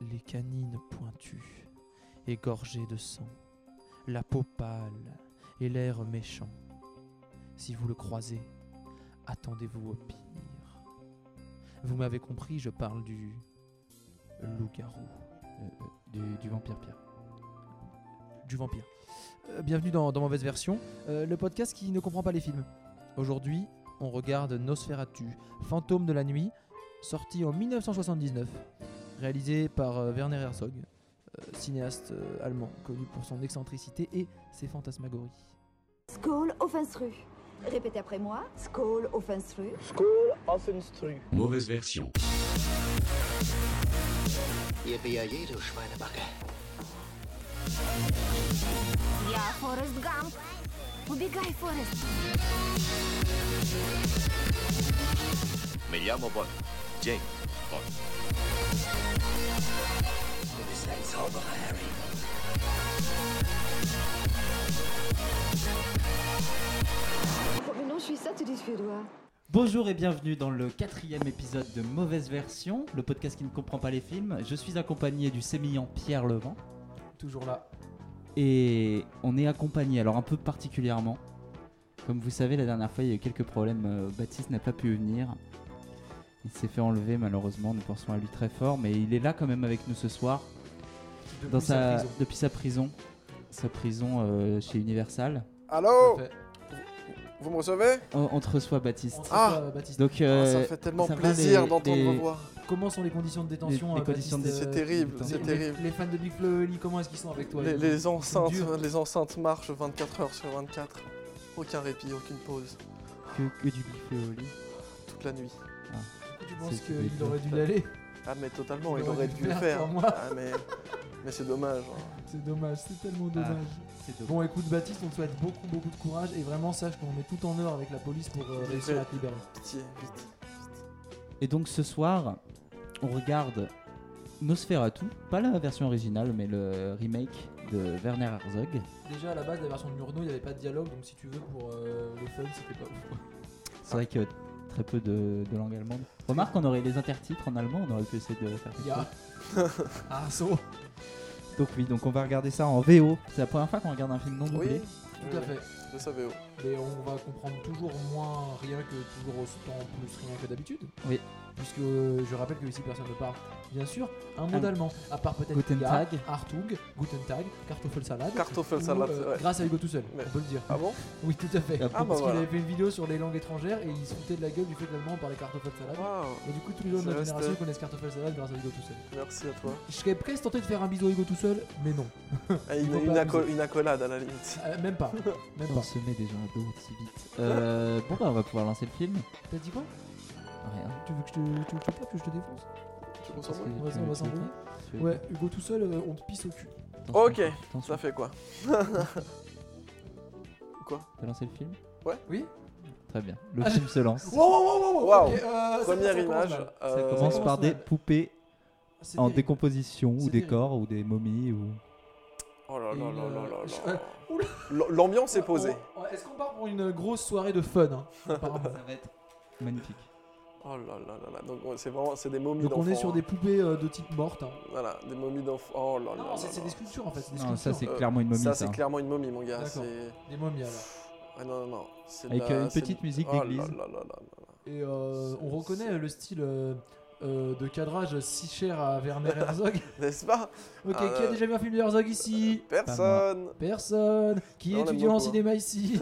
les canines pointues, égorgées de sang, la peau pâle et l'air méchant. Si vous le croisez, attendez-vous au pire. Vous m'avez compris, je parle du loup-garou, Euh, euh, du, du vampire Pierre. du vampire. Euh, bienvenue dans, dans Mauvaise Version, euh, le podcast qui ne comprend pas les films. Aujourd'hui, on regarde Nosferatu, fantôme de la nuit, sorti en 1979, réalisé par euh, Werner Herzog, euh, cinéaste euh, allemand connu pour son excentricité et ses fantasmagories. Skål au Finstru. Répétez après moi. Skål au Finstru. Skål Offenstru. Mauvaise version. Ihr BAJ, du Schweinebacke. Я Форест Гамп. Убегай, Форест. Mi llamo Bond. James Bond. Du bist ein Zauberer, Harry. Oh, Mais non, je suis ça, tu dis suédois. Bonjour et bienvenue dans le quatrième épisode de Mauvaise Version, le podcast qui ne comprend pas les films. Je suis accompagné du sémillant Pierre Levent Toujours là. et on est accompagné, alors un peu particulièrement. Comme vous savez, la dernière fois il y a eu quelques problèmes. euh, Baptiste n'a pas pu venir. Il s'est fait enlever malheureusement, nous pensons à lui très fort, mais il est là quand même avec nous ce soir. dans sa, depuis sa prison, sa prison euh, chez Universal. Oh Allô Vous me recevez On, on te reçoit Baptiste. ah Ah Baptiste. Donc Ah, Ça euh, me fait tellement ça va, plaisir les- d'entendre les- vos voix. comment sont les conditions de détention les euh, conditions de Baptiste, détention, euh, c'est terrible, putain. c'est Les- terrible. Les fans de Big Flo et Oli, comment est-ce qu'ils sont avec toi Les, les enceintes, dur. les enceintes marchent 24 heures sur 24. Aucun répit, aucune pause. que, que du bifé au lit. Toute la nuit. Tu penses c'est- qu'il aurait dû y aller Ah mais totalement, Il il aurait dû le pour faire. moi. Ah mais, mais c'est dommage. hein. C'est dommage, c'est tellement Ah. dommage. C'est dommage. Bon, écoute, Baptiste, on te souhaite beaucoup, beaucoup de courage et vraiment sache qu'on met tout en œuvre avec la police pour euh, Il est réussir vrai. à te libérer. Pitié, vite. Et donc ce soir, on regarde Nosferatu, pas la version originale, mais le remake de Werner Herzog. Déjà, à la base, la version de Murnau, il n'y avait pas de dialogue, donc si tu veux, pour euh, le fun, c'était pas ouf. C'est vrai que très peu de, de langue allemande. Remarque, on aurait les intertitres en allemand, on aurait pu essayer de faire quelque Ya. chose. ah, so. Donc oui, donc on va regarder ça en VO. C'est la première fois qu'on regarde un film non doublé. Oui, Tout à fait. je savais. oh. Mais on va comprendre toujours moins rien que toujours autant plus rien que d'habitude. Oui. Puisque euh, je rappelle que ici personne ne parle, bien sûr, un mot Un- d'allemand. À part peut-être Guten Ya, Tag. Artug, Guten Tag, Kartoffelsalat. ou, Kartoffelsalat, euh, ouais. Grâce à Hugo tout seul, Mais- on peut le dire. Ah bon Oui, tout à fait. Ah, Parce bah qu'il voilà. avait fait une vidéo sur les langues étrangères et il se foutait de la gueule du fait que l'allemand parlait Kartoffelsalat. Waouh, Et du coup, tous les gens de Ça notre reste- euh, génération connaissent Kartoffelsalat grâce à Hugo tout seul. merci à toi. Je serais presque tenté de faire un bisou à Hugo tout seul, mais non. Ah, Il une, faut une pas acco- abuser. une accolade à la limite. Euh, même pas. Même On pas. se met déjà à dos si vite. Euh, bon bah on va pouvoir lancer le film. T'as dit quoi Rien. Tu veux que je te, tu veux que je te plaque, que je te défonce Tu me Parce sens que bon tu va- on veux va expliquer s'embrouiller. Tu veux- Ouais, Hugo tout seul, euh, on te pisse au cul. Attention, Ok, attention. ça fait quoi T'as lancé le film Ouais. Oui. Très bien. Le Ah, film se lance. Wow, wow, wow, wow, Wow. ok, euh, ça- Première ça commence image. mal. Ça euh, commence par commence des mal. poupées C'est en terrible. décomposition C'est ou des terrible. corps ou des momies ou. Oh là Et là une, là là euh, là je- là. Oula. oh. L- L'ambiance est posée. On- on- Est-ce qu'on part pour une grosse soirée de fun hein, apparemment. Ça va être magnifique. Oh là là là là. Donc on- c'est vraiment c'est des momies Donc d'enfants. on est sur hein. des poupées euh, de type morte. hein. voilà des momies d'enfants. Oh là là. Non, là c'est c'est là. des sculptures en fait. c'est Des Non, ça c'est sculptures. Euh, clairement une momie. Ça Ça, hein. c'est clairement une momie mon gars. D'accord. C'est Des momies alors. ah, non non non. C'est de Avec, la- euh, une c'est de- petite musique oh là d'église. là là là là. Et euh, on C'est- reconnaît c'est- le style euh, euh, de cadrage si cher à Werner Herzog. N'est-ce pas ok, Ah, qui a euh, déjà vu un film de Herzog ici Personne. Personne. Qui est Non, on étudiant l'aime en beaucoup, hein. cinéma ici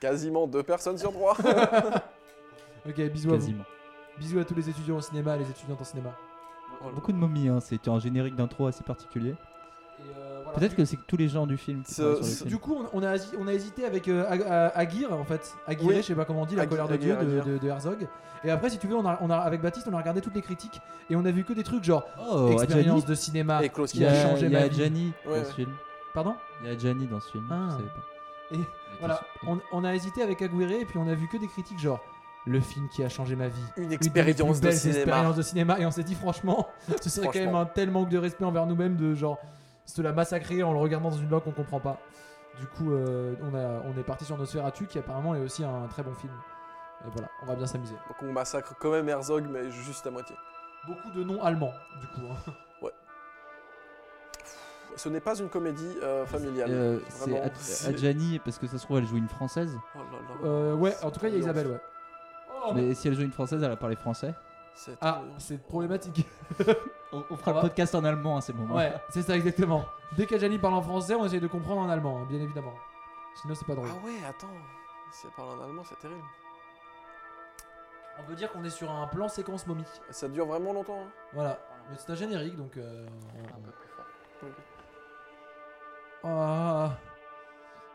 Quasiment deux personnes sur trois. Oh Ok, bisous à vous. Quasiment. Bisous à tous les étudiants en cinéma, les étudiantes en cinéma. Oh là. Beaucoup de momies, hein. c'est un générique d'intro assez particulier. Et, euh, voilà. Peut-être que c'est que tous les gens du film qui Ce- travaillent sur le ce- film. Du coup, on- on a, hési- on a hésité avec euh, Ag- euh, Aguirre, en fait. Aguirre, Oui. je sais pas comment on dit, la Aguirre, colère de Dieu Aguirre, de, Aguirre. de- de Herzog. Et après, si tu veux, on a, on a- avec Baptiste, on a regardé toutes les critiques et on a vu que des trucs genre Oh, Adjani. expérience de cinéma. Et Klaus Ah, Il y a a, Kinski. changé il y a ma vie. Adjani Ouais, dans ouais. ce film. Pardon Il y a Adjani dans ce film. Ah. Je savais pas. Et Elle était voilà, super. on, on a hésité avec Aguirre et puis on a vu que des critiques genre le film qui a changé ma vie. Une Une des expérience plus de belles cinéma. expériences de cinéma. Et on s'est dit, franchement, ce serait quand Franchement. même un tel manque de respect envers nous-mêmes de genre se la massacrer en le regardant dans une langue qu'on comprend pas. Du coup, euh, on, a, on est parti sur Nosferatu qui apparemment est aussi un très bon film. Et voilà, on va bien s'amuser. Donc on massacre quand même Herzog mais juste à moitié. Beaucoup de noms allemands, du coup. hein. Ouais. Ce n'est pas une comédie euh, familiale. Euh, c'est Vraiment, Ad- c'est- Adjani, parce que ça se trouve, elle joue une française. Oh là là. Euh, ouais, en tout cas, il y a Isabelle, ouais. Oh. Mais si elle joue une française, elle a parlé français. C'est Ah, trop bien. c'est problématique. On, On fera le va- podcast en allemand à ces moments. Ouais, c'est ça exactement. Dès qu'Ajani parle en français, on essaye de comprendre en allemand, hein, bien évidemment. Sinon, c'est pas drôle. Ah ouais, attends. Si elle parle en allemand, c'est terrible. On peut dire qu'on est sur un plan séquence momie. Ça dure vraiment longtemps. hein. Voilà. Mais c'est un générique, donc. euh, on- Donc, Ah.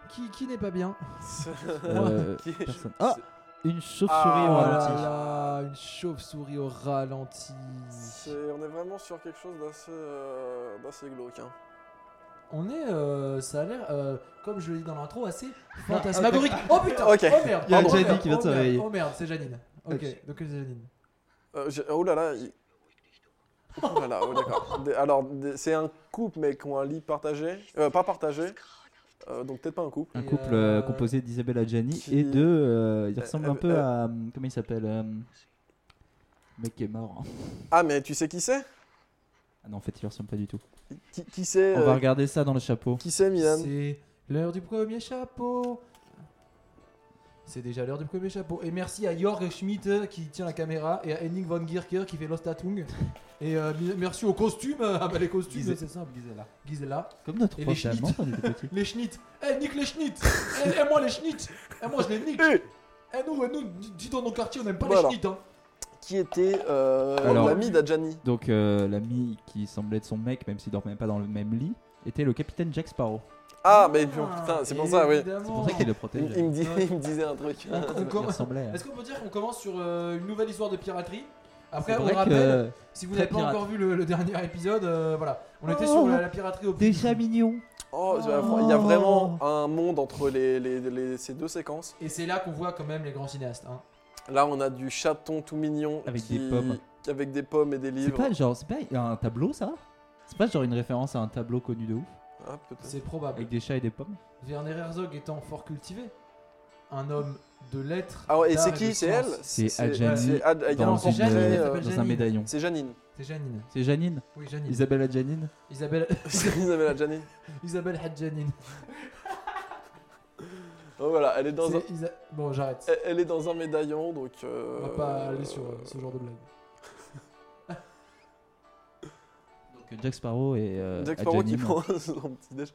Qui, qui n'est pas bien c'est- Euh, qui est- personne. je- Ah c'est- Une chauve-souris Ah, au Oh là ralenti. là, une chauve-souris au ralenti. c'est- on est vraiment sur quelque chose d'assez euh, d'assez glauque. hein. On est, euh, ça a l'air, euh, comme je l'ai dit dans l'intro, assez fantasmagorique. Oh putain Ok. Oh merde Il y a pardon, Janine oh merde, qui vient de oh se merde, réveiller. Oh merde, c'est Janine. Ok, Ok. donc c'est Janine. Euh, j'ai- oh là là. il- Oh là là, oh, d'accord. Des- Alors, des- c'est un couple, mais qui ont un lit partagé. Euh, pas partagé. Euh, donc, peut-être pas un couple. Un Et, couple euh, euh, composé d'Isabelle Adjani qui- et de. euh, il Euh, ressemble euh, un peu euh, à. hum, Comment il s'appelle euh, le Mec qui est mort. hein. Ah, mais tu sais qui c'est Ah non, en fait, il ressemble pas du tout. Qui, qui c'est On va euh, regarder ça dans le chapeau. Qui c'est, Milan C'est l'heure du premier chapeau. C'est déjà l'heure du premier chapeau. Et merci à Jorg Schmidt euh, qui tient la caméra et à Henning von Gierker qui fait l'ostatung. Et euh, mi- merci aux costumes. euh, Ah bah les costumes, Gisela. c'est simple. Gisela. Gisela. Comme notre Et les prof allemand schnitts. quand on était petit. Les schnitts. Eh, nique les schnitts. Eh, eh, moi les schnitts. Eh, moi je les nique. Eh, Eh, nous, eh, nous, dis- dis dans nos quartiers, on n'aime pas Voilà. les schnitts. Hein. Qui était euh, Alors- l'ami d'Adjani Donc, euh, l'ami qui semblait être son mec, même s'il dormait pas dans le même lit, était le capitaine Jack Sparrow. Ah, mais putain, c'est pour ça, oui. C'est pour ça qu'il le Il, protège. Ah, il me dit- Ouais. il me disait un truc. On Il commence- ressemblait. à- Est-ce qu'on peut dire qu'on commence sur euh, une nouvelle histoire de piraterie Après, C'est on vrai rappelle. que- Si vous Très n'avez pas pirate. Oh. encore vu le, le dernier épisode, euh, voilà. On était sur la, la piraterie au petit Déjà bout. mignon. Oh, il y a- Oh. il y a vraiment un monde entre les, les- les- ces deux séquences. Et c'est là qu'on voit quand même les grands cinéastes. hein. Là, on a du chaton tout mignon. Avec des pommes. qui- Avec des pommes et des C'est livres. pas genre, c'est pas un tableau ça C'est pas genre une référence à un tableau connu de ouf Ah, peut-être. C'est probable. avec des chats et des pommes Werner Herzog étant fort cultivé, un homme de lettres. Ah ouais, et d'art c'est qui de C'est science. elle C'est Adjani c'est Ad- il y a dans, un c'est une- portrait, Janine, elle euh, s'appelle dans un Janine. médaillon. C'est Janine. C'est Janine. C'est Janine Oui, Janine. Isabelle Adjanine Isabelle, C'est Isabella Janine. Isabelle Hadjanine. Oh, voilà, elle est dans un... C'est Isa- Bon, j'arrête. Elle- Elle est dans un médaillon, donc... euh, On va pas aller sur euh, ce genre de blague. Ah, Donc Jack Sparrow et euh, Jack Sparrow qui Adjanine, prend son petit déj.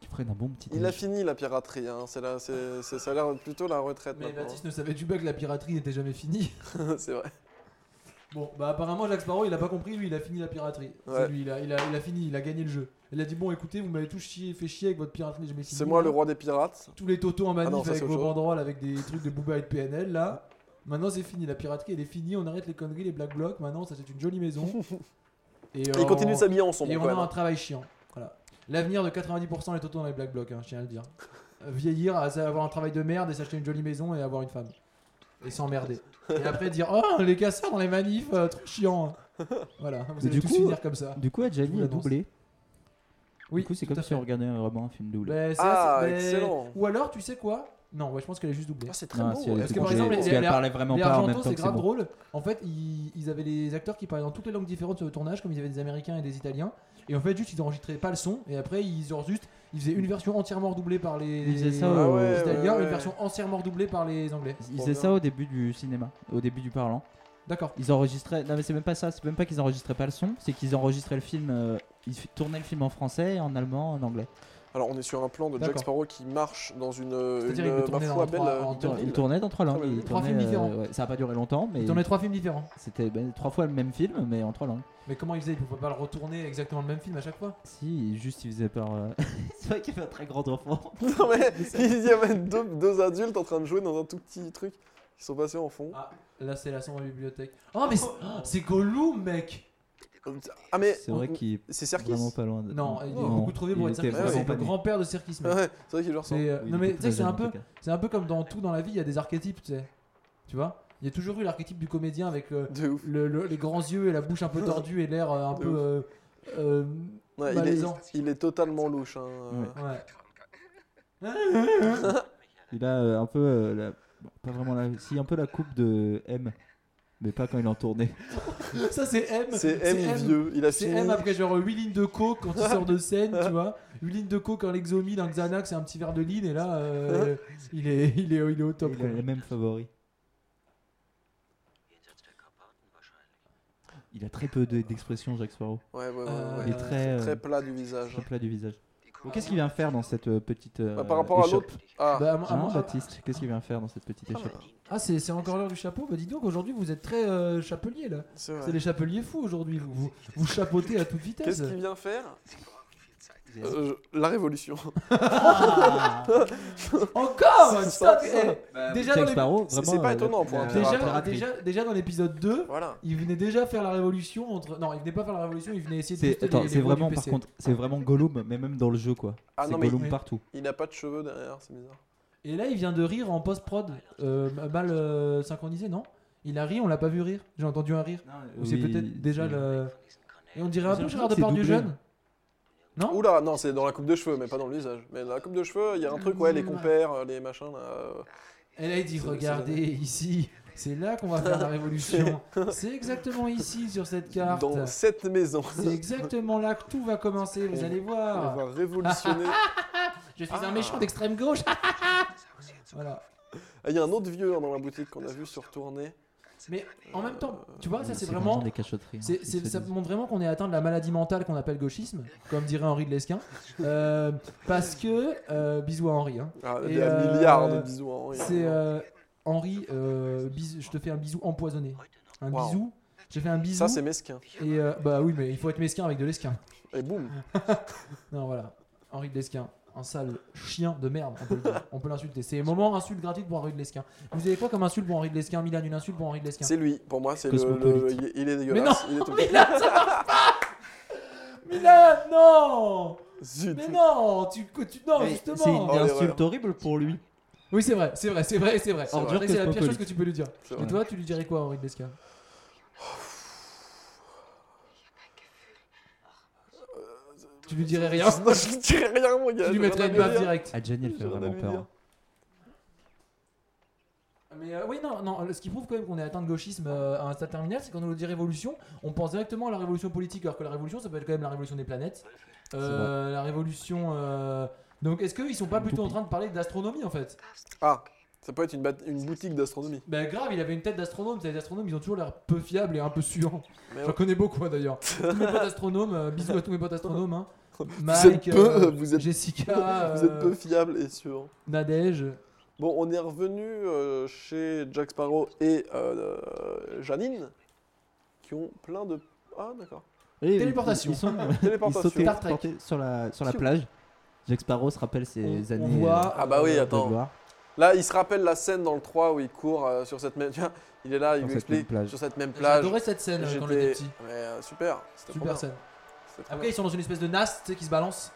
qui prennent un bon petit Il a déj. fini la piraterie, hein. c'est la- c'est- c'est- ça a l'air plutôt la retraite Mais maintenant, Baptiste ne savait du pas que la piraterie n'était jamais finie. hein. c'est vrai. Bon, bah apparemment Jacques Sparrow il a pas compris, lui il a fini la piraterie. Ouais. C'est lui, il a, il, a, il a fini, il a gagné le jeu. Il a dit bon écoutez, vous m'avez tout chié, fait chier avec votre piraterie, j'ai jamais fini. C'est moi le roi des pirates. Tous les totos en manif Ah non, ça, avec c'est autre vos chose. banderoles avec des trucs de Booba et de PNL là. Maintenant c'est fini, la piraterie elle est finie, on arrête les conneries, les black blocs, maintenant ça c'est une jolie maison. Et, euh, Et il continue de on- s'habiller en sombre Et on quand a même. un travail chiant. Voilà. L'avenir de 90% des totos dans les black blocs, hein, je tiens à le dire. Euh, Vieillir, à- avoir un travail de merde et s'acheter une jolie maison et avoir une femme. Et s'emmerder. Et après dire Oh, les casseurs dans les manifs, euh, trop chiant. Voilà, vous Mais allez du tous coup- finir comme ça. Du coup, Je vous Adjani est l'annonce. doublée. Oui, du coup, c'est tout comme à si fait. on regardait un- vraiment un film doublé. Ben, ça, Ah, c'est- ben, excellent. Ou alors, tu sais quoi Non, ouais, je pense qu'elle est juste doublée. Ah, c'est très Non, beau. si elle ouais. Parce était que par doublée, exemple, parce les- qu'elle les- parlait vraiment les pas en même Argentaux, temps c'est que c'est grave bon. drôle. En fait, ils, ils avaient les acteurs qui parlaient dans toutes les langues différentes sur le tournage, comme ils avaient des Américains et des Italiens. Et en fait, juste, ils enregistraient pas le son. Et après, ils ont juste, ils faisaient une version entièrement redoublée par les, Ils faisaient ça les au- ouais, Italiens, ouais, ouais. une version entièrement redoublée par les Anglais. Ils faisaient ça au début du cinéma, au début du parlant. D'accord. Ils enregistraient. Non, mais c'est même pas ça. C'est même pas qu'ils enregistraient pas le son. C'est qu'ils enregistraient le film. euh, Ils fi- tournaient le film en français, en allemand, en anglais. Alors on est sur un plan de Jack D'accord. Sparrow qui marche dans une, C'est-à-dire, il une, peut tourner ma dans foi belle... trois- euh, en Ils tournaient, deux- ville. ils tournaient dans trois langues. Ah, mais ils trois tournaient, euh, films différents. ouais, ça a pas duré longtemps, mais Ils tournaient trois films différents. c'était ben, trois fois le même film, mais en trois langues. Mais comment ils faisaient Ils pouvaient pas le retourner exactement le même film à chaque fois. Si, juste ils faisaient par. euh, c'est vrai qu'il fait un très grand enfant. Non, mais il y avait deux, deux adultes en train de jouer dans un tout petit truc. Ils sont passés en fond. Ah, là, c'est la sombre bibliothèque. Oh, mais c'est- c'est Gollum, mec Ah mais C'est vrai qu'il est c'est Serkis. vraiment pas loin. De... Non, il est beaucoup trop vieux pour il être était Circus. vraiment C'est pas le né. grand-père de Circus, mec. Ouais, c'est vrai qu'il leur ressemble. C'est, euh, Oui, il non, était mais tu très sais que c'est jeune, un en peu. tout cas. C'est un peu comme dans tout dans la vie, il y a des archétypes, tu sais. Tu vois Il y a toujours eu l'archétype du comédien avec euh, le- De ouf. le- le- les grands yeux et la bouche un peu tordue et l'air euh, un De peu. euh, euh, Ouais, il, est, malaisant. il est totalement louche. hein. Ouais. ouais. Il a euh, un peu. euh, la... bon, pas vraiment la. Si, un peu la coupe de M. mais pas quand il est en tournée. Ça, c'est M. C'est M vieux. Il a C'est fini. M après genre 8 lignes de coke quand il sort de scène, tu vois. 8 lignes de coke, un Lexomil, un Xanax et un petit verre de ligne, et là, euh, il, est, il, est, il est au top. Il quoi. a les mêmes favoris. Il a très peu de- d'expressions, Jacques Sparrow. Ouais, ouais, ouais. Euh, ouais. Il est très, euh, Très plat du visage. très plat du visage. Bon, Qu'est-ce qu'il vient faire dans cette euh, petite euh, Bah, par rapport à échoppe l'autre. Ah, Bah, à moi- à Hein, moi- Baptiste, qu'est-ce qu'il vient faire dans cette petite échoppe Ah, c'est c'est encore l'heure du chapeau Bah, dis donc, aujourd'hui, vous êtes très euh, chapelier, là. c'est C'est vrai. les chapeliers fous, aujourd'hui. Vous, vous, vous chapeautez à toute vitesse. Qu'est-ce qu'il vient faire Euh, je- La révolution. Encore C'est Stop, ça. eh, Déjà dans Jacques les- Sparrow, C'est- vraiment, Bah, c'est pas euh, étonnant pour un la- pirate. déjà, déjà, déjà dans l'épisode 2, Voilà. il venait déjà faire la révolution entre. Non, il venait pas faire la révolution, il venait essayer de. C'est booster attends, les- les c'est rois du vraiment par PC. contre, c'est vraiment Gollum, mais même dans le jeu quoi. Ah c'est non, mais Gollum il- partout. il n'a pas de cheveux derrière, c'est bizarre. Et là, il vient de rire en post-prod, euh, mal euh, synchronisé, non Il a ri, on l'a pas vu rire. J'ai entendu un rire. Ou c'est Oui, peut-être déjà c'est- le. Et on dirait J'ai un peu l'impression Gérard que c'est Depardieu doublé. jeune. Non Oula, non, c'est dans la coupe de cheveux, mais pas dans le visage. Mais dans la coupe de cheveux, il y a un truc, ouais, les compères, euh, les machins. là, euh, Et là, il dit C'est- Regardez ici, c'est là qu'on va faire la révolution. C'est exactement ici sur cette carte. dans cette maison. C'est exactement là que tout va commencer, vous On- allez On voir. va révolutionner. Je suis Ah. un méchant d'extrême gauche. voilà. Ah, Il y a un autre vieux hein, dans la boutique qu'on a vu sur tournée. Mais en même temps, tu vois, ça c'est vraiment vraiment des cachotteries. hein, C'est- qu'ils c'est- se ça disent. montre vraiment qu'on est atteint de la maladie mentale qu'on appelle gauchisme, comme dirait Henri de Lesquin. Euh, parce que, euh, bisous à Henri. hein. Ah, Et, il y a euh, un milliard de bisous. hein, oui. C'est euh, Henri, euh, bis- je te fais un bisou empoisonné. Un Wow. bisou, j'ai fait un bisou. Ça, c'est mesquin. et euh, bah oui, mais il faut être mesquin avec de l'esquin. Et boum. Ah, Non, voilà. Henri de Lesquin, un sale chien de merde, on peut le dire. On peut l'insulter. C'est moment insulte gratuite pour Henri de Lesquin. Vous avez quoi comme insulte pour Henri de Lesquin Milan, une insulte pour Henri de Lesquin C'est lui. Pour moi, c'est le, le- Cosmopolite. il est- Il est Mais non dégueulasse. il est tout petit. Milan, ça marche pas Milan, non Zut. Mais non, tu, tu non Mais C'est une justement. Oh, insulte l'erreur. horrible pour lui. Oui, c'est vrai, c'est vrai, c'est vrai, c'est vrai. C'est vrai. Ordure, C'est la pire chose cosmopolite. que tu peux lui dire. C'est Et vrai. toi, tu lui dirais quoi, Henri de Lesca Tu lui dirais rien Non, je lui dirais rien, mon gars. Tu lui j'ai mettrais rien à une lui baffe dire. directe. Ah, Gianni, elle fait J'ai rien à vraiment lui peur. dire. hein. Mais euh, oui, non, non, ce qui prouve quand même qu'on est atteint de gauchisme euh, à un stade terminal, c'est quand on nous dit révolution, on pense directement à la révolution politique, alors que la révolution, ça peut être quand même la révolution des planètes. Euh, la révolution. euh, Donc, est-ce qu'ils sont pas plutôt en train de parler d'astronomie en fait Ah, ça peut être une, bat- une boutique d'astronomie. Bah, grave, il avait une tête d'astronome, c'est les astronomes, ils ont toujours l'air peu fiables et un peu suants. Mais J'en ouais. connais beaucoup hein, d'ailleurs. tous mes potes astronomes, euh, bisous à tous mes potes astronomes. Hein. Vous êtes Mike, peu, euh, vous êtes, Jessica, vous êtes euh, peu fiable et sûr. Nadège. Bon, on est revenu euh, chez Jack Sparrow et euh, Janine, qui ont plein de. Ah, d'accord. Et Téléportation. Ils, ils sont, ils Téléportation. sont Star Trek. téléportés sur la, sur la plage. Jack Sparrow se rappelle ses On- on années. voit- euh, Ah, bah oui, de attends. gloire. Là, il se rappelle la scène dans le 3 où il court euh, sur cette même. Tiens, il est là, il Sur lui cette même explique plage. sur cette même plage. J'adorais cette scène euh, quand j'étais J'étais. petit. Ouais, euh, super. C'était trop Super bien. Ah scène. C'était trop Après, ils sont dans une espèce de nasse tu sais, qui se balance.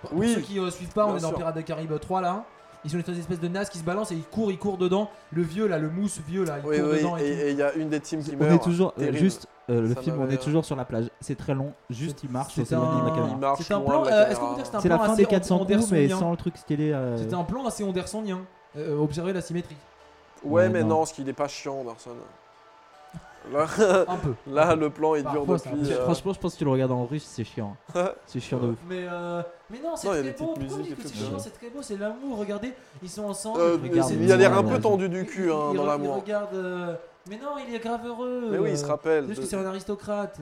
Pour, pour Oui, ceux qui euh, suivent pas, on bien est dans sûr. Pirates des Caraïbes 3 là. hein. Ils sont dans une espèce de nasse qui se balance et ils courent, ils courent dedans. Le vieux là, le mousse vieux là, il Oui, court oui, dedans et, tout. et et il y a une des teams qui On meurt. est toujours euh, Terrible. juste euh, le Ça film. On m'avait- est toujours sur la plage. C'est très long. Juste il marche. on C'était s'éloigne de la un, caméra. Il marche c'était un loin plan. de la euh, Est-ce caméra. qu'on peut dire que c'était un C'est la plan fin assez des 400 coups, mais andersonien sans le truc stylé. euh, C'était un plan assez andersonien. Euh, observer la symétrie. Ouais, Ouais, mais non. non, parce qu'il est pas chiant, Darson. Là, Un peu. là, le plan, il dure Parfois, ça depuis. Tu- euh, Franchement, je pense que tu le regardes en russe, c'est chiant. c'est chiant de ouf. Mais, euh, mais non, c'est Non, il y a très des beau. petites Pourquoi vous dites musiques que et c'est tout, chiant ouais. C'est très beau, c'est l'amour. Regardez, ils sont ensemble. euh, ils regarde, il a l'air un il peu regarde. tendu du cul hein, ils- dans ils- ils l'amour. regardent, euh, Mais non, il est grave heureux. Mais oui, il se euh, rappelle. Juste de- que c'est un aristocrate.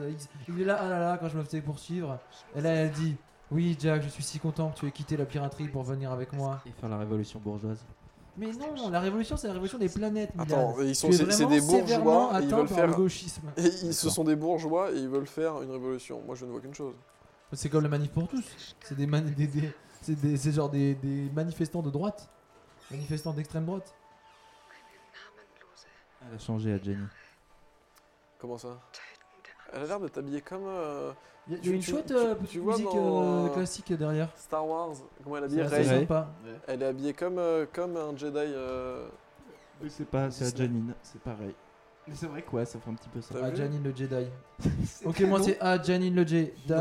Il, il est là, ah là là, quand je me faisais poursuivre. Et là, elle dit Oui, Jack, je suis si content que tu aies quitté la piraterie pour venir avec moi. Et faire la révolution bourgeoise. Mais non, la révolution, c'est la révolution des planètes. Milan. Attends, ils Tu sont es c'est c'est vraiment des sévèrement bourgeois et ils atteint veulent par faire le gauchisme. et ils se sont des bourgeois et ils veulent faire une révolution. Moi, je ne vois qu'une chose. C'est comme la manif pour tous. C'est des, mani- des, des- c'est des- c'est genre des, des manifestants de droite, manifestants d'extrême droite. Elle a changé à Jenny. Comment ça Elle a l'air de t'habiller comme euh, Il y a- il y Tu- a une tu- chouette tu- euh, tu petite vois musique dans- euh, classique derrière. Star Wars. Comment elle C'est habille assez Rey Rey. sympa. Elle est habillée comme euh, comme un Jedi. euh, c'est pas, c'est à c'est à Disney. Janine, c'est pareil. Mais c'est vrai que ouais, ça fait un petit peu ça. T'as Ah, vu Janine le Jedi. C'est Ok, très moi long. c'est Ah, Janine le Jedi. Je suis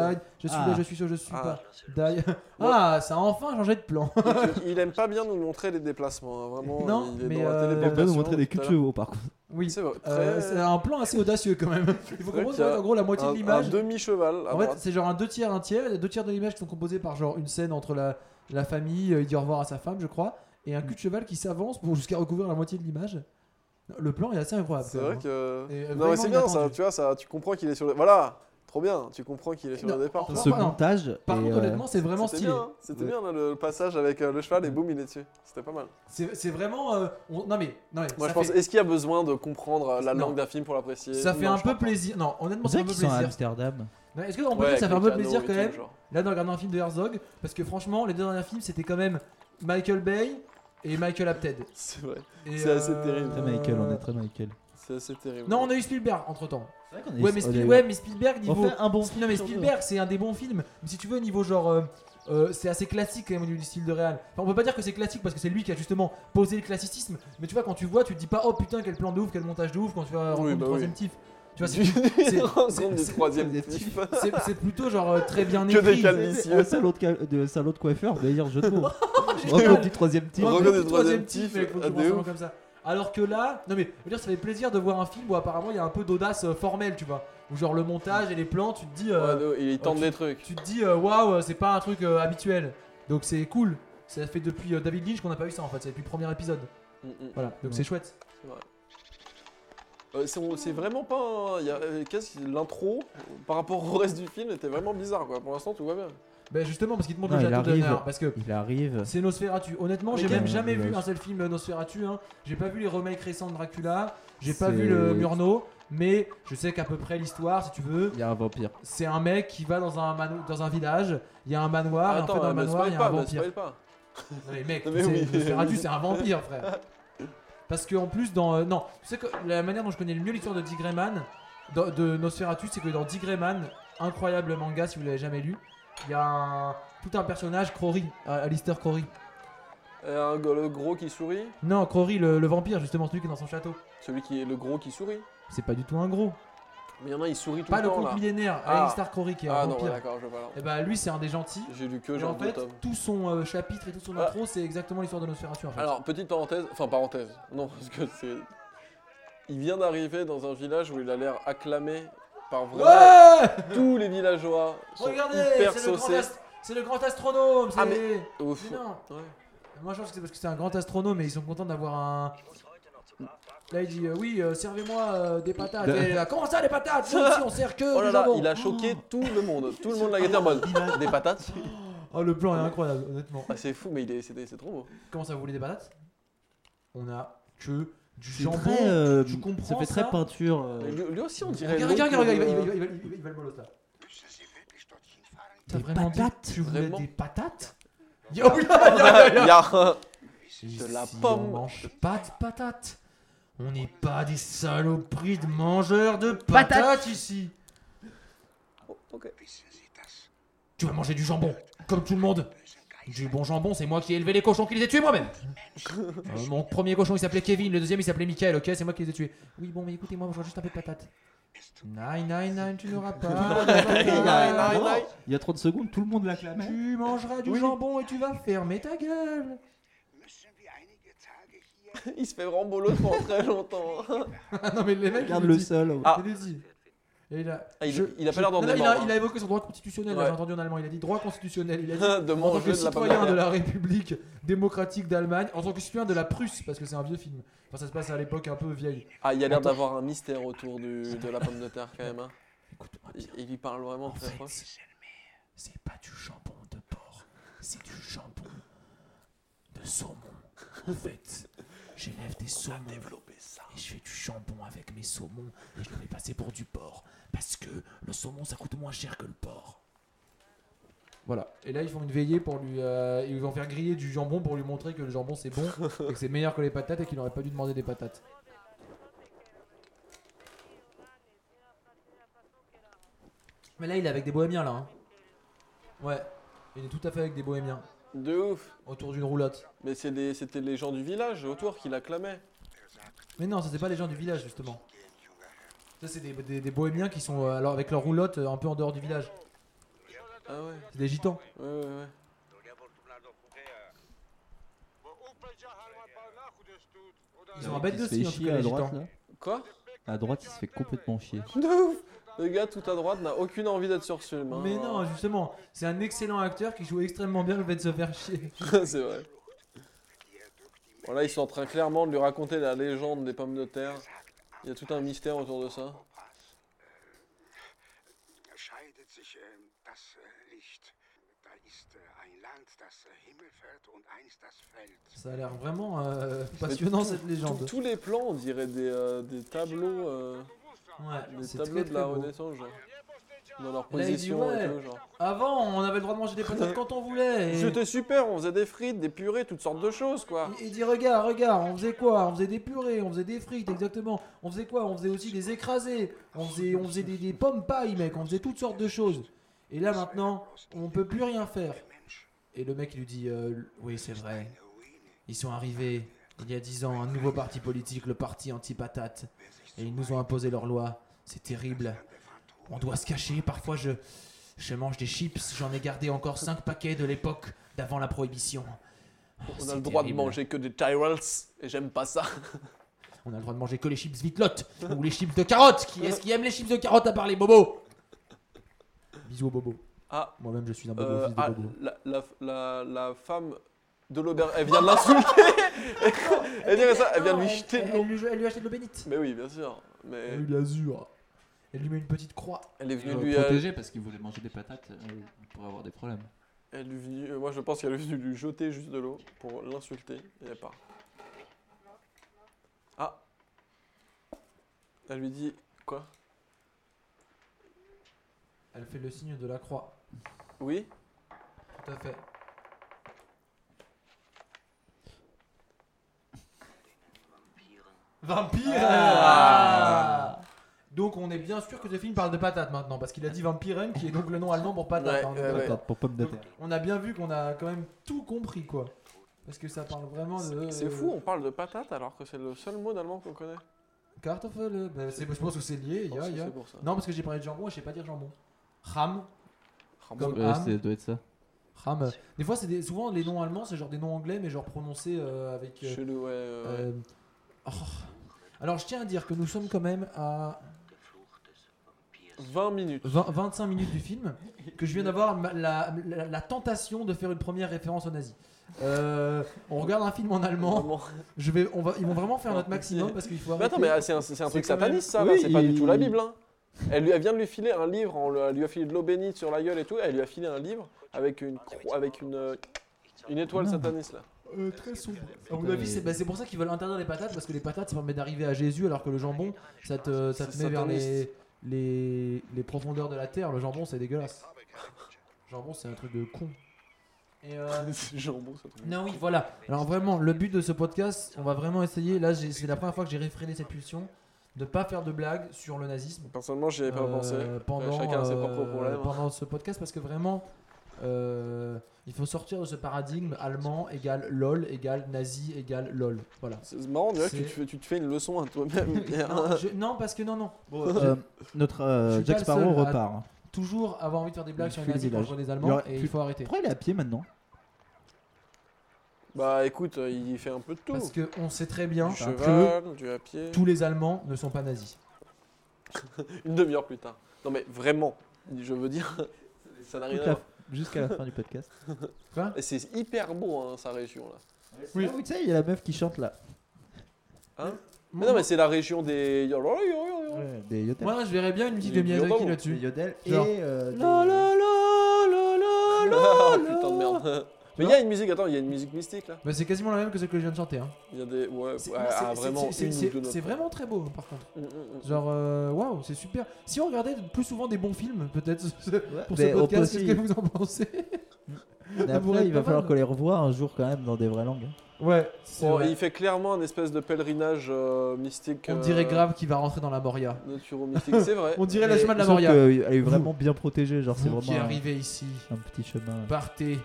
Ah. là, je suis sûr, je suis Ah. pas. Die. Ah, ça a enfin changé de plan. Il- il aime pas bien nous montrer les déplacements, hein, vraiment. Non, il est mais, dans euh, Il On la va aime pas téléportation. nous montrer des culs de tout à l'heure. chevaux par contre. Oui. C'est vrai, Euh, c'est très- un plan assez audacieux quand même. Il faut vrai comprendre qu'il y a qu'en gros la moitié un- de l'image. Un demi-cheval à En fait, droite. c'est genre un deux tiers, un tiers. Il y a deux tiers de l'image qui sont composés par genre une scène entre la, la famille, euh, il dit au revoir à sa femme, je crois, et Mm. un cul de cheval qui s'avance pour jusqu'à recouvrir la moitié de l'image. Le plan est assez incroyable. C'est quand vrai même. que. Et, euh, Non, mais vraiment c'est bien ça, inattendu. tu vois, ça, tu comprends qu'il est sur le. Voilà, trop bien, tu comprends qu'il est sur Non, le départ. en- quoi. Ce Voilà. montage. hein. Par est, contre, euh, honnêtement, c'est vraiment C'était stylé. bien, hein. C'était Ouais. bien là, le passage avec euh, le cheval et boum, il est dessus. C'était pas mal. C'est c'est vraiment. euh, on- Non mais, non mais. Moi, ça je pense, fait- est-ce qu'il y a besoin de comprendre euh, la Non. langue d'un film pour l'apprécier Ça fait Non, un je peu crois pas. plaisir. Non, honnêtement, On ça fait un dirait peu qu'ils sont à plaisir. Amsterdam. Ouais, Est-ce qu'on peut Ouais, dire que ça fait un avec peu les plaisir canaux quand et tout, même genre. Là, de regarder un film de Herzog, parce que franchement, les deux derniers films, c'était quand même Michael Bay et Michael Apted. C'est vrai, Et, euh, C'est assez terrible. Très Michael, on est très Michael. c'est assez terrible. Non, on a eu Spielberg entre temps. C'est vrai qu'on est- Ouais, mais, on Spiel- est- ouais, mais Spielberg, niveau. On fait un bon Non, mais film sur deux. Spielberg, c'est un des bons films. Mais si tu veux, niveau genre. euh, euh, c'est assez classique quand même au niveau du style de Real. Enfin, on peut pas dire que c'est classique parce que c'est lui qui a justement posé le classicisme. Mais tu vois, quand tu vois, tu te dis pas oh putain, quel plan de ouf, quel montage de ouf quand tu vas rencontrer bah le troisième oui. tif. Tu vois, Tu c'est- c'est- rencontre du c'est- troisième c'est- type. c'est- c'est plutôt genre euh, très bien Que écrit. des tu sais. calmes. C'est un salaud de, ca- de salaud de coiffeur, d'ailleurs, je trouve. J'ai- Rencontre du troisième type. Ouais, Reconnaît mais le le troisième troisième type, type, mec, faut que ah, je commence de vraiment ouf. comme ça. Alors que là, non mais, je veux dire, ça fait plaisir de voir un film où apparemment il y a un peu d'audace euh, formelle, tu vois. Où genre le montage et les plans, tu te dis, euh, Ouais, non, Il tente tu- des trucs. tu te dis, euh, waouh, euh, c'est pas un truc euh, habituel. Donc c'est cool. Ça fait depuis euh, David Lynch qu'on n'a pas eu ça en fait, c'est depuis le premier épisode. Mm, mm. Voilà, donc Ouais. c'est chouette. Euh, c'est- C'est vraiment pas. un- il y a, euh, qu'est-ce que- L'intro euh, par rapport au reste du film était vraiment bizarre quoi. Pour l'instant tout va bien. Ben justement parce qu'il te montre Non, le il château de arrive. Renard, parce que Il arrive. c'est Nosferatu. Honnêtement, j'ai Ok. même Ouais, jamais ouais. vu un seul film Nosferatu. Hein. J'ai pas vu les remakes récents de Dracula, j'ai pas C'est- vu le Murnau, mais je sais qu'à peu près l'histoire, si tu veux, Il y a un vampire. C'est un mec qui va dans un, mano- dans un village, il y a un manoir, et Ah, en fait, dans Attends, le ne manoir, il y spoil a un pas, ne vampire. spoil pas. Non, mais mec, Non, mais c'est- oui. Nosferatu, c'est un vampire, frère. Parce qu'en plus, dans. euh, non, tu sais que la manière dont je connais le mieux l'histoire de Dick Grayman, dans- de Nosferatu, c'est que dans Dick Grayman, incroyable manga si vous l'avez jamais lu, il y a un- tout un personnage, Crory, euh, Alistair Crory. Et Euh, un go- le gros qui sourit, Non, Crory, le, le vampire, justement, celui qui est dans son château. celui qui est le gros qui sourit. C'est pas du tout un gros. Mais il y en a, il sourit tout Pas le le temps comte là. millénaire, Ah. Alistair Crory qui est un Ah non, ouais, vampire. d'accord, je vois là. et bah lui, c'est un des gentils. J'ai lu que Et genre en deux fait, tomes. tout son euh, chapitre et toute son Ah. intro, c'est exactement l'histoire de Nosferatu en fait. Alors, petite parenthèse, enfin parenthèse, non, parce que c'est. Il vient d'arriver dans un village où il a l'air acclamé par vraiment ouais tous les villageois. sont Regardez, hyper c'est le, grand saucés. ast- c'est le grand astronome. Ah, c'est- Ouf. Mais non. Ouais. Moi je pense que c'est parce que c'est un grand astronome et ils sont contents d'avoir un. Là il dit euh, oui euh, servez-moi euh, des patates. De- Et, euh, Comment ça des patates Nous si on sert que du Oh là là, jambon. il a choqué tout le monde. Tout le monde l'a gâté en mode. Des patates Oh le plan est incroyable honnêtement. Ah, C'est fou, mais il est, c'est, c'est trop beau. Comment ça vous voulez des patates On a que du C'est jambon. très, euh, tu comprends ça fait ça très peinture. euh, Mais Lui, lui aussi, on dirait. euh. Regarde, l'oncle regarde, regarde, regarde, il va- de- il va- il va- il va- il va- il va le molotov. T'as Des vraiment dit patates, que tu voulais vraiment des patates Oh Yo, yo, yo, yo, Il yo. y a- De la On pomme. mange pas de patates. On n'est pas des saloperies de mangeurs de patates, ici. Oh, Tu vas manger du jambon, comme tout le monde. Du bon jambon, c'est moi qui ai élevé les cochons qui les ai tués moi-même. Euh, mon premier cochon il s'appelait Kevin, le deuxième il s'appelait Michael, ok C'est moi qui les ai tués. Oui, bon, mais écoutez, moi je voudrais juste un peu de patates. Nine, nine, nine, tu n'auras pas. de patates. Nine, nine. Il y a 30 secondes, tout le monde l'acclamait. Tu mangeras du Oui. jambon et tu vas fermer ta gueule. Il se fait rembolo pendant très longtemps. Ah non, mais les mecs, Regarde ils le le disent. sol. Ah. Il le dit. Et il a, Ah, il- je- il a pas je- l'air d'en non, non, il, a, démordre. il a évoqué son droit constitutionnel, là, Ouais. j'ai entendu en allemand. Il a dit droit constitutionnel. Il a dit De en tant manger que de la pomme citoyen de d'Adam. la République démocratique d'Allemagne, en tant que citoyen de la Prusse, parce que c'est un vieux film. Enfin, ça se passe à l'époque un peu vieille. Ah, il y a l'air Attends. d'avoir un mystère autour du, de la pomme de terre quand même. hein. Écoute-moi bien. Il, il lui parle vraiment En très fait, proche. c'est pas du jambon de porc, c'est du jambon de saumon. En fait, j'élève des saumons. Et je fais du jambon avec mes saumons et je le fais passer pour du porc. Parce que le saumon, ça coûte moins cher que le porc. Voilà. Et là, ils font une veillée pour lui. euh, ils vont faire griller du jambon pour lui montrer que le jambon c'est bon et que c'est meilleur que les patates et qu'il n'aurait pas dû demander des patates. Mais là, il est avec des bohémiens là. hein. Ouais. Il est tout à fait avec des bohémiens De ouf. autour d'une roulotte. Mais c'est des- c'était les gens du village autour qui l'acclamaient. Mais non, ça c'est pas les gens du village justement. Ça, c'est des, des- des bohémiens qui sont euh, alors avec leur roulotte euh, un peu en dehors du village. Ah ouais, C'est des gitans. ouais, ouais, ouais. Ah, Ils ont un bête Il de se fait style en tout chier cas, à les droite, gitans. là. Quoi À droite, il se fait complètement chier. De ouf Le gars tout à droite n'a aucune envie d'être sur ce film. hein. Mais non, justement, c'est un excellent acteur qui joue extrêmement bien le fait de se faire chier. c'est vrai. Bon, là, ils sont en train clairement de lui raconter la légende des pommes de terre. Il y a tout un mystère autour de ça. scheidet sich ähm, das äh, Licht. Da ist äh, ein Land, das äh, Himmel fällt und eins, das fällt. Ça a l'air vraiment euh, passionnant cette Tous- légende. tous les plans, on dirait des, euh, des tableaux, euh, Ouais, des c'est tableaux très, de très la beau. Renaissance, genre. Dans leur Là, il dit, position et ouais. tout, genre. Avant, on avait le droit de manger des patates quand on voulait. Et... C'était super, on faisait des frites, des purées, toutes sortes de choses, quoi. Il- Il dit regarde, regarde, on faisait quoi On faisait des purées, on faisait des frites, exactement. On faisait quoi On faisait aussi des écrasés, on faisait, on faisait des, des pommes pailles, mec, on faisait toutes sortes de choses. Et là maintenant, on peut plus rien faire. Et le mec il lui dit euh, oui c'est vrai, ils sont arrivés il y a dix ans un nouveau parti politique, le parti anti-patate, et ils nous ont imposé leur loi. C'est terrible. On doit se cacher. Parfois je, je mange des chips, j'en ai gardé encore cinq paquets de l'époque d'avant la prohibition. Oh, On a Ah, c'est le droit terrible. de manger que des Tyrells, et j'aime pas ça. On a le droit de manger que les chips vitelottes ou les chips de carottes. Qui est-ce qui aime les chips de carottes à part les bobos Bisous aux bobos. Ah, Moi-même, je suis un bobo, euh, fils de ah, bobo. la, la, la, la femme de l'auberge, elle vient de l'insulter Elle dirait ça, elle vient de lui jeter Euh. de elle, l'eau. lui, elle lui a jeté de l'eau bénite. Mais oui, bien sûr. Mais Elle lui l'azur. Elle lui met une petite croix. elle est Il venue veut lui... euh, protéger parce qu'il voulait manger des patates, euh, il pourrait avoir des problèmes. Elle est venue, euh, moi je pense qu'elle est venue lui jeter juste de l'eau pour l'insulter et elle part. Ah Elle lui dit quoi Elle fait le signe de la croix. Oui Tout à fait. Vampire Ah. Ah. Donc on est bien sûr que ce film parle de patate maintenant, parce qu'il a dit Vampiren, qui est donc le nom allemand pour patate. Ouais, euh, hein, on est ouais, d'accord. ouais. Patates pour pommes de terre. On a bien vu qu'on a quand même tout compris, quoi. Parce que ça parle vraiment de. euh, C'est fou, on parle de patate alors que c'est le seul mot d'allemand qu'on connaît. Kartoffel. ben, c'est- je pense que c'est lié. hein. Je pense ya, que ya. C'est pour ça. Non, parce que j'ai parlé de jambon et je sais pas dire jambon. Ram. Ah, comme- bon, Ouais, Ham. ça doit être ça. Ram. euh, Des fois, c'est des- souvent les noms allemands, c'est genre des noms anglais, mais genre prononcés euh, avec. euh, chez le- ouais, ouais, ouais. euh, oh. Alors, je tiens à dire que nous sommes quand même à 20 minutes. 20 25 minutes du film, que je viens d'avoir ma- la, la- la tentation de faire une première référence aux nazis. Euh, on regarde un film en allemand. Vraiment. Je vais, on va, ils vont vraiment faire notre maximum parce qu'il faut. Mais attends, arrêter. mais ah, c'est un, c'est un truc quand même- sataniste ça, Oui, là, c'est pas du il- tout la Bible. Hein. Elle, lui, elle vient de lui filer un livre, on lui- elle lui a filé de l'eau bénite sur la gueule et tout, elle lui a filé un livre avec une, cro- avec une, euh, une étoile Non. sataniste là. Euh, très sombre. À mon pas- avis, c'est bah, c'est pour ça qu'ils veulent interdire les patates, parce que les patates, ça permet d'arriver à Jésus, alors que le jambon, ça te, ça te C'est met vers les, sataniste. les, les profondeurs de la terre. Le jambon, c'est dégueulasse. Le jambon, c'est un truc de con. Et euh, c'est jambon ça. tombe. Non, oui, voilà. Alors vraiment, le but de ce podcast, on va vraiment essayer, là, j'ai- c'est la première fois que j'ai réfréné cette pulsion, de pas faire de blagues sur le nazisme. Personnellement, j'y avais pas Euh, pensé. Pendant, chacun a ses propres euh, problèmes. hein. pendant ce podcast parce que vraiment, euh, il faut sortir de ce paradigme allemand égale lol égale nazi égale lol. Voilà. C'est marrant, on dirait que tu te, C'est- fais, tu te fais une leçon à toi-même. Pierre. Non, je- non, parce que non, non. Euh, notre euh, Je suis pas Jack le Sparrow seul à- repart. hein. Toujours avoir envie de faire des blagues Il sur les fuit le nazis village. contre les Il y Allemands aurait et plus- il faut arrêter. Pourquoi il est à pied maintenant Bah écoute, euh, il fait un peu de tout. Parce que hein, on sait très bien du que cheval, du à pied. tous les Allemands ne sont pas nazis. Une demi-heure plus tard. Non mais vraiment, je veux dire, ça n'a rien Toute à la- voir. Jusqu'à la fin du podcast. Quoi Et C'est hyper beau hein, sa région là. Oui, ah, oui, tu sais, il y a la meuf qui chante là. Mais non mais c'est la région des... La Des yodels. Moi, je verrais bien une musique de Il y a du Miyazaki robot. Des là-dessus. yodels et. Genre. euh, des- Oh, Putain de merde. Mais il y a une musique, attends, il y a une musique mystique là. Bah, c'est quasiment la même que celle que je viens de chanter. hein. Il y a des... Ouais, C'est- ouais, non, c'est- ah, c'est- vraiment, c'est- une c'est- ou deux notes. c'est vraiment très beau, hein, par contre. Mm, mm, mm. Genre, euh, waouh, c'est super. Si on regardait plus souvent des bons films, peut-être, ce- Ouais, pour mais ce on peut podcast, aussi- qu'est-ce que vous en pensez mais pourrait après, il être va pas falloir mal. qu'on les revoie un jour quand même dans des vraies langues. hein. Ouais, Bon, Oh, il fait clairement un espèce de pèlerinage euh, mystique. on euh, dirait grave qu'il va rentrer dans la Moria. de Turo mystique, c'est vrai. On dirait le Et- chemin de la sauf Moria. que, euh, Elle est vraiment bien protégée, genre c'est Vous qui vraiment un, arrivez ici, un petit chemin. partez.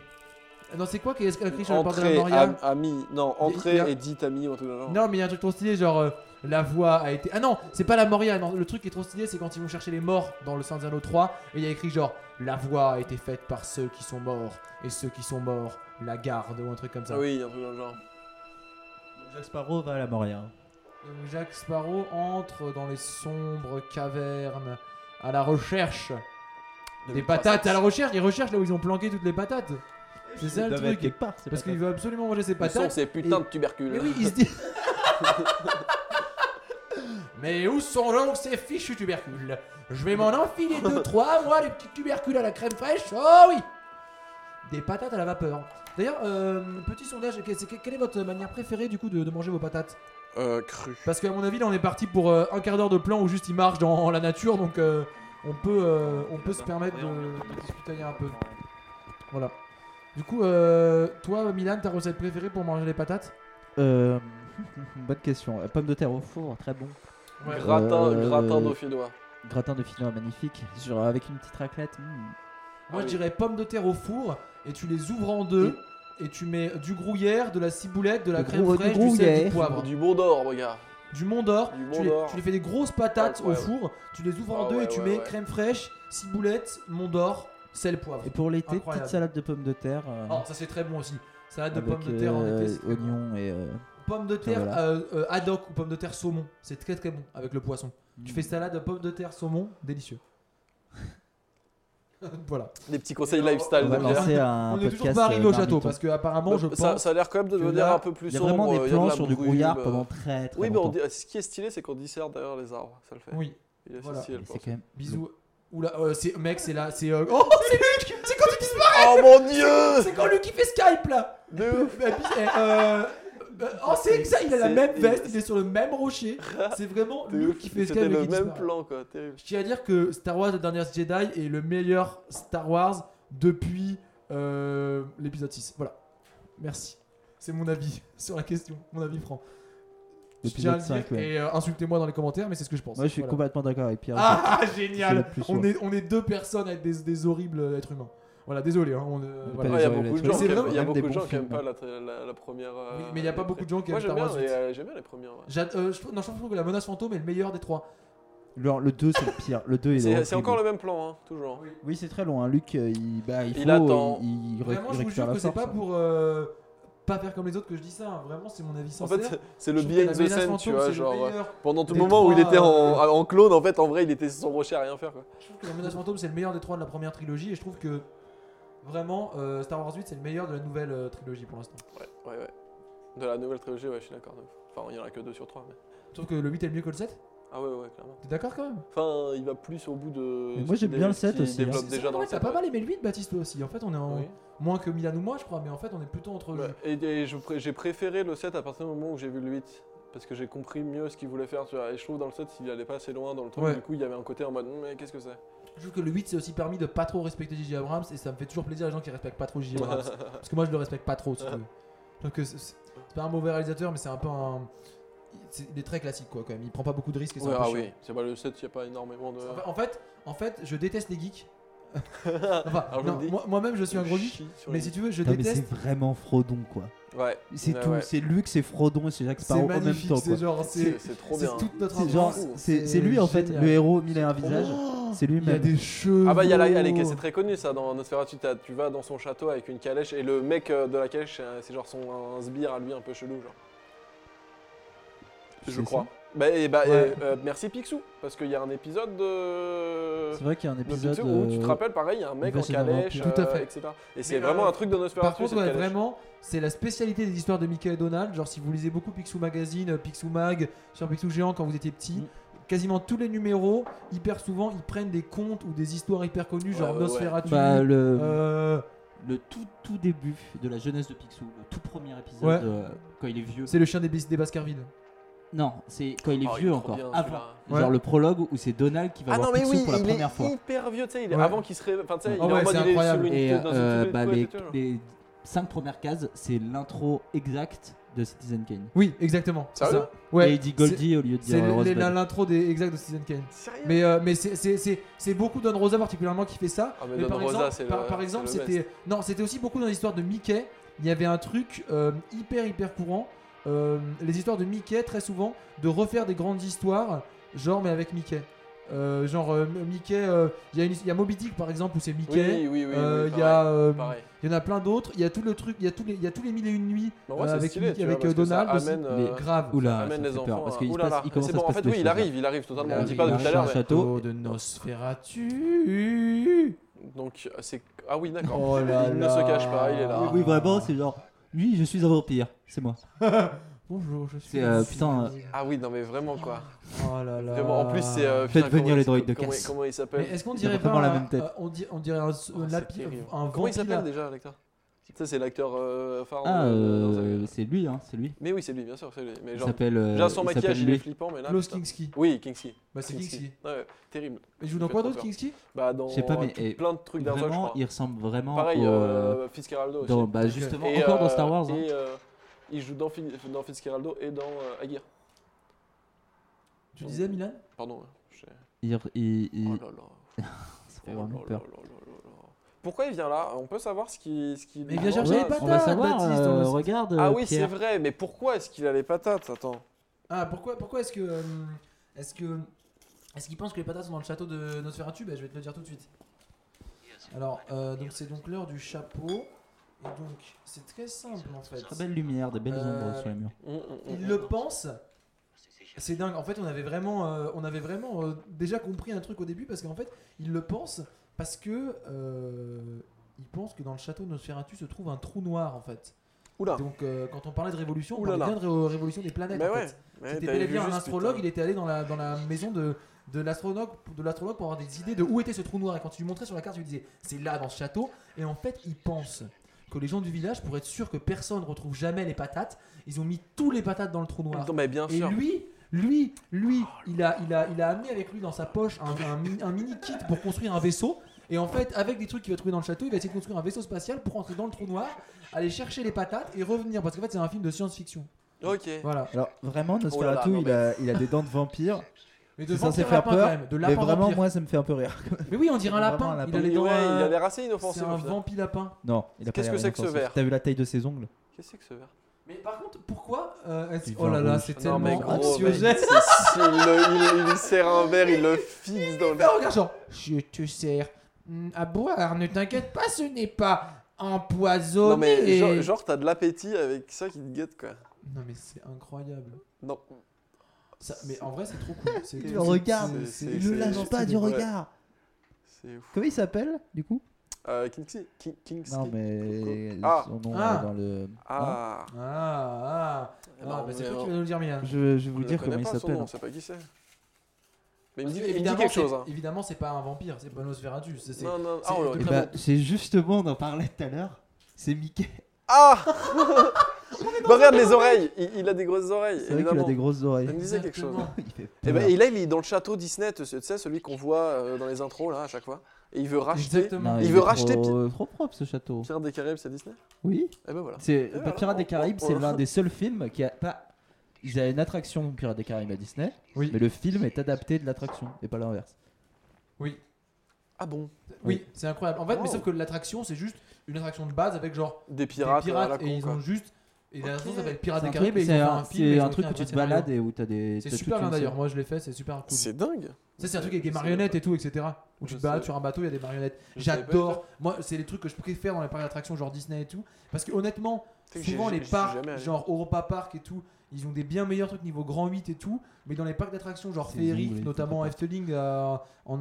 Ah Non, c'est quoi qui est écrit sur la porte de la Entrée, Moria am- ami. Non, Il y entrée a- et dit ami ou un truc dans le genre. Non, mais il y a un truc trop stylé, genre, euh, La voix a été. Ah non, c'est pas la Moria. non, le truc qui est trop stylé, c'est quand ils vont chercher les morts dans le Saint 3. Et il y a écrit genre La voix a été faite par ceux qui sont morts. Et ceux qui sont morts la garde ou un truc comme ça. Ah oui, un truc dans le genre. Jack Sparrow va à la Moria. Donc Jacques Sparrow entre dans les sombres cavernes à la recherche des patates. À la recherche, ils recherchent là où ils ont planqué toutes les patates. C'est ça le truc. quelque part. Parce qu'il veut absolument manger ses Le son, patates. c'est putain et- de tubercule. Mais oui, il se dit. Mais où sont donc ces fichus tubercules Je vais m'en enfiler deux, trois, moi, les petits tubercules à la crème fraîche. Oh oui Des patates à la vapeur. D'ailleurs, euh, petit sondage, que- c'est- quelle est votre manière préférée du coup de- de manger vos patates Euh, cru. parce qu'à mon avis, là, on est parti pour euh, un quart d'heure de plan où juste il marche dans la nature, donc euh, on peut, euh, on peut se permettre de, de discuter un peu. Voilà. Du coup, euh, toi, Milan, ta recette préférée pour manger les patates Euh, bonne question. Euh, Pommes de terre au four, très bon. Ouais. Gratin, Euh, gratin dauphinois. Gratin de filin magnifique, genre avec une petite raclette. mm. Moi, Ah je oui. dirais pommes de terre au four, et tu les ouvres en deux, et tu mets du gruyère, de la ciboulette, de la Du crème grou- du fraîche, du sel, du gruyère. poivre. Du, Du bon d'or, regarde. Mont d'Or, Du tu, Mont les- d'Or. tu les fais des grosses patates au Incroyable. four, tu les ouvres en Ah deux ouais, et tu ouais, mets ouais. crème fraîche, ciboulette, Mont d'Or, sel, poivre. Et pour l'été, Incroyable. petite salade de pommes de terre. euh, Oh, ça c'est très bon aussi. Salade de avec, pommes de terre en euh, été. c'est- oignons et. euh, Pommes de terre Voilà. euh, euh, ad hoc ou pommes de terre saumon. C'est très très bon avec le poisson. Mm. Tu fais salade, pommes de terre, saumon, délicieux. voilà. Des petits conseils Et alors, lifestyle. On va de Voilà. Pierre. lancer un On n'est podcast. toujours pas arrivé au euh, château marmiton. parce que apparemment Ah je pense. Bah, ça, ça a l'air quand même de que devenir là, un peu plus Il y a sombre. vraiment des il y a de plans la sur du brume, brouillard euh. pendant très très Oui, mais on longtemps. dit- ce qui est stylé, c'est qu'on dissère derrière les arbres. Ça le fait. Oui. Il est Voilà. essentiel. Mais pour C'est ça. quand même. Bisous. Oula, euh, c'est mec, c'est là, c'est euh, oh c'est Luc, c'est quand il disparaît, Oh mon dieu c'est quand Luc il fait Skype là. De ouf Bah, bis- eh, euh, bah, oh c'est exact, il a la C'est- même veste, il est sur le même rocher. C'est vraiment De Luc ouf qui fait Skype C'était et qui le même disparaît. plan, quoi. Terrible. Je tiens à dire que Star Wars The Dernière Jedi est le meilleur Star Wars depuis euh, l'épisode 6. Voilà. Merci. C'est mon avis sur la question, mon avis franc. Je L'épisode tiens à le dire 5, ouais. et euh, insultez-moi dans les commentaires, mais c'est ce que je pense. Moi, je suis Voilà. complètement d'accord avec Pierre. Ah C'est génial le plus on sûr. est, on est deux personnes à être des, des horribles êtres humains. Voilà, désolé. hein, on, euh, On voilà. peut Ouais, Il y a beaucoup de gens C'est qui aiment- vraiment- il y a même des beaucoup de bons gens qui aiment films, pas la la- la première. euh, Oui, mais il y a pas les beaucoup de gens qui Moi, aiment j'aime Star bien, Wars et, huit. euh, j'aime bien les premières. ouais. J'a- euh, je, trouve- non, je trouve que la menace fantôme est le meilleur des trois. Le, le 2, c'est le pire. Le 2 est C'est horrible. c'est encore le même plan, hein, toujours. Oui, c'est très long. Hein. Luc, euh, il, bah, il, Il faut, attend. Il, il ré- Vraiment, je il vous récupère jure la que c'est force, pas hein. pour euh, pas faire comme les autres que je dis ça. hein. Vraiment, c'est mon avis En sincère. fait, c'est- c'est le Je trouve behind que la the menace scene, tu fantôme, vois. c'est le Genre, euh, meilleur. pendant tout Des le moment où il trois, était en, euh, en clone, en fait, en vrai, il était sur son rocher à rien faire, quoi. Je trouve que la menace fantôme c'est le meilleur des trois de la première trilogie et je trouve que vraiment euh, Star Wars 8 c'est le meilleur de la nouvelle euh, trilogie pour l'instant. Ouais, ouais, ouais. De la nouvelle trilogie, ouais, je suis d'accord. de ouf. Enfin, il y en a que deux sur trois, mais. Sauf que le 8 est le mieux que le 7 Ah ouais, ouais, clairement. T'es d'accord quand même Enfin, il va plus au bout de. Mais moi, ce qu'il j'aime bien le dé- ce sept qu'il aussi, hein. développe C'est- déjà c'est- dans ouais, le T'as sept, pas ouais. mal hein. aimé le 8 Baptiste toi aussi. En fait on est en... Oui. moins que Milan ou moi je crois mais en fait on est plutôt entre... Ouais, Et, et je pré- j'ai préféré le 7 à partir du moment où j'ai vu le 8. Parce que j'ai compris mieux ce qu'il voulait faire, tu vois. Et je trouve dans le 7, il allait pas assez loin dans le truc. Ouais. Du coup, il y avait un côté en mode, Hum, mais qu'est-ce que c'est Je trouve que le 8 c'est aussi permis de pas trop respecter JJ Abrams et ça me fait toujours plaisir les gens qui respectent pas trop JJ Abrams. Parce que moi je le respecte pas trop si tu veux. Je trouve que c'est- c'est c'est pas un mauvais réalisateur mais c'est un peu un... c'est- Il est très classique quoi quand même. Il prend pas beaucoup de risques et c'est Ouais, un peu ah chiant. oui, c'est pas le 7, il y a pas énormément de. En fait- En fait, en fait, je déteste les geeks. Enfin, Alors, je non, me dis- moi- moi-même, je suis un gros geek. Chi sur Mais les- si tu veux, je Non, mais déteste. c'est vraiment Frodon, quoi. Ouais. C'est Ouais, tout. ouais. C'est Luc, c'est Frodon et c'est Jacques C'est Sparrow en même magnifique, temps, quoi. c'est genre, c'est C'est c'est trop c'est bien. toute notre C'est genre, enfance. c'est c'est lui en fait, génial. le héros, mille et un trop visage. C'est Oh, Il y a lui-même. des cheveux. Ah bah il y a la, elle est- c'est très connu ça dans Nosferatu, t'as- tu vas dans son château avec une calèche et le mec euh, de la calèche c'est un- c'est genre son un sbire à lui un peu chelou genre. Je C'est crois. Bah, et bah, Ouais. et, euh, merci Picsou parce qu'il y a un épisode de, C'est vrai qu'il y a un de épisode. Picsou où oh, tu te euh, rappelles pareil il y a un mec va en chez un calèche, vampire. Tout à euh, fait. etc. Et c'est Mais, vraiment euh, un truc de Nosferatu. Par contre, cette ouais, calèche. vraiment, c'est la spécialité des histoires de Mickey et Donald. Genre, si vous lisez beaucoup Picsou Magazine, euh, Picsou Mag, sur Picsou Géant quand vous étiez petit, Mm. quasiment tous les numéros, hyper souvent, ils prennent des contes ou des histoires hyper connues, Ouais, genre ouais, ouais. Nosferatu. Bah, le, euh, le tout, tout début de la jeunesse de Picsou, le tout premier épisode, Ouais. euh, quand il est vieux. C'est le chien des, Bis- des Baskerville. Non, c'est quand il est Oh, vieux trop encore, bien, avant. celui-là. Ouais. Genre le prologue où c'est Donald qui va Ah voir non mais Picsou oui, pour la il première est fois. hyper vieux, tu sais, il est Ouais. avant qu'il se réveille, enfin tu sais, il Ah est ouais, en mode c'est il est sur incroyable. une Et dans une euh, petite bah, couette et les, tout, genre. les cinq premières cases, c'est l'intro exacte de Citizen Kane. Oui, exactement. c'est Sérieux ça. Ouais. Et il dit C'est- Goldie au lieu de C'est dire le- Rosebud. le- l'intro des exact de Citizen Kane. Sérieux Mais, euh, mais c'est- c'est c'est- c'est beaucoup Don Rosa particulièrement qui fait ça. Euh, Ah, mais Don par, Rosa, exemple, c'est le- par, par c'est exemple, le c'était non, c'était aussi beaucoup dans l'histoire de Mickey. Il y avait un truc euh, hyper hyper courant euh, les histoires de Mickey, très souvent, de refaire des grandes histoires, genre mais avec Mickey. Euh, genre euh, Mickey, euh, il y a une- il y, a Moby Dick par exemple où c'est Mickey. Oui, oui, oui. oui, Euh, il y, pareil, a, euh, Pareil. il y en a plein d'autres. Il y a tout le truc, il y a tous les, il y a tous les mille et une nuits Bah ouais, euh, c'est avec, stylé, Mickey- tu vois, avec, parce euh, que ça Donald. aussi. amène, Mais euh, Grave. Oula, amène ça les fait enfants. peur, parce qu'il se Ouh là passe- là. il commence C'est à bon, se en passer fait, oui, des il choses, arrive, il arrive, tout à l'heure, Il on ne dit arrive, pas il tout à l'heure. arrive, mais- Château. Château de Nosferatu. Donc, euh, c'est. Ah oui, d'accord. Oh là Il ne là. se cache pas, il est là. Oui, oui, vraiment, c'est genre. Oui, je suis un vampire, c'est moi. Bonjour, je suis. C'est, euh, putain, euh, Ah oui, non, mais vraiment quoi. Oh là là. Vraiment, en plus, c'est. euh, Faites putain, comment venir les il- droïdes de comment- casse. Comment il Mais s'appelle est-ce qu'on Ils ont dirait pas vraiment la un- même tête. euh, on, di- on dirait un, Oh, un, c'est lapi- terrible. un Comment il vampire. s'appelle déjà l'acteur Tu sais, c'est l'acteur euh, phare. Ah, de- de- euh, dans sa- c'est lui, hein, c'est lui. Mais oui, c'est lui, bien sûr, c'est lui. Mais Il genre, s'appelle. euh, déjà son il s'appelle maquillage, il lui. est flippant, mais là. Klaus putain. Kingsky. Oui, Kingsky. Bah, c'est Kingsky. Ouais, terrible. Mais je joue dans Fais quoi trop d'autre, peur. Kingsky Bah, dans Je sais pas, mais, eh, plein de trucs d'un seul, je Vraiment, crois. il ressemble vraiment. Pareil, au, euh, Fitzgeraldo aussi. dans, bah, justement, Et, encore euh, dans Star Wars. hein. Et euh, il joue dans, Fi- dans Fitzgeraldo et dans euh, Aguirre. Oh. Tu disais, Milan Pardon. j'ai- Il, il- il- Oh là ça là. Oh fait là vraiment là peur. là là là là. Pourquoi il vient là On peut savoir ce qu'il. ce qu'il- Mais il vient Pourquoi chercher les ça- patates, On va savoir, Baptiste, euh, on va- regarde. Ah euh, oui, c'est Pierre. vrai, mais pourquoi est-ce qu'il a les patates Attends. Ah, pourquoi, pourquoi est-ce que. euh, est-ce que. Est-ce qu'ils pensent que les patates sont dans le château de Nosferatu Ben, Je vais te le dire tout de suite. Alors, euh, donc c'est donc l'heure du chapeau. Et donc, c'est très simple en fait. Très belle lumière, des belles Euh, ombres sur les murs. Mm, mm, mm. Ils le pensent. C'est dingue. En fait, on avait vraiment, euh, on avait vraiment euh, déjà compris un truc au début parce qu'en fait, ils le pensent parce que euh, ils pensent que dans le château de Nosferatu se trouve un trou noir en fait. Oula. Donc, euh, quand on parlait de révolution, on Ouh là parlait là. bien de ré- révolution des planètes. Mais en ouais. fait. mais C'était Eh, t'avais bel et vu bien un juste, astrologue. putain. Il était allé dans la dans la maison de de l'astrologue de l'astrologue pour avoir des idées de où était ce trou noir. Et quand tu lui montrais sur la carte, tu lui disais c'est là dans ce château. Et en fait, ils pensent que les gens du village, pour être sûr que personne ne retrouve jamais les patates, ils ont mis tous les patates dans le trou noir. Attends, mais bien Et sûr. lui, lui, Oh, lui, il a, il, a, il a amené avec lui dans sa poche un, un mi- un mini kit pour construire un vaisseau. Et en fait, avec des trucs qu'il va trouver dans le château, il va essayer de construire un vaisseau spatial pour entrer dans le trou noir, aller chercher les patates et revenir. Parce qu'en fait, c'est un film de science-fiction. Ok. Voilà. Alors vraiment, Oh là là, Nosferatu, non, il, a, il a des dents de vampire. Mais de C'est censé vampire faire lapin quand peur. même. De Mais lapin vraiment, vampire. moi, ça me fait un peu rire. Mais oui, on dirait un lapin. Vraiment un lapin. Il a les Il- dents. ouais, euh, il a l'air assez C'est inoffensif. un au final. vampi lapin. Non, il a pas Qu'est-ce l'air que c'est que ce inoffensif. verre T'as vu la taille de ses ongles Qu'est-ce que c'est que ce verre Mais par contre, pourquoi euh, est-ce- Du Oh là vin là, rouge. c'est Non, tellement mais gros, mec, anxiogène. c'est- c'est- il, le- il- il sert un verre, il le fixe dans le. Ah, regarde, genre, je te sers mm, à boire, ne t'inquiète pas, ce n'est pas empoisonné. Non, mais genre, genre, t'as de l'appétit avec ça qui te guette, quoi. Non, mais c'est incroyable. Non. Ça- mais en vrai, c'est trop cool. C'est Il c'est- le regarde, c'est- c'est- c'est- Il le c'est- lâche c'est- pas du ouais. regard. C'est fou. Comment il s'appelle, du coup Euh, Kingsley King- Kingsley. Non, mais Ah. son nom Ah. est dans le. Ah, Ah. ah, Eh ah, ben, bah, c'est mais toi on- qui vas nous le dire, Milan. Non Je, je vais vous on dire le comment connaît il pas, son s'appelle. hein. nom, hein. On sait pas qui c'est. Mais il me Parce dit, que il me dit évidemment, quelque c'est- chose. hein. évidemment, c'est pas un vampire, c'est pas Nosferatu. c'est- c'est- Non, non, c'est- ah, on Eh l'aurait Et Très pas ben, bah, bon. c'est justement, on en parlait tout à l'heure. C'est Mickey. Ah Bah regarde les oreilles il, il a des grosses oreilles, C'est vrai qu'il a évidemment. des grosses Il me oreilles. disait Eh ben, quelque chose. Exactement. Il fait Et, peur. et là, il est dans le château Disney, tu sais, tu sais, celui qu'on voit euh, dans les intros, là, à chaque fois. Et il veut racheter Exactement. Non, il est veut racheter Trop, trop propre ce château. Pierre des Caraïbes, c'est Disney Oui. Et ben voilà. C'est Euh, bah, Pirates des on- Caraïbes, on- c'est on- l'un des seuls films qui a pas. Ils avaient une attraction Pirates des Caraïbes à Disney, Oui. mais le film est adapté de l'attraction et pas l'inverse. Oui, Ah bon oui, c'est incroyable. En fait, mais Wow. sauf que l'attraction, c'est juste une attraction de base avec genre Des des pirates, pirates à la et con, ils quoi. ont juste. Et la chanson Ok. s'appelle Pirates C'est des un Caraïbes truc- et ils ont c'est fait un, un film. et c'est ils un ont truc fait où tu vrai te scénario. balades et où t'as des. C'est t'as super toute bien une d'ailleurs, scène. moi je l'ai fait, c'est super cool. Ça, C'est dingue c'est un truc avec des Je savais marionnettes pas. et tout, etc. Où tu Je te balades savais sur un bateau, il y a des marionnettes. Je savais pas du J'adore. Moi, c'est les trucs que je préfère dans les parcs d'attractions, genre Disney et tout. Parce que honnêtement, Tu sais que souvent j'ai- les j'y suis jamais parcs, allé. genre Europa Park et tout, ils ont des bien meilleurs trucs niveau Grand 8 et tout. Mais dans les parcs d'attractions, genre C'est Féerique, anglais, notamment Europa Efteling euh, en-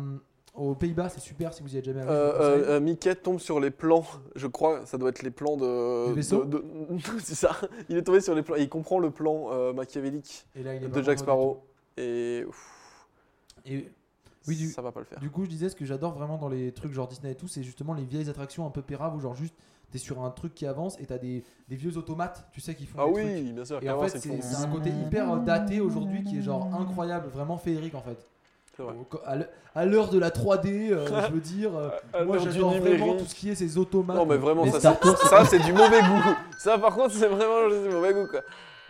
aux Pays-Bas, c'est super si vous y êtes jamais allé. Euh, je vous conseille. euh, euh, Mickey tombe sur les plans, je crois, ça doit être les plans de. Du vaisseau de- de- C'est ça, il est tombé sur les plans, il comprend le plan euh, machiavélique Et là, il est de vraiment Jack mode- Sparrow. Et. ouf, Et Oui, du- ça va pas le faire. Du coup, je disais ce que j'adore vraiment dans les trucs genre Disney et tout, c'est justement les vieilles attractions un peu péraves où genre juste t'es sur un truc qui avance et t'as des, des vieux automates, tu sais, qui font Ah des oui, trucs. bien sûr, Et en clairement, fait, c'est c'est qu'ils font- c'est un côté hyper daté aujourd'hui qui est genre incroyable, vraiment féerique en fait. C'est vrai. Au- à l'he- À l'heure de la 3D, euh, je veux dire, euh, À moi l'heure Ah, du j'adore vraiment numérique. tout ce qui est ces automates. Non, mais vraiment, Les ça, Star c'est- ça, c'est du mauvais goût. Ça, par contre, c'est vraiment juste du mauvais goût, quoi.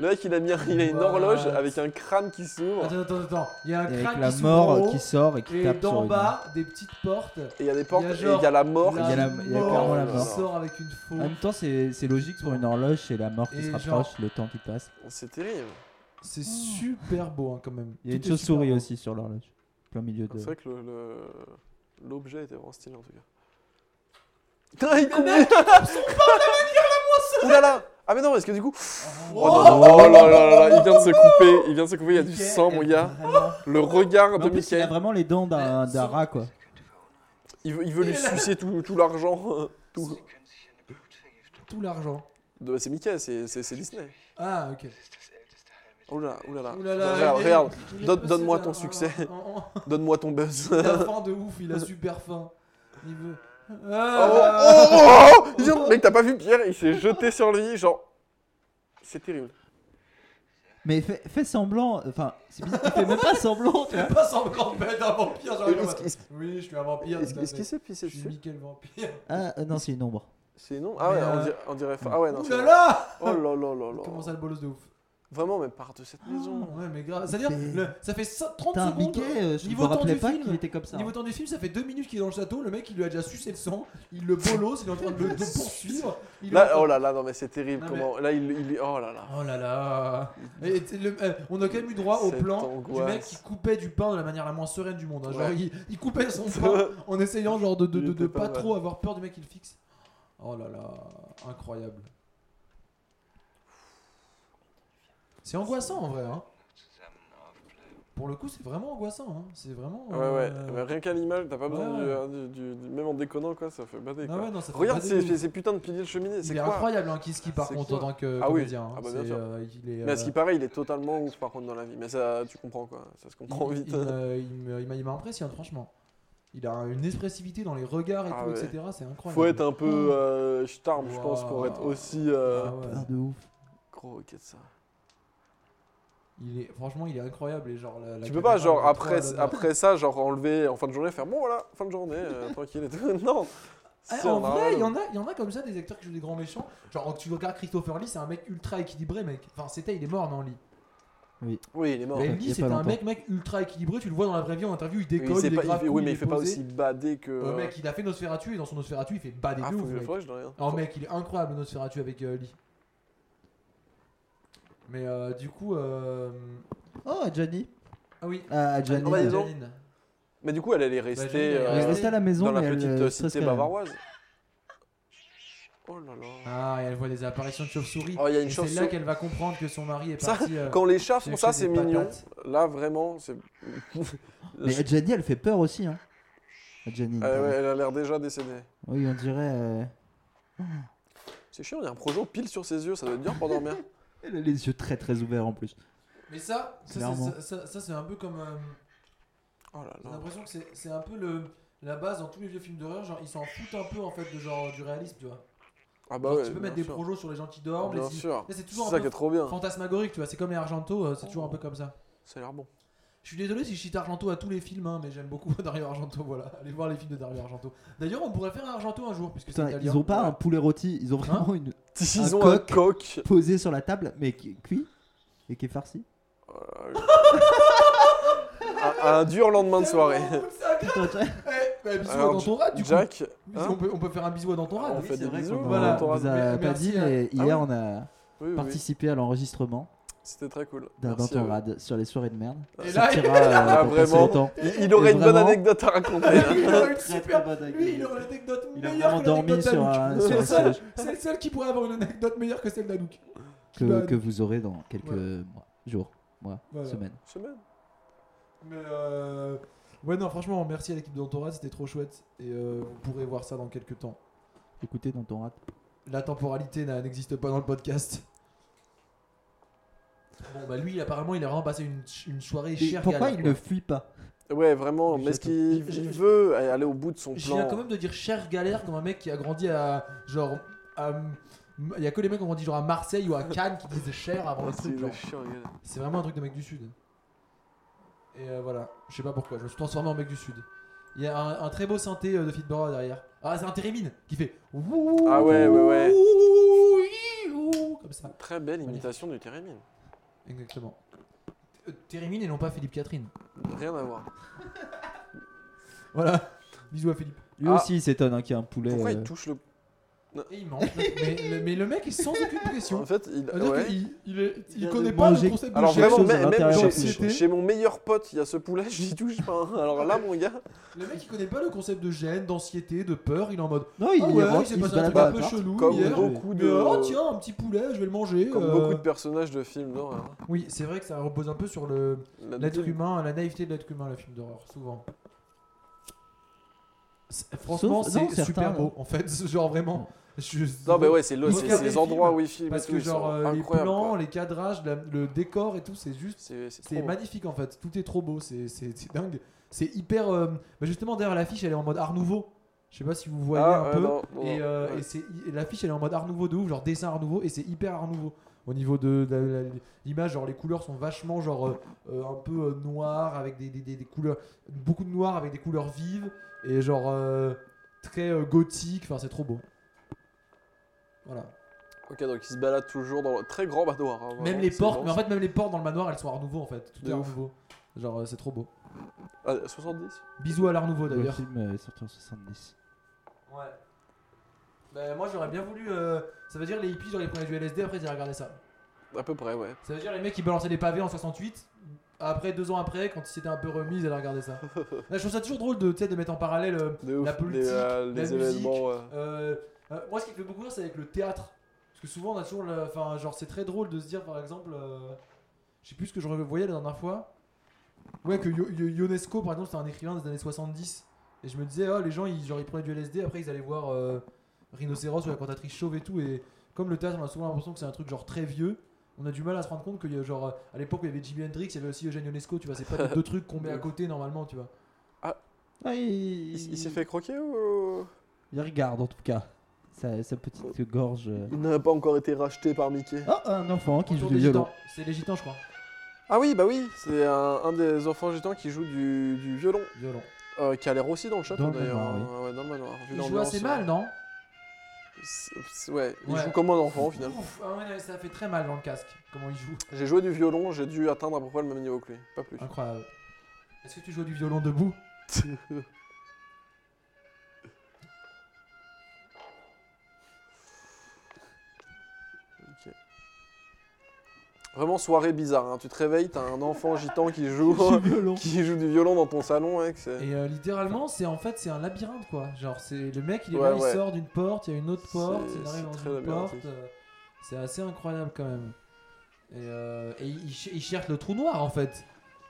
Le mec, il a, mis, un- il a une What horloge avec un crâne qui s'ouvre. Attends, attends, attends. Il y a un Et crâne avec la qui s'ouvre en haut, mort euh, qui sort et qui et tape sur d'en une- bas, des petites portes. Et il y a des portes Il y a et genre il y a la mort. il y a la- il y a clairement la Ah, qui mort. sort avec une En faux. même temps, c'est c'est logique pour une horloge, c'est la mort qui Et se genre- rapproche, le temps qui passe. Oh, C'est terrible. C'est super beau hein, quand même. Il y a une Tout est super chauve-souris beau. aussi sur l'horloge, plein milieu de. Ah, C'est vrai que le- le- l'objet était vraiment stylé en tout cas. Putain, Ah, il combien Ouh là là Ah mais non, parce que du coup... Oh, non, non, oh là là là là, il vient de se couper, il vient de se couper, il y a du Mickey sang mon Et gars. vraiment- Le regard Mais de en plus, il Mickey, a vraiment les dents d'un d'un rat quoi. il veut, il veut lui sucer tout, tout l'argent. Tout. Tout l'argent. De- C'est Mickey, c'est c'est- c'est Disney. Ah, ok. Oh là là, oh là là. Ouh là là, regarde, il est- regarde, il est Donne- passé donne-moi d'un- ton succès. en- en- donne-moi ton buzz. Il a faim de ouf, il a super faim. Il veut. Oh, Ah, oh, oh, oh Il vient de- Mec, t'as pas vu Pierre, il s'est jeté sur lui, genre... C'est terrible. Mais fais, fais semblant, enfin, c'est bizarre, il fait même pas semblant, tu vois. Il passe en grande bête un vampire. Genre, Ah, Et il est en est-ce- mode, est-ce- oui, je suis un vampire. Est-ce tout à est-ce qu'il fait. s'est pissé Je suis dessus Mickey le vampire. Ah euh, non, c'est une ombre. C'est non Ah ouais, Mais, on euh, dirait, on dirait fa- Ah ouais, non. Ouh c'est là vrai. là Oh là là là Il commence à là. le bolos de ouf. Vraiment, mais part Ah. de Oh, cette maison. Ouais, mais grave. C'est-à-dire, fait- le- ça fait cin- 30 Putain, secondes. Mickey, euh, je niveau me temps rappelais du pas film, qu'il était comme ça. hein. Niveau temps du film, ça fait 2 minutes qu'il est dans le château. Le mec, il lui a déjà sucé le sang. Il le bolos, il est en train de le de poursuivre. il est en Là, train- oh là là, non mais c'est terrible. Non, comment... Là, il, il, oh là là. Oh là là Et t'sais, le- euh, On a quand même eu droit au Cette plan du mec angoisse. qui coupait du pain de la manière la moins sereine du monde. hein. Genre, Ouais. il, il coupait son pain en essayant genre de, de, Il de- de était pas pas mal. trop avoir peur du mec qui le fixe. Oh là là, incroyable. C'est angoissant en vrai. hein. Pour le coup, c'est vraiment angoissant. hein. C'est vraiment. Ouais, euh, ouais. Mais rien qu'à l'image, t'as pas ouais, besoin ouais. du- du- du- Même en déconnant, quoi, ça fait bader. Ah quoi. ouais, non, ça fait Regarde pas ces, des ouf. ces putains de piliers de cheminée, Il c'est est quoi incroyable, hein, Kiski, par C'est contre, en quoi tant que Ah oui. comédien. hein. Ah bah, bien C'est, sûr. euh, il est, Mais à ce euh, qui paraît, il est totalement ouf par contre dans la vie. Mais ça, tu comprends quoi. Ça se comprend il, vite. il me- il me- il m'a- il m'impressionne, franchement. Il a une expressivité dans les regards et Ah tout, ouais. etc. C'est incroyable. Faut être un peu euh, starm, je pense, Wow. pour être aussi. euh, Ah ouais. Peur de ouf. Gros, ok, ça. il est, franchement, il est incroyable. Et genre, la- la Tu peux pas, caméra, elle genre, est après, trop à la- après ça, genre, enlever en fin de journée, faire bon, voilà, fin de journée, euh, tranquille et tout. Non Ah, Si, en on a vrai, rien. il y en, a, il y en a comme ça des acteurs qui jouent des grands méchants. Genre, tu regardes Christopher Lee, c'est un mec ultra équilibré, mec. Enfin, c'était, il est mort, non, Lee. Oui, il est mort. Mais il y a Lee, pas c'était un longtemps. mec, mec ultra équilibré. Tu le vois dans la vraie vie en interview, il Mais il décolle, sait il, est pas- il grave fait- cool, oui, mais est il fait pas posé. aussi badé que. Euh, euh, mec, il a fait Nosferatu et dans son Nosferatu, il fait bas des Oh, Ah, deux. faut que faudrait que je le regarde. Alors mec, il est incroyable le Nosferatu avec euh, Lee. Mais euh, du coup, euh... Oh, Johnny. ah oui, Ah, Johnny. Ah, bah, euh, ils ont- Janine. Mais du coup, elle, elle est Bah, j'ai- restée elle est euh, restée à la maison, dans la mais elle, petite euh, euh, stresse cité quand même. bavaroise. Oh là là. Ah, et elle voit des apparitions de chauves-souris. Oh, il y a Et une c'est chose. là qu'elle va comprendre que son mari est Ça, parti. euh, Quand les chats font chercher ça, c'est des mignon. patates. Là, vraiment, c'est. Mais Johnny, elle fait peur aussi, hein. Johnny. Ah ouais, elle a l'air déjà décédée. Oui, on dirait. euh, C'est chiant, il y a un projet pile sur ses yeux, ça doit être dur pour dormir. Elle a les yeux très très ouverts en plus. Mais ça, ça, c'est- Clairement. ça, ça- ça, c'est un peu comme. euh, Oh là J'ai là. l'impression que c'est c'est un peu le la base dans tous les vieux films d'horreur. Genre, ils s'en foutent un peu en fait de genre du réalisme, tu vois. Ah bah Genre, ouais. tu peux bien mettre des sûr. projets sur les gens qui Ah, dorment. Bien les- sûr. Mais c'est C'est toujours ça un qui est peu trop bien. fantasmagorique, tu vois. C'est comme les Argento, euh, c'est toujours un peu comme ça. Ça a l'air bon. Je suis désolé si je cite Argento à tous les films, hein, mais j'aime beaucoup Dario Argento, voilà. Allez voir les films de Dario Argento. D'ailleurs, on pourrait faire un Argento un jour, puisque c'est Putain, italien. ils ont pas Ouais. Hein un poulet rôti, ils ont vraiment une Ils Un ont un coq. coq. posée sur la table, mais qui cuit et qui est farci. Euh, un, un dur lendemain de soirée. Tellement cool, ça, grave. Putain, tiens. Eh, bah, bisous Alors, à dans ton rat, du coup. Jack, Bisous, hein on, peut, on peut faire un bisou à dans ton rat. on oui, fait c'est des vrai bisous. qu'on- on Voilà. on t'embrasse. vous a Mais- pas merci, dit, euh, mais ah hier oui. on a Oui, oui, oui. participé à l'enregistrement C'était très cool. d'un Merci à eux. Dantorade sur les soirées de merde. Et Ça là, sortira, euh, Ah, dans pas vraiment. si longtemps. Il, il aurait Et une bonne vraiment- anecdote à raconter. là. il aurait une Très, très super- bonne Lui, il anecdote. aurait une anecdote Il a meilleure vraiment que l'anecdote dormi sur un, d'Anouk. sur C'est un le seul- siège C'est le seul qui pourrait avoir une anecdote meilleure que celle d'Anouk. que, que vous aurez dans quelques Voilà. mois, jours, mois, Voilà. semaines. Semaine. Mais euh... Ouais, non, franchement, merci à l'équipe d'Entourage, c'était trop chouette. Et euh, vous pourrez voir ça dans quelques temps. Écoutez Dantorade. La temporalité n'a- n'existe pas dans le podcast. Bon, bah lui, apparemment, il a vraiment passé une, une soirée Et chère. Pourquoi galère, il quoi. ne fuit pas Ouais, vraiment. Le Mais ce château. qu'il il veut, est aller au bout de son Je viens plan. quand même de dire chère galère comme un mec qui a grandi à. Genre. à- Il y a que les mecs qui ont grandi genre à Marseille ou à Cannes qui disent cher avant le Ah, c'est truc. genre. chiant, regarde. C'est vraiment un truc de mec du Sud. Et euh, voilà, je sais pas pourquoi, je me suis transformé en mec du Sud. Il y a un, un très beau synthé euh, de Fitbora derrière. Ah, c'est un Térémine qui fait. Ah ouais, ouais, ouais. Ouh, ouh, ouh, ouh, ouh, Comme comme ça. Très belle imitation de Kérémine. Exactement. Euh, Térémine et non pas Philippe Catherine. Rien à voir. Voilà. Bisous à Philippe. Lui Ah. aussi, il s'étonne hein, qu'il y a un poulet. Pourquoi euh, il touche le. Et il mange. mais, le, mais le mec est sans aucune pression. En fait, il. C'est-à-dire ouais. qu'il- Ah, il, est- il vient de connaît pas le manger. concept de Alors chef. vraiment, chose à même, même l'intérieur chez, de la société. chez mon meilleur pote, il y a ce poulet, je n'y touche pas. hein. Alors là, mon gars, Le mec il connaît pas le concept de gêne, d'anxiété, de peur. Il est en mode. Non, il ah est ouais, rentre, il s'est il se passé un balade truc dans un la peu partie. chelou comme hier. beaucoup Mais, de oh tiens, un petit poulet, je vais le manger. comme euh. beaucoup de personnages de films d'horreur. Oui, c'est vrai que ça repose un peu sur le La- l'être humain, la naïveté de l'être humain, le film d'horreur, souvent. C'est- Franchement, Sauf- non, c'est super certains, beau, en fait, genre vraiment. Je- Non mais ouais, c'est le- Ils c'est- regardent les c'est les films endroits où ils filment. et Parce tout, que ils genre sont euh, les incroyables, plans, quoi. les cadrages, la- le décor et tout, c'est juste C'est c'est trop C'est beau. magnifique en fait, tout est trop beau, c'est c'est- c'est dingue. C'est hyper. euh, bah justement, derrière l'affiche, elle est en mode Art Nouveau. Je sais pas si vous voyez Ah, un euh, peu. non, non, et non, euh, ouais. et c'est- et l'affiche, elle est en mode Art Nouveau de ouf, genre dessin Art Nouveau, et c'est hyper Art Nouveau. Au niveau de, de la- la- l'image, genre les couleurs sont vachement genre euh, euh, un peu euh, noires avec des, des- des- des couleurs, beaucoup de noir avec des couleurs vives et genre euh, très euh, gothique. Enfin, c'est trop beau. Voilà. Ok, donc ils se baladent toujours dans le très grand manoir. hein, Même vraiment, les c'est portes, mais en dense. fait même les portes dans le manoir, elles sont Art Nouveau en fait. Tout De est Art ouf. Nouveau. Genre, euh, c'est trop beau. Ah, 70 Bisous à l'Art Nouveau Le d'ailleurs. film euh, est sorti en 70. Ouais. Bah, moi j'aurais bien voulu. euh, ça veut dire les hippies, genre ils prenaient du LSD, après ils allaient regarder ça. À peu près, ouais. Ça veut dire les mecs qui balançaient des pavés en 68. Après, deux ans après, quand ils s'étaient un peu remis, ils allaient regarder ça. Là, je trouve ça toujours drôle de, tu sais, de mettre en parallèle. euh, De ouf, La politique, les, euh, la les événements. ouais. euh, euh, moi, ce qui me fait beaucoup rire, c'est avec le théâtre. Parce que souvent, on a toujours. le- Enfin, genre, c'est très drôle de se dire, par exemple. euh, je sais plus ce que je revoyais la dernière fois. Ouais, que Yo- Yo- Ionesco, par exemple, c'était un écrivain des années 70. Et je me disais, oh, les gens, ils, genre, ils prenaient du LSD, après, ils allaient voir euh, Rhinocéros ou la cantatrice chauve et tout. Et comme le théâtre, on a souvent l'impression que c'est un truc, genre, très vieux. On a du mal à se rendre compte que, euh, genre, euh, à l'époque, il y avait Jimi Hendrix, il y avait aussi Eugène Ionesco, tu vois. C'est pas les deux trucs qu'on met à côté normalement, tu vois. Ah, Il, il s- il s'est fait croquer ou. Il regarde en tout cas. Sa, sa petite gorge. euh. Il n'a pas encore été racheté par Mickey. Oh, un enfant qui joue Autour du des violon. Gitans. C'est les Gitans, je crois. Ah oui, bah oui, c'est un, un des enfants gitans qui joue du, du violon. Violon. euh, qui a l'air aussi dans le château Dans le d'ailleurs. manoir, oui. Ah ouais, dans le manoir. vu Il joue l'ambiance, assez euh, mal, non c'est- c'est- Ouais, il Ouais. joue comme un enfant au final. Ouf, ah ouais, non, ça fait très mal dans le casque, comment il joue. J'ai joué du violon, j'ai dû atteindre à peu près le même niveau que lui, pas plus. Incroyable. Est-ce que tu joues du violon debout Ok. Vraiment soirée bizarre, hein. tu te réveilles, t'as un enfant gitan qui joue, Du violon. qui joue du violon dans ton salon, hein, que c'est- Et euh, littéralement, c'est en fait c'est un labyrinthe quoi. Genre c'est le mec il est Ouais, là, ouais. il sort d'une porte, il y a une autre C'est- porte, il c'est arrive dans très une porte. labyrinthique. euh, c'est assez incroyable quand même. Et, euh, et il, ch- il cherche le trou noir en fait.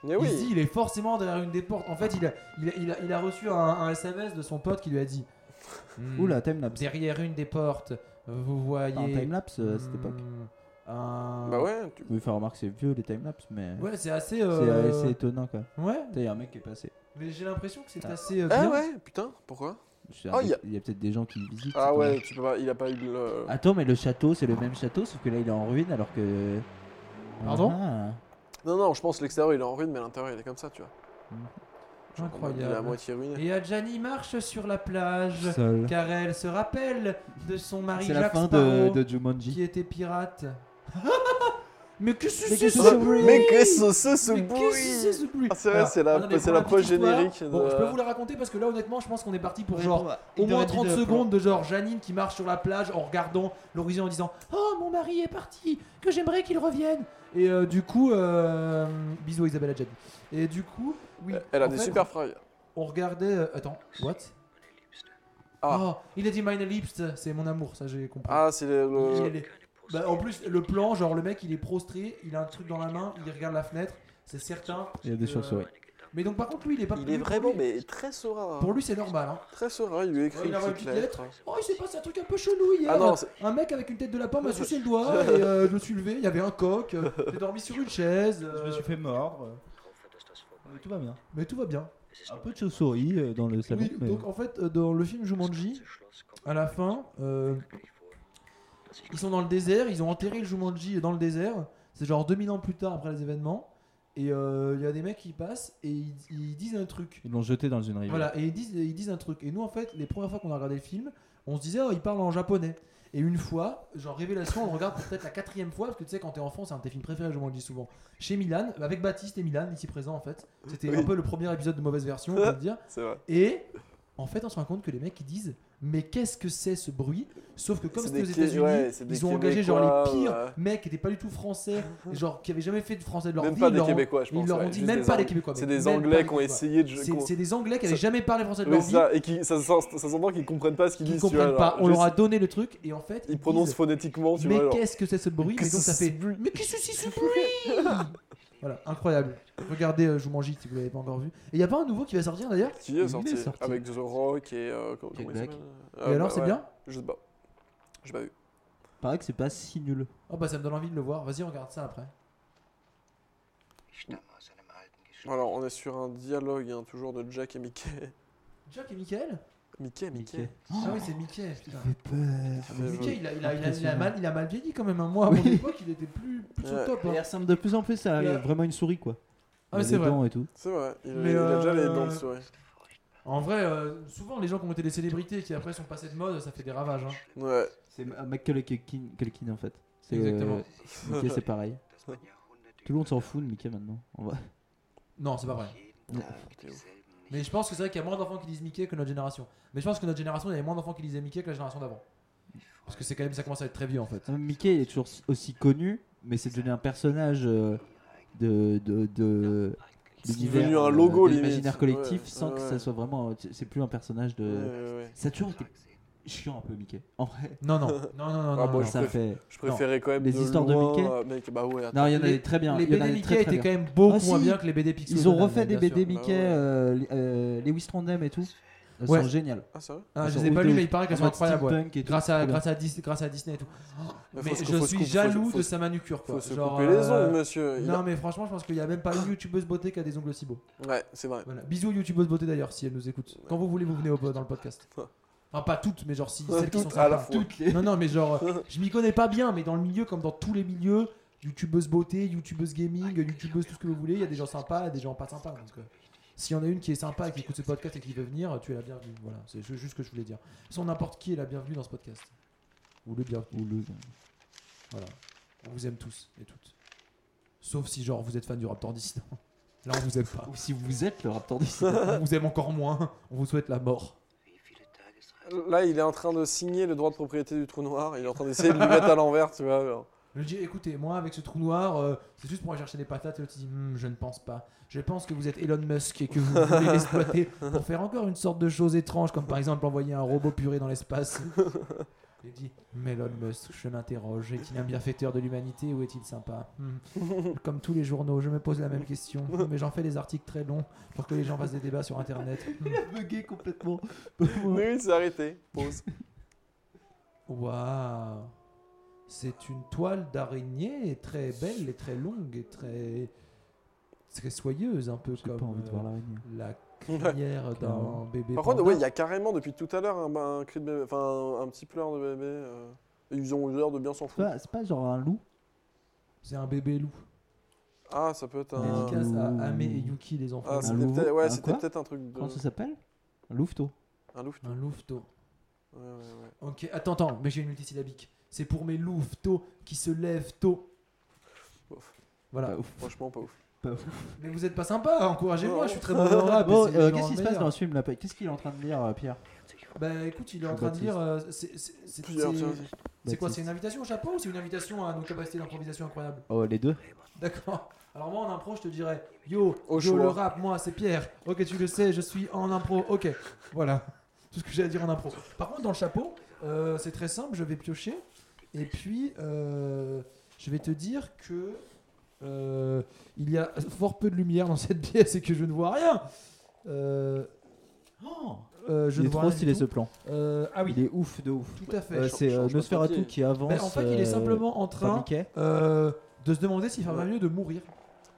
Mais Il se dit Eh oui, il est forcément derrière une des portes. En fait il a, il a, il a- il a reçu un, un SMS de son pote qui lui a dit. Hmm, Oula, timelapse. Derrière une des portes, vous Pas Un voyez. timelapse euh, à cette hmm, époque. un- bah ouais, tu- Vous pouvez faire remarquer, c'est vieux les timelapses, mais. Ouais, c'est assez. C'est euh, c'est étonnant quoi. Ouais, Putain, y a un mec qui est passé. mais j'ai l'impression que c'est Ah. assez. euh, ah bien. ouais, putain, pourquoi Je- Ah, y a- Il y a peut-être des gens qui le visitent. Ah c'est ouais, dommage. tu peux pas, il a pas eu le... Ah. Attends, mais le château, c'est le même château, sauf que là il est en ruine alors que. euh, Pardon Ah. Non, non, je pense que l'extérieur il est en ruine, mais l'intérieur il est comme ça, tu vois. Genre, Il est à Incroyable. moitié ruiné. Et Adjani marche sur la plage Seul. car elle se rappelle de son mari C'est la Jacques fin Sparrow de, de Jumanji. qui était pirate. mais que c'est Mais ce que bruit Mais que ce, ce, ce Mais qu'est-ce que c'est bruit ce bruit Ah, c'est vrai, Alors, c'est la- attendez, c'est pour la euh, petite progénérique histoire, Bon, de- je peux vous la raconter parce que là, honnêtement, je pense qu'on est parti pour Ouais, genre bah, au il moins aurait dit 30 de- secondes de genre Janine qui marche sur la plage en regardant l'horizon en disant Oh mon mari est parti, que j'aimerais qu'il revienne. Et euh, du coup, euh, bisous à Isabelle Adjani. Et du coup, oui. Euh, Elle a en des fait, super fringues. On regardait. euh, attends, what Ah. Oh, il a dit Mine Lips, c'est mon amour, ça j'ai compris. Ah, c'est le... le- Il est- Bah, en plus, le plan, genre le mec il est prostré, il a un truc dans la main, il regarde la fenêtre, c'est certain. Il y a des que- chauves-souris. Mais donc par contre, lui il est pas. Il est lui, pour vraiment lui- mais très serein. hein. Pour lui, c'est normal. Hein. Très serein, il lui écrit Ouais, il une envoie petite une petite lettre. Oh, il s'est passé un truc un peu chelou hier. Ah non, c'est- Un mec avec une tête de lapin m'a sucé le doigt et euh, je me suis levé, il y avait un coq, euh, j'ai dormi sur une chaise, euh, fait mordre. Tout va bien. mais tout va bien. Euh, Un peu de chauve-souris euh, dans le salon. Oui, mais- donc en fait, euh, dans le film Jumanji, à la fin, euh, ils sont dans le désert, ils ont enterré le Jumanji dans le désert. C'est genre 2000 ans plus tard après les événements. Et euh, il y a des mecs qui passent et ils, ils disent un truc. Ils l'ont jeté dans une rivière. Voilà, et ils disent, ils disent un truc. Et nous, en fait, les premières fois qu'on a regardé le film, on se disait, oh, ils parlent en japonais. Et une fois, genre révélation, on le regarde pour peut-être la quatrième fois, parce que tu sais, quand t'es enfant, c'est un de tes films préférés, je m'en dis souvent. Chez Milan, avec Baptiste et Milan, ici présent en fait. C'était Oui. un peu le premier épisode de Mauvaise Version, on peut le dire. C'est vrai. Et en fait, on se rend compte que les mecs ils disent Mais qu'est-ce que c'est ce bruit Sauf que comme C'est c'était aux des Qué- États-Unis, ouais, c'est des ils ont engagé genre les Québécois, pires ouais. mecs qui n'étaient pas du tout français, et genre qui n'avaient jamais fait de français de leur Même vie. pas ils des leur ont- Québécois, je ils pense. leur ont ouais, dit juste même des pas Ang- les Québécois. C'est mec, des même pas Anglais les qui ont Québécois. essayé de. C'est- qu'on- C'est des Anglais qui n'avaient Ça- jamais parlé français de Oui, leur vie, ça, et qui, ça, sent- ça s'entend qu'ils comprennent pas ce qu'ils qui ne disent. tu vois, comprennent genre, pas. On je- leur a donné le truc, et en fait, Ils prononcent disent, phonétiquement, tu Mais vois. genre. qu'est-ce que c'est ce bruit Mais Qu'est-ce donc que ça c'est fait Mais qu'est-ce que c'est ce bruit Voilà, incroyable. Regardez, euh, je vous mange si vous l'avez pas encore vu. Et il y a pas un nouveau qui va sortir d'ailleurs Qui est est sorti, sorti. avec The Rock et. euh, comment- comment il Black. s'appelle Et Euh, alors, bah, c'est ouais, bien Je sais pas. J'ai pas vu. Paraît que c'est pas si nul. Oh bah ça me donne envie de le voir. Vas-y, regarde ça après. Ich stamme aus einem alten Geschlecht. Alors, on est sur un dialogue, hein, toujours de Jack et Mickey. Jack et Michael Mickey, Mickey. Ah oui, c'est Mickey. Putain. Ah, mais Mickey, je- il a, il, a, il, a, il a Impressionnant. mal, il a mal vieilli quand même. hein. Moi, à mon Oui. époque, il était plus, plus au Ouais. top. hein. Il ressemble de plus en plus à Ouais. vraiment une souris quoi. Ah, mais Il a c'est les vrai. dents et tout. C'est vrai, il, Mais, il a déjà les euh, dents de souris. En vrai, euh, souvent, les gens qui ont été des célébrités et qui après sont passés de mode, ça fait des ravages. hein. Ouais. C'est McCulkin en fait. C'est, Exactement. euh, Mickey c'est pareil. Tout le monde s'en fout de Mickey maintenant. en vrai. Non, c'est pas vrai. Ah, Mais je pense que c'est vrai qu'il y a moins d'enfants qui lisent Mickey que notre génération. Mais je pense que notre génération, il y avait moins d'enfants qui lisaient Mickey que la génération d'avant. Parce que c'est quand même, ça commence à être très vieux en fait. Non, mais Mickey il est toujours aussi connu, mais c'est devenu un personnage euh, de de, de C'est l'univers, devenu un euh, logo, de l'imaginaire limite. collectif Ouais, sans que ouais. ça soit vraiment. C'est plus un personnage de. ouais, ouais, ouais. Ça a toujours été chiant un peu Mickey. En vrai, Non, non, non, non, non. Ah, non, bon, non. je ça préfère- fait. Je préférais quand même. Les de histoires de loin, Mickey. euh, mec, bah ouais, attends. Non, il y en Les- avait très bien. Les il y en BD avait Mickey très, très étaient bien. quand même beaucoup Ah, moins si. bien que les BD Pixel. Ils ont Donald, refait des bien BD sûr. sûr. Mickey, euh, li- euh, Lewis Trondheim et tout. Elles Ouais. sont géniales. Ah, sérieux Ah, je Elles les ai sont pas lues, ouf mais il paraît qu'elles En sont mode incroyables. ouais. steampunk et tout, Grâce c'est à, trop bien. grâce, à Dis- grâce à Disney et tout. Mais Mais faut se- je faut se suis couper- faut se- jaloux faut de se- sa manucure quoi. Faut se Genre, couper les euh, ongles, monsieur. Il a- Non, mais franchement, je pense qu'il n'y a même pas une youtubeuse beauté qui a des ongles aussi beaux. Ouais, c'est vrai. Voilà. Bisous, youtubeuse beauté d'ailleurs, si elle nous écoute. Quand vous voulez, vous venez au, dans le podcast. Enfin, pas toutes, mais genre si celles qui sont Toutes à la sympas. fois. Non, non, mais genre, euh, je m'y connais pas bien, mais dans le milieu, comme dans tous les milieux, youtubeuse beauté, youtubeuse Ah, gaming, youtubeuse tout ce que vous voulez, il y a des gens sympas et des gens pas sympas. Donc, euh, s'il y en a une qui est sympa et qui écoute ce podcast et qui veut venir, tu es la bienvenue. Voilà, c'est ju- juste ce que je voulais dire. Sans n'importe qui est la bienvenue dans ce podcast. Ou le bienvenu. Ou le- Voilà. On vous aime tous et toutes. Sauf si, genre, vous êtes fan du Raptor dissident. Là, on vous aime Ah, pas. Ou si vous êtes le Raptor 10. On vous aime encore moins. On vous souhaite la mort. Wie viele Tagesreisen? Là, il est en train de signer le droit de propriété du trou noir. Il est en train d'essayer de lui mettre à l'envers, tu vois. genre. Je lui dis, écoutez, moi avec ce trou noir, euh, c'est juste pour aller chercher des patates. Et l'autre il dit, Hmm, je ne pense pas. Je pense que vous êtes Elon Musk et que vous voulez l'exploiter pour faire encore une sorte de chose étrange, comme par exemple envoyer un robot puré dans l'espace. Il dit, mais Elon Musk, je m'interroge. Est-il un bienfaiteur de l'humanité ou est-il sympa Hmm. Comme tous les journaux, je me pose la même question, mais j'en fais des articles très longs pour que les gens fassent des débats sur Internet. Hmm. bugué complètement. Mais oui, c'est arrêté. Pause. Waouh C'est une toile d'araignée très belle et très longue et très, très soyeuse, un peu J'ai comme pas envie de euh, voir l'araignée. la crinière d'un Clairement. bébé. Par contre, panda. ouais, il y a carrément depuis tout à l'heure un, un cri de bébé, enfin un, un petit pleur de bébé. euh. Ils ont eu l'air de bien s'en C'est foutre. pas, c'est pas genre un loup C'est un bébé loup. Ah, ça peut être un. Dédicace loup. à Ame et Yuki, les enfants. Ah, c'était louveau, peut-être ouais, un c'était quoi peut-être un truc de. Comment ça s'appelle Un louveteau. Un loup. un louveteau. Ouais, ouais, ouais. Ok, attends, attends, mais j'ai une multisyllabique. C'est pour mes louveteaux qui se lèvent tôt. Ouf. Voilà. Pas ouf. Franchement, pas ouf. Mais vous êtes pas sympa, encouragez-moi, Non. je suis très mauvais en Ah, rap. Bon, et c'est euh, genre qu'est-ce qui se passe meilleur. dans ce film là Qu'est-ce qu'il est en train de lire, euh, Pierre Bah écoute, il est en train de dire. euh, c'est- c'est- c'est- Plusieurs, c'est- tiens. C'est quoi C'est Baptiste. une invitation au chapeau ou c'est une invitation à nos capacités d'improvisation incroyables Oh, les deux D'accord. Alors moi en impro je te dirais Yo, Au yo choix. le rap, moi c'est Pierre. Ok tu le sais, je suis en impro. Ok. Voilà. Tout ce que j'ai à dire en impro. Par contre dans le chapeau, euh, c'est très simple, je vais piocher. Et puis euh, je vais te dire que euh, il y a fort peu de lumière dans cette pièce et que je ne vois rien. Euh, Oh, euh, je Il ne est vois rien trop du stylé tout. ce plan. Euh, ah oui, Il est ouf de ouf. tout à fait. Euh, C'est euh, change pas de Nosferatu pied. qui avance. Mais Ben, en fait, il est euh, simplement en par train Mickey. euh, de se demander s'il ferait pas mieux de mourir.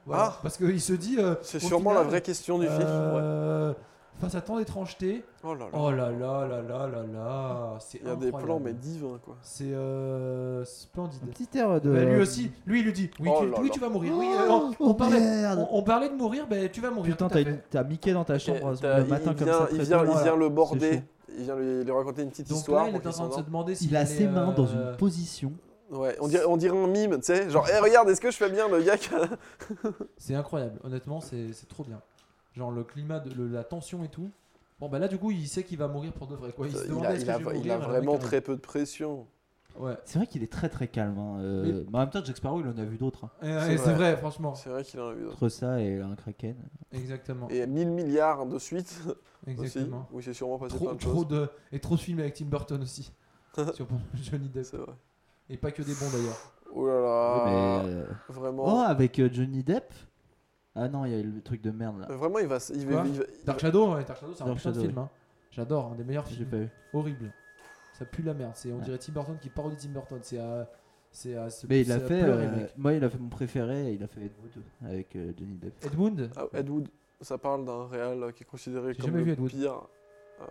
Voilà. Ah. Parce qu'il se dit. euh, C'est au sûrement final, la vraie question du film. ouais. euh, face à tant d'étrangeté. Oh là là. Oh là là là là là là. C'est Il y a des plans, incroyable. mais divins, quoi. C'est euh, splendide. Un petit air de. Bah, lui aussi, lui il lui dit Oui, Oh tu, là oui, là. tu vas mourir. Oui, Euh, Oh, euh, on, on oh, parlait, merde. on, on parlait de mourir, ben tu vas mourir. Putain, tout à t'as, fait. une- t'as Mickey dans ta chambre Et t'as- le matin il comme vient, ça. il très vient, tôt. il vient le C'est border. chaud. Il vient lui, lui raconter une petite Donc histoire. là, il pour est en qu'il train de se s'endorme. demander s'il Il a allait, ses mains dans euh, une position. Ouais, on dirait, on dirait un mime, tu sais. Genre, Eh, regarde, est-ce que je fais bien le gars qui a- C'est incroyable, honnêtement, c'est c'est trop bien. Genre le climat, de, le- la tension et tout. Bon, bah là, du coup, il sait qu'il va mourir pour de vrai. Quoi. Il, se Euh, Il demandait, a, est-ce il que a- je vais il mourir a Alors, vraiment mec, très peu de pression. Ouais, C'est vrai qu'il est très très calme. hein, euh, mais en même temps, Jack Sparrow, il en a vu d'autres. hein. Eh, ouais, C'est c'est vrai. vrai, franchement. C'est vrai qu'il en a eu d'autres. Entre ça et un Kraken. Exactement. Et 1000 milliards de suites aussi. Exactement. Oui, c'est sûrement passé Trop, plein de trop choses. de, et trop de films avec Tim Burton aussi. Sur Johnny Depp. C'est vrai. Et pas que des bons d'ailleurs. Oh là là. Ouais, mais, euh, Oh, Vraiment. avec euh, Johnny Depp Ah non, il y a eu le truc de merde là. Vraiment, il va. s- Il va, Quoi il va- il Dark va- Shadow, ouais, Dark Shadow, c'est un Dark putain de Shadow, film. hein. J'adore, un des meilleurs J'ai films. pas vu. Horrible. Ça pue la merde. C'est, on Ouais. dirait Tim Burton qui parodie Tim Burton. C'est à. C'est à se- Mais il a c'est à fait. pleurer, euh, mec. moi, il a fait mon préféré. Il a fait Ed Wood avec euh, Johnny Depp. Edmund Ah, Ed Wood, ça parle d'un réal qui est considéré J'ai comme jamais vu le Ed Wood. pire. euh,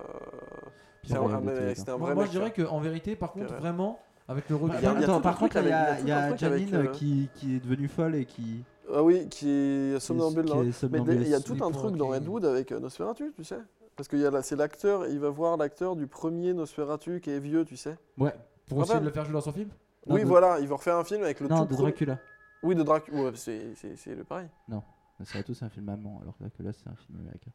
c'est ah, Pire un- réal un- de tous les temps. C'était un Moi, vrai moi, mec. hein. je dirais qu'en vérité, par contre, Pire. vraiment, avec le Ouais, recul. Bah, il y a- il y a Attends, tout par un contre, truc il y a, avec- il il y y a a tout un truc Janine avec, euh, qui, qui est devenue folle et qui. Ah oui, qui est qui est- somnambule. qui hein. est Mais somnambule. dé- il y a tout les un points truc dans qui- Ed Wood avec euh, Nosferatu, tu sais. Parce que il y a là- c'est l'acteur, et il va voir l'acteur du premier Nosferatu qui est vieux, tu sais. Ouais. Pour essayer Rappel. de le faire jouer dans son film Non, oui, de- voilà, il va refaire un film avec le Non, tout de premier- Dracula. Oui, de Dracula. Ouais, c'est- c'est c'est le pareil. Bah, Ça tous un film allemand, alors que là c'est un film américain.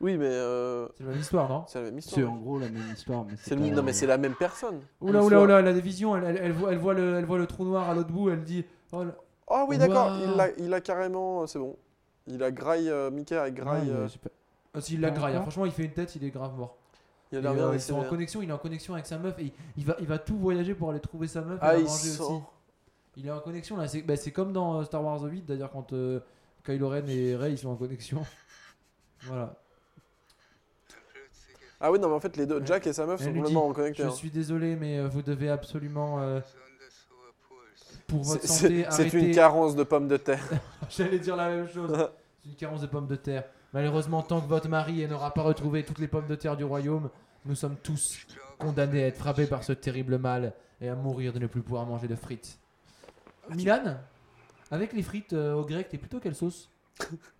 Oui, mais euh, C'est la même histoire, non c'est la même C'est histoire. en gros la même histoire, mais c'est. C'est le... pas- euh, Non, mais c'est la même personne. Oula, Une oula, fois- oula, elle a des visions. Elle, elle, elle voit, elle, voit le, elle voit le trou noir à l'autre bout. Elle dit Oh là- Ah oui, d'accord, Ouah. il l'a- il a carrément. euh, C'est bon. Il a graille, euh, Mickey a Ah, graille. il y a- euh, j'ai pas- Ah, si, il la Ah, graille. hein. ah. Franchement, il fait une tête, il est grave mort. il a Et, l'air bien euh, avec ils ses- sont en connexion, il est en connexion avec sa meuf et il, il va, il va tout voyager pour aller trouver sa meuf. et Ah, la il manger sent. aussi. Il est en connexion là, c'est bah, c'est comme dans euh, Star Wars 8 d'ailleurs quand euh, Kylo Ren et Rey ils sont en connexion. voilà. Ah oui, non, mais en fait, les deux, Jack et sa meuf Elle sont lui dit, complètement en connecté. Je hein. suis désolé mais euh, vous devez absolument euh, Besonders hoher Puls. pour votre C'est- santé C'est c'est arrêter. une carence de pommes de terre. J'allais dire la même chose. c'est une carence de pommes de terre. Malheureusement tant que votre mari elle n'aura pas retrouvé toutes les pommes de terre du royaume, nous sommes tous Ich glaube, condamnés à être frappés par ce terrible mal et à mourir de ne plus pouvoir manger de frites. Ah, Milan, avec les frites euh, au grec, t'es plutôt quelle sauce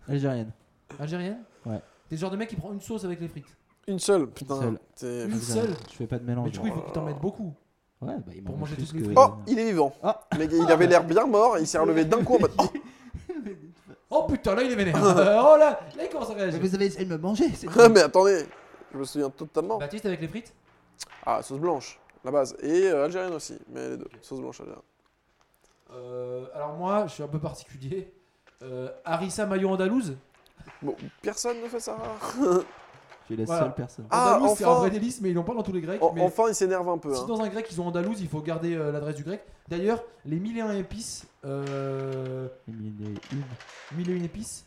Algérienne. Algérienne Ouais. T'es le genre de mec qui prend une sauce avec les frites. Une seule, putain. seule. t'es- Une Algérienne. seule Je fais pas de mélange. Mais du coup, il faut que t'en mettes beaucoup. Ouais, bah, il Pour m'en manger plus toutes les que- frites. Oh, il est vivant. Ah. Mais il avait l'air bien mort, il s'est relevé d'un coup en mode. Oh, Oh putain, là il est vénère. Euh, oh là, là il commence à réagir. Mais vous avez essayé de me manger, c'est ah, mais attendez, je me souviens totalement. Baptiste avec les frites Ah, sauce blanche, la base. Et euh, algérienne aussi, mais les deux. Sauce blanche algérienne. Euh, Alors moi, je suis un peu particulier. Euh, Harissa maillot andalouse Bon, personne ne fait ça. Tu es la Voilà. seule personne. Ah, Andalouse, c'est un enfin. vrai délice, mais ils l'ont pas dans tous les Grecs. Oh, En- mais Enfin, il s'énerve un peu. Si hein. dans un grec ils ont andalouse, il faut garder euh, l'adresse du grec. D'ailleurs, les 1001 épices, euh, Il y en a une. 1001 épices,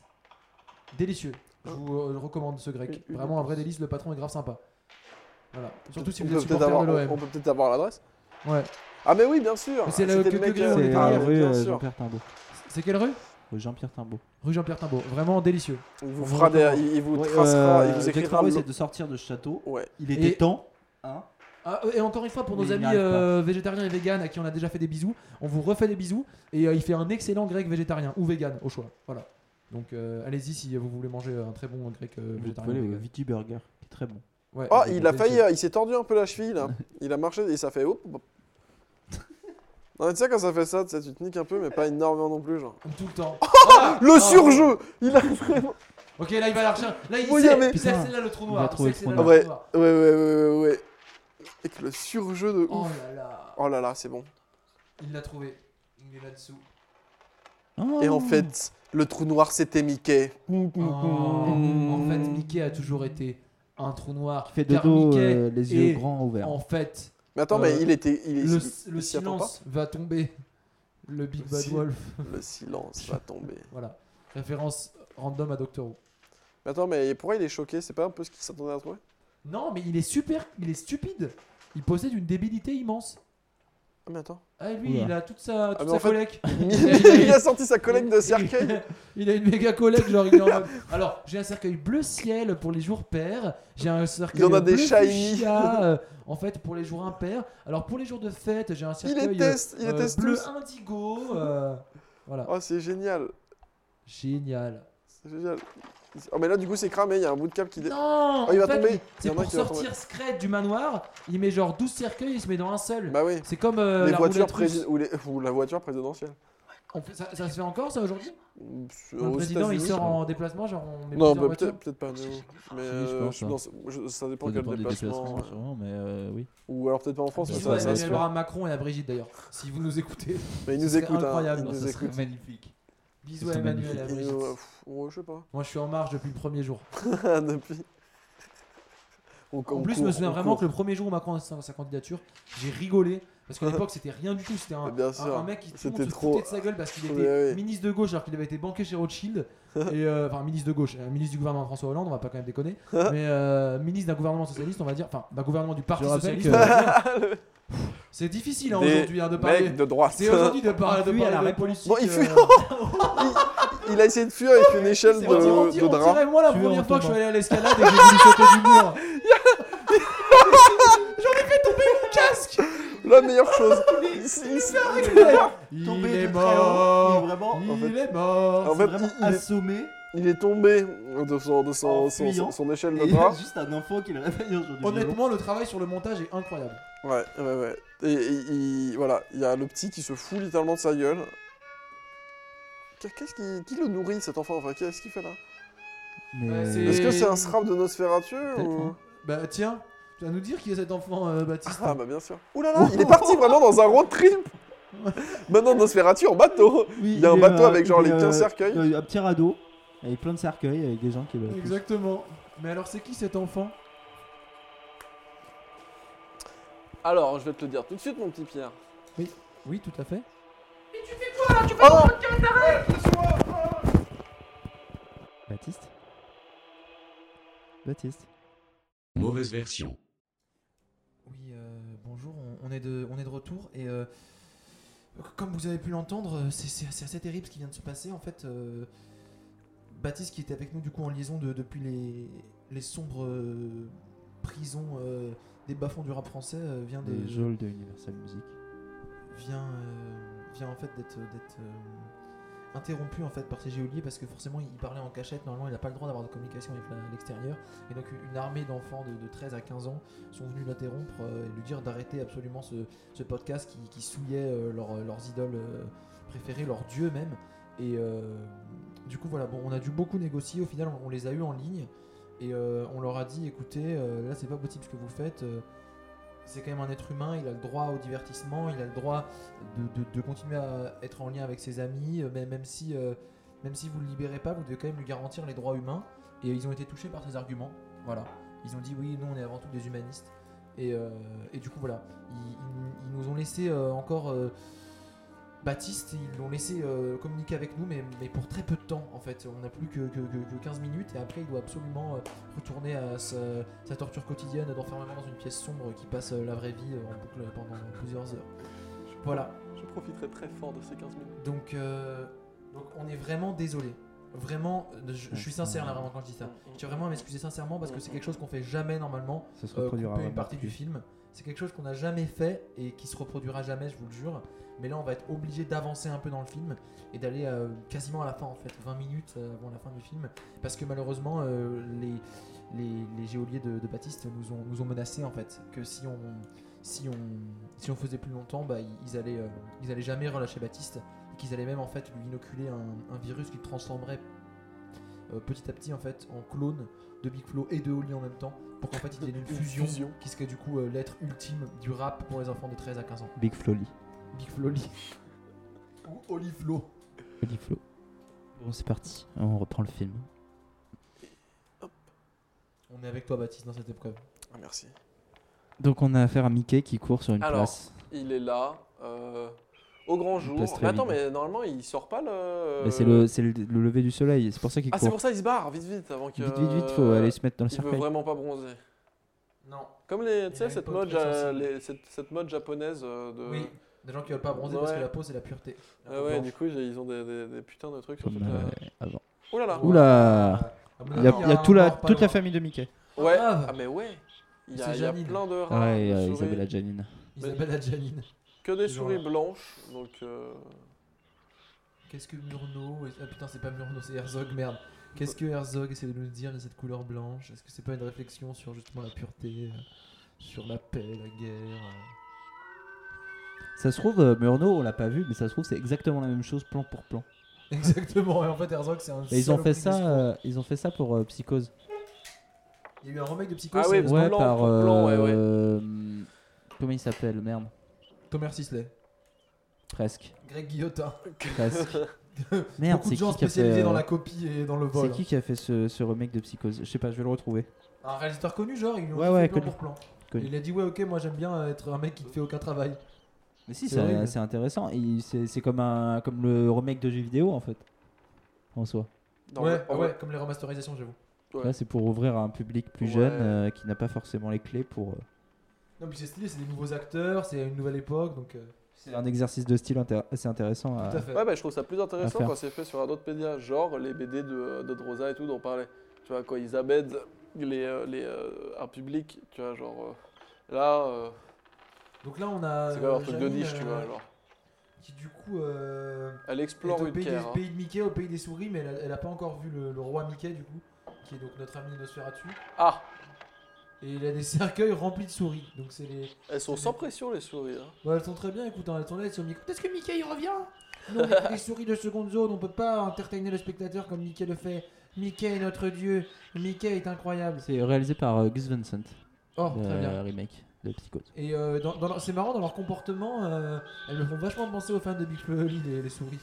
délicieux. Je vous euh, recommande ce grec. Une- une Vraiment un vrai épice. délice, le patron est grave sympa. Voilà. Surtout si On vous êtes peut peut-être supporter avoir- de on- on l'OM. peut peut-être avoir l'adresse. Ouais. Ah, mais oui, bien sûr. Mais c'est là C'était que- le mec que- euh, que- C'est qui Ah, à parlait, la rue bien euh, sûr. Jean-Pierre Timbaud. C'est quelle rue Rue Jean-Pierre Timbaud. Rue Jean-Pierre Timbaud. Vraiment délicieux. Il On vous vous fera des- recommande. il il vous Ouais, tracera, euh, il vous Jack écrira. Sparrow le- essaie de sortir de ce château. Ouais. Il était Et- temps. Hein Ah, et encore une fois, pour Mais nos il n'y amis arrive euh, végétariens et véganes à qui on a déjà fait des bisous, on vous refait des bisous et euh, il fait un excellent grec végétarien ou vegan au choix. Voilà. Donc euh, allez-y si vous voulez manger un très bon grec euh, Vous végétarien. pouvez aller au Viti Burger, qui est très bon. Ouais, Oh, c'est il a failli, délicieux. euh, il s'est tordu un peu la cheville là. Il a marché et ça fait. Oup, bop. Non, mais tu sais, quand ça fait ça, tu sais, tu te niques un peu, mais pas énormément non plus. genre. Tout le temps. Oh, Le Ah. surjeu Il a vraiment. Ok, là il va la rechercher. Là il Bon, il y sait. avait- Puis c'est c'est là le trou Il noir. va trouver C'est- le c'est trou là noir. trou noir. Ouais, ouais, ouais, ouais, ouais. Avec le surjeu de Oh ouf. là là. Oh là là, c'est bon. Il l'a trouvé. Il est là-dessous. Et en Ah. fait, le trou noir, c'était Mickey. Oh. En fait, Mickey a toujours été un trou noir. il fait Car dodo, Mickey euh, les yeux est, grands ouverts. En fait, Mais attends, Euh, mais il était. Il est- le, il- le il s'y attend silence va tomber. Le Big Le Bad sil- Wolf. pas. Le silence va tomber. Voilà. Référence random à Doctor Who. Mais attends, mais pourquoi il est choqué C'est pas un peu ce qu'il s'attendait à trouver Non, mais il est super. Il est stupide. Il possède une débilité immense. Ah, mais attends. Ah, lui, Oula. il a toute sa, toute mais sa en fait- collecte. il a sorti sa collègue de cercueil. Il a une méga collecte, genre il est en mode. Alors, j'ai un cercueil bleu ciel pour les jours pairs. J'ai un cercueil Il en a bleu des shiny. fuchsia, euh, en fait, pour les jours impairs. Alors, pour les jours de fête, j'ai un Il cercueil les teste, il euh, les teste bleu tous. indigo. euh, voilà. Oh, c'est génial. Génial. C'est génial. Oh, mais là, du coup, c'est cramé. Il y a un bout de câble qui. dé- Non Oh, il en va fait, tomber. il- Il C'est y en a pour qui va sortir Scred du manoir. Il met genre 12 cercueils, il se met dans un seul. Bah oui. C'est comme euh, les la voitures roulette russe. prési- ou, les- ou la voiture présidentielle. oh, On fait- ça, ça se fait encore ça aujourd'hui Le Aux président il États-Unis, sort je en déplacement, genre on met Non, plusieurs mais voitures. peut-être peut-être pas, mais, oui. mais je euh, pense, je- hein. non, c'est- je- ça dépend Ça quel dépend des déplacement. déplacements, ouais. sûrement, mais euh, oui. Ou alors peut-être pas en France, mais Bisous ça, à ça se Emmanuel fait. Macron et à Brigitte d'ailleurs, si vous nous écoutez. Mais ils Ce nous serait écoutent, hein, incroyable, ils non, nous ça serait écoutent. Magnifique. Bisous Ce à serait Emmanuel et à Et, Brigitte. euh, pff, ouais, je sais pas. Ah, Moi je suis en marche depuis le premier jour. Depuis. On- En on plus, je court, me souviens on vraiment court. que le premier jour où Macron a sa sa candidature, j'ai rigolé. Parce qu'à l'époque, c'était rien du tout. C'était un, Mais Ah. bien un- sûr. un mec qui tout le monde C'était se trop- foutait de sa gueule parce qu'il Oui, était oui. ministre de gauche alors qu'il avait été banqué chez Rothschild. et, euh, enfin, ministre de gauche, euh, ministre du gouvernement de François Hollande, on va pas quand même déconner. mais euh, ministre d'un gouvernement socialiste, on va dire. Enfin, d'un gouvernement du Parti Je rappelle Socialiste. que- on va dire. C'est difficile hein, Des aujourd'hui hein, de parler. Mec de droite. C'est aujourd'hui de, par- Il de fuit à parler la de réponse. politique, Bon, il euh, fuit. Il a essayé de fuir, il fait une échelle c'est- de, on dirait- on de dirait- on drap. dirait, moi la Tu es première en fois que je suis tombant. allé à l'escalade et que j'ai voulu sauter du mur. J'en ai fait tomber mon casque La meilleure chose. Il- il- Il Tombé est de très haut, mort mais vraiment, Il en fait- est mort Ah, En fait, c'est vraiment il- il- assommé. Il est tombé de son, de son, En son, fuyant. son- son échelle Et de il y a bras. juste un enfant qui le réveille aujourd'hui. Honnêtement, le travail sur le montage est incroyable. Ouais, ouais, ouais. Et, et- il- voilà, il y a le petit qui se fout littéralement de sa gueule. Qu'est- Qu'est-ce qui, qui le nourrit cet enfant Enfin, qu'est-ce qu'il fait là Ouais, Mais euh, c'est- Est-ce que Et- c'est un scrap de Nosferatu ou... hein. Bah tiens, tu vas nous dire qui est cet enfant, euh, Baptiste Ah bah bien sûr. Ouh là là, il est parti vraiment dans un road trip. Maintenant Nosferatu en bateau. Oui, Il y a un est, bateau euh, avec genre il les est, 15 euh, cercueils. il y a Un petit radeau avec plein de cercueils avec des gens qui le. poussent. Exactement. Mais alors, c'est qui cet enfant Alors, je vais te le dire tout de suite, mon petit Pierre. Oui, tout à fait. Oh Baptiste Baptiste Mauvaise version. Oui, euh, bonjour, on, on est de, on est de retour et euh, comme vous avez pu l'entendre, euh, c'est- c'est c'est assez terrible ce qui vient de se passer. En fait, euh, Baptiste qui était avec nous du coup en liaison de- depuis les, les sombres euh, prisons euh, des bas-fonds du rap français euh, vient de, Des geôles de Universal Music. vient, euh, vient en fait d'être d'être, euh, interrompu en fait par ces geôliers parce que forcément il parlait en cachette, normalement il n'a pas le droit d'avoir de communication avec la- l'extérieur et donc une armée d'enfants de, de 13 à 15 ans sont venus l'interrompre euh, et lui dire d'arrêter absolument ce, ce podcast qui, qui souillait euh, leurs- leurs idoles euh, préférées, leurs dieux même et euh, du coup voilà, bon on a dû beaucoup négocier, au final on, on les a eu en ligne et euh, on leur a dit écoutez euh, là c'est pas possible ce que vous faites euh, c'est quand même un être humain, il a le droit au divertissement, il a le droit de, de- de continuer à être en lien avec ses amis, euh, mais même si, euh, même si vous ne le libérez pas, vous devez quand même lui garantir les droits humains. Et euh, ils ont été touchés par ces arguments. Voilà. Ils ont dit oui, nous on est avant tout des humanistes. Et, euh, et du coup voilà, ils, ils- ils nous ont laissé euh, encore euh, Baptiste, ils l'ont laissé euh, communiquer avec nous, mais, mais pour très peu de temps en fait. On n'a plus que, que- que- que 15 minutes et après il doit absolument euh, retourner à sa, sa torture quotidienne d'enfermement dans une pièce sombre qui passe euh, la vraie vie euh, en boucle pendant plusieurs heures. Voilà. Je profiterai très fort de ces 15 minutes. Donc, euh, donc on est vraiment désolé. Vraiment, euh, je, je suis sincère là vraiment quand je dis ça. Je tiens vraiment à m'excuser sincèrement parce que c'est quelque chose qu'on fait jamais normalement. Ça se euh, reproduira. couper une vraiment partie du plus. film. C'est quelque chose qu'on n'a jamais fait et qui se reproduira jamais, je vous le jure. Mais là, on va être obligé d'avancer un peu dans le film et d'aller euh, quasiment à la fin, en fait, 20 minutes euh, avant la fin du film. Parce que malheureusement, euh, les, les, les géoliers de, de Baptiste nous ont, nous ont menacés, en fait, que si on, si on, si on faisait plus longtemps, bah, ils- ils, allaient, euh, ils allaient jamais relâcher Baptiste et qu'ils allaient même, en fait, lui inoculer un, un virus qui le transformerait euh, petit à petit, en fait, en clone de Big Flo et de Oli en même temps pour qu'en fait, il y ait une fusion qui serait du coup euh, l'être ultime du rap pour les enfants de 13 à 15 ans. Big Flolly. Big Floli. Ou Oli Flo. Oli Flo. Bon, c'est parti. On reprend le film. On est avec toi, Baptiste, dans cette épreuve. Ah merci. Donc, on a affaire à Mickey qui court sur une Alors, place. Il est là, euh, au grand jour. place très Mais attends, vide. mais normalement, il sort pas le. Mais c'est le, c'est le- le lever du soleil. C'est pour ça qu'il euh, Ah, c'est court. pour ça, il se barre, vite, vite, avant que. euh, Vite, vite, vite, faut aller se mettre dans le Il veut cercueil. vraiment pas bronzer. Non. Comme les, Il tu a sais, une cette peau mode, très ja- sensible. les- cette, cette mode japonaise euh, de. Oui. Des gens qui veulent pas bronzer parce Ouais. que la peau c'est la pureté. Ah ouais, du coup, j'ai- ils ont des, des- des putains de trucs sur toute la. Ouais, euh, avant. Oh là là Oula Ah, bon, Il y a, d'accord, il y a un tout la, mort, pas toute la mort. famille de Mickey. Ouais grave. Ah, mais ouais Il y C'est a, Ah, il y a Janine. plein de rats, Ouais, de euh, souris. Isabella Janine. Isabelle Adjanine. Que des Ces souris gens-là. blanches, donc. euh, Qu'est-ce que Murnau est- Ah putain, c'est pas Murnau, c'est Herzog, merde. Qu'est-ce que Herzog essaie de nous dire de cette couleur blanche Est-ce que c'est pas une réflexion sur justement la pureté, euh, sur la paix, la guerre euh Ça se trouve, euh, Murnau, on l'a pas vu, mais ça se trouve, c'est exactement la même chose plan pour plan. Exactement, et en fait Herzog c'est un. Et ils ont saloperie fait de ça, sourd. euh, ils ont fait ça pour euh, Psychose. Il y a eu un remake de Psycho, Ah c'est oui, Ouais, plan par. pour plan, ouais, ouais. euh, Comment il s'appelle Merde. Thomas Sisley, Presque. Greg Guillotin. Presque. Merde, Beaucoup c'est de gens qui qui a spécialisés fait, dans euh, la copie et dans le C'est vol. qui qui a fait ce, ce remake de Psychose Je sais pas, je vais le retrouver. Un réalisateur connu, genre, ils lui ont Ouais, dit ouais, fait plan connu. pour plan. Connu. Il a dit, ouais, ok, moi j'aime bien euh, être un mec qui ne fait aucun travail. Mais si, C'est c'est horrible. c'est intéressant. Il- C'est c'est comme, un, comme le remake de jeux vidéo en fait. En soi. dans ouais, le- ah en ouais, vrai. comme les remasterisations, j'avoue. Ouais. Là, c'est pour ouvrir à un public plus Ouais. jeune euh, qui n'a pas forcément les clés pour. euh, Non, puis c'est stylé, c'est des nouveaux acteurs, c'est une nouvelle époque, donc. euh, C'est un exercice de style intér- assez intéressant. à- Tout à fait. Ouais, bah, je trouve ça plus À intéressant faire. quand c'est fait sur un autre média, genre les BD de, de Drosa et tout dont on parlait. Tu vois, quand ils abèdent les, euh, les, euh, un public, tu vois, genre. euh, là, euh, Donc là, on a. c'est quand même un euh, truc de Janine, niche, euh, tu vois. Genre. Qui du coup. euh, Elle est au explore pays, des- Whitaker. hein. pays de Mickey, au pays des souris, mais elle a, elle a pas encore vu le, le roi Mickey, du coup, qui est donc notre ami Nosferatu. Ah Et il a des cercueils remplis de souris. Donc c'est les. Elles sont sans pression, les souris. hein. Ouais, elles sont très bien, écoute, hein, elles sont là, elles sont au micro. Est-ce que Mickey il revient Non, mais les souris de seconde zone, on peut pas entertainer le spectateur comme Mickey le fait. Mickey est notre dieu, Mickey est incroyable. C'est réalisé par euh, Gus Vincent, Oh, le très bien. remake de Psychose. Et euh, dans- dans leur- c'est marrant, dans leur comportement, euh, elles me font vachement penser aux fans de Big Fleur les, les souris.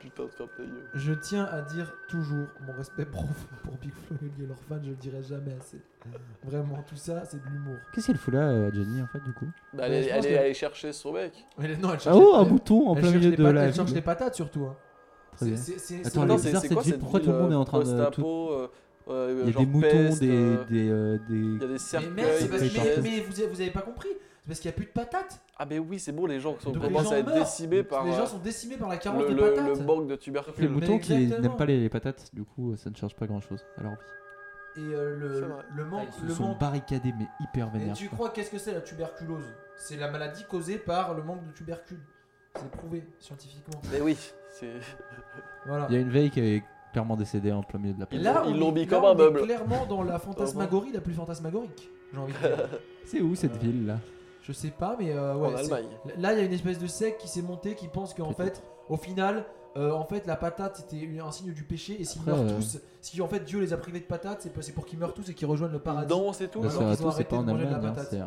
Putain, de faire ta gueule. Je tiens à dire toujours mon respect profond pour Big Flo et leurs fans, je le dirai jamais assez. Vraiment, tout ça, c'est de l'humour. Qu'est-ce qu'elle fout là, euh, Jenny, en fait, du coup Bah, Ouais, elle, je est pense elle est que- allée chercher son mec. Mais les- non, elle Ah cherche oh, les- un bouton elle en plein cherche milieu les de patates, la elle cherche les ville. patates surtout. hein. Très C'est- bien. c'est- c'est- Attends, c'est- les non, bizarre, cette ville, pourquoi tout le monde est en train de- Postapo, euh, euh, Il y a genre des moutons, peste, des. euh, des, euh, des- Il y a des cercueils. Mais merde, c'est parce- parce que- mais- des- mais vous, avez- vous avez pas compris. C'est parce qu'il n'y a plus de patates. Ah, mais oui, c'est bon, les gens sont- Donc les commencent gens à être meurent. décimés par les euh, gens sont décimés par la carence le, de le- patates. le manque de Les tubercules. Mais moutons qui exactement. n'aiment pas les, les patates, du coup, euh, ça ne change pas grand chose à leur vie. Et euh, le, C'est vrai. le Ah, manque. Ils se Le sont manque. barricadés, mais hyper Et vénères. tu crois qu'est-ce que c'est la tuberculose C'est la maladie causée par le manque de tubercule. C'est prouvé scientifiquement. Mais oui, c'est. Voilà. Il y a une veille qui est clairement décédée en plein milieu de la Ils place. Là, l'ont- ils on l'ont est- mis là, comme on un est meuble. Clairement dans la fantasmagorie la plus fantasmagorique. J'ai envie de dire. C'est où cette Euh, ville là Je sais pas, mais euh, ouais. en c'est- Allemagne. Là, il y a une espèce de sec qui s'est montée qui pense qu'en fait, au final, euh, en fait, la patate c'était une- un signe du péché et s'ils Après, meurent euh, tous, si en fait Dieu les a privés de patates, c'est pas- c'est pour qu'ils meurent tous et qu'ils rejoignent le paradis. Dans, c'est tout. Ouais, La alors genre. qu'ils ont Serato, c'est arrêté pas de en manger de la Allemagne, hein, patate. c'est, euh,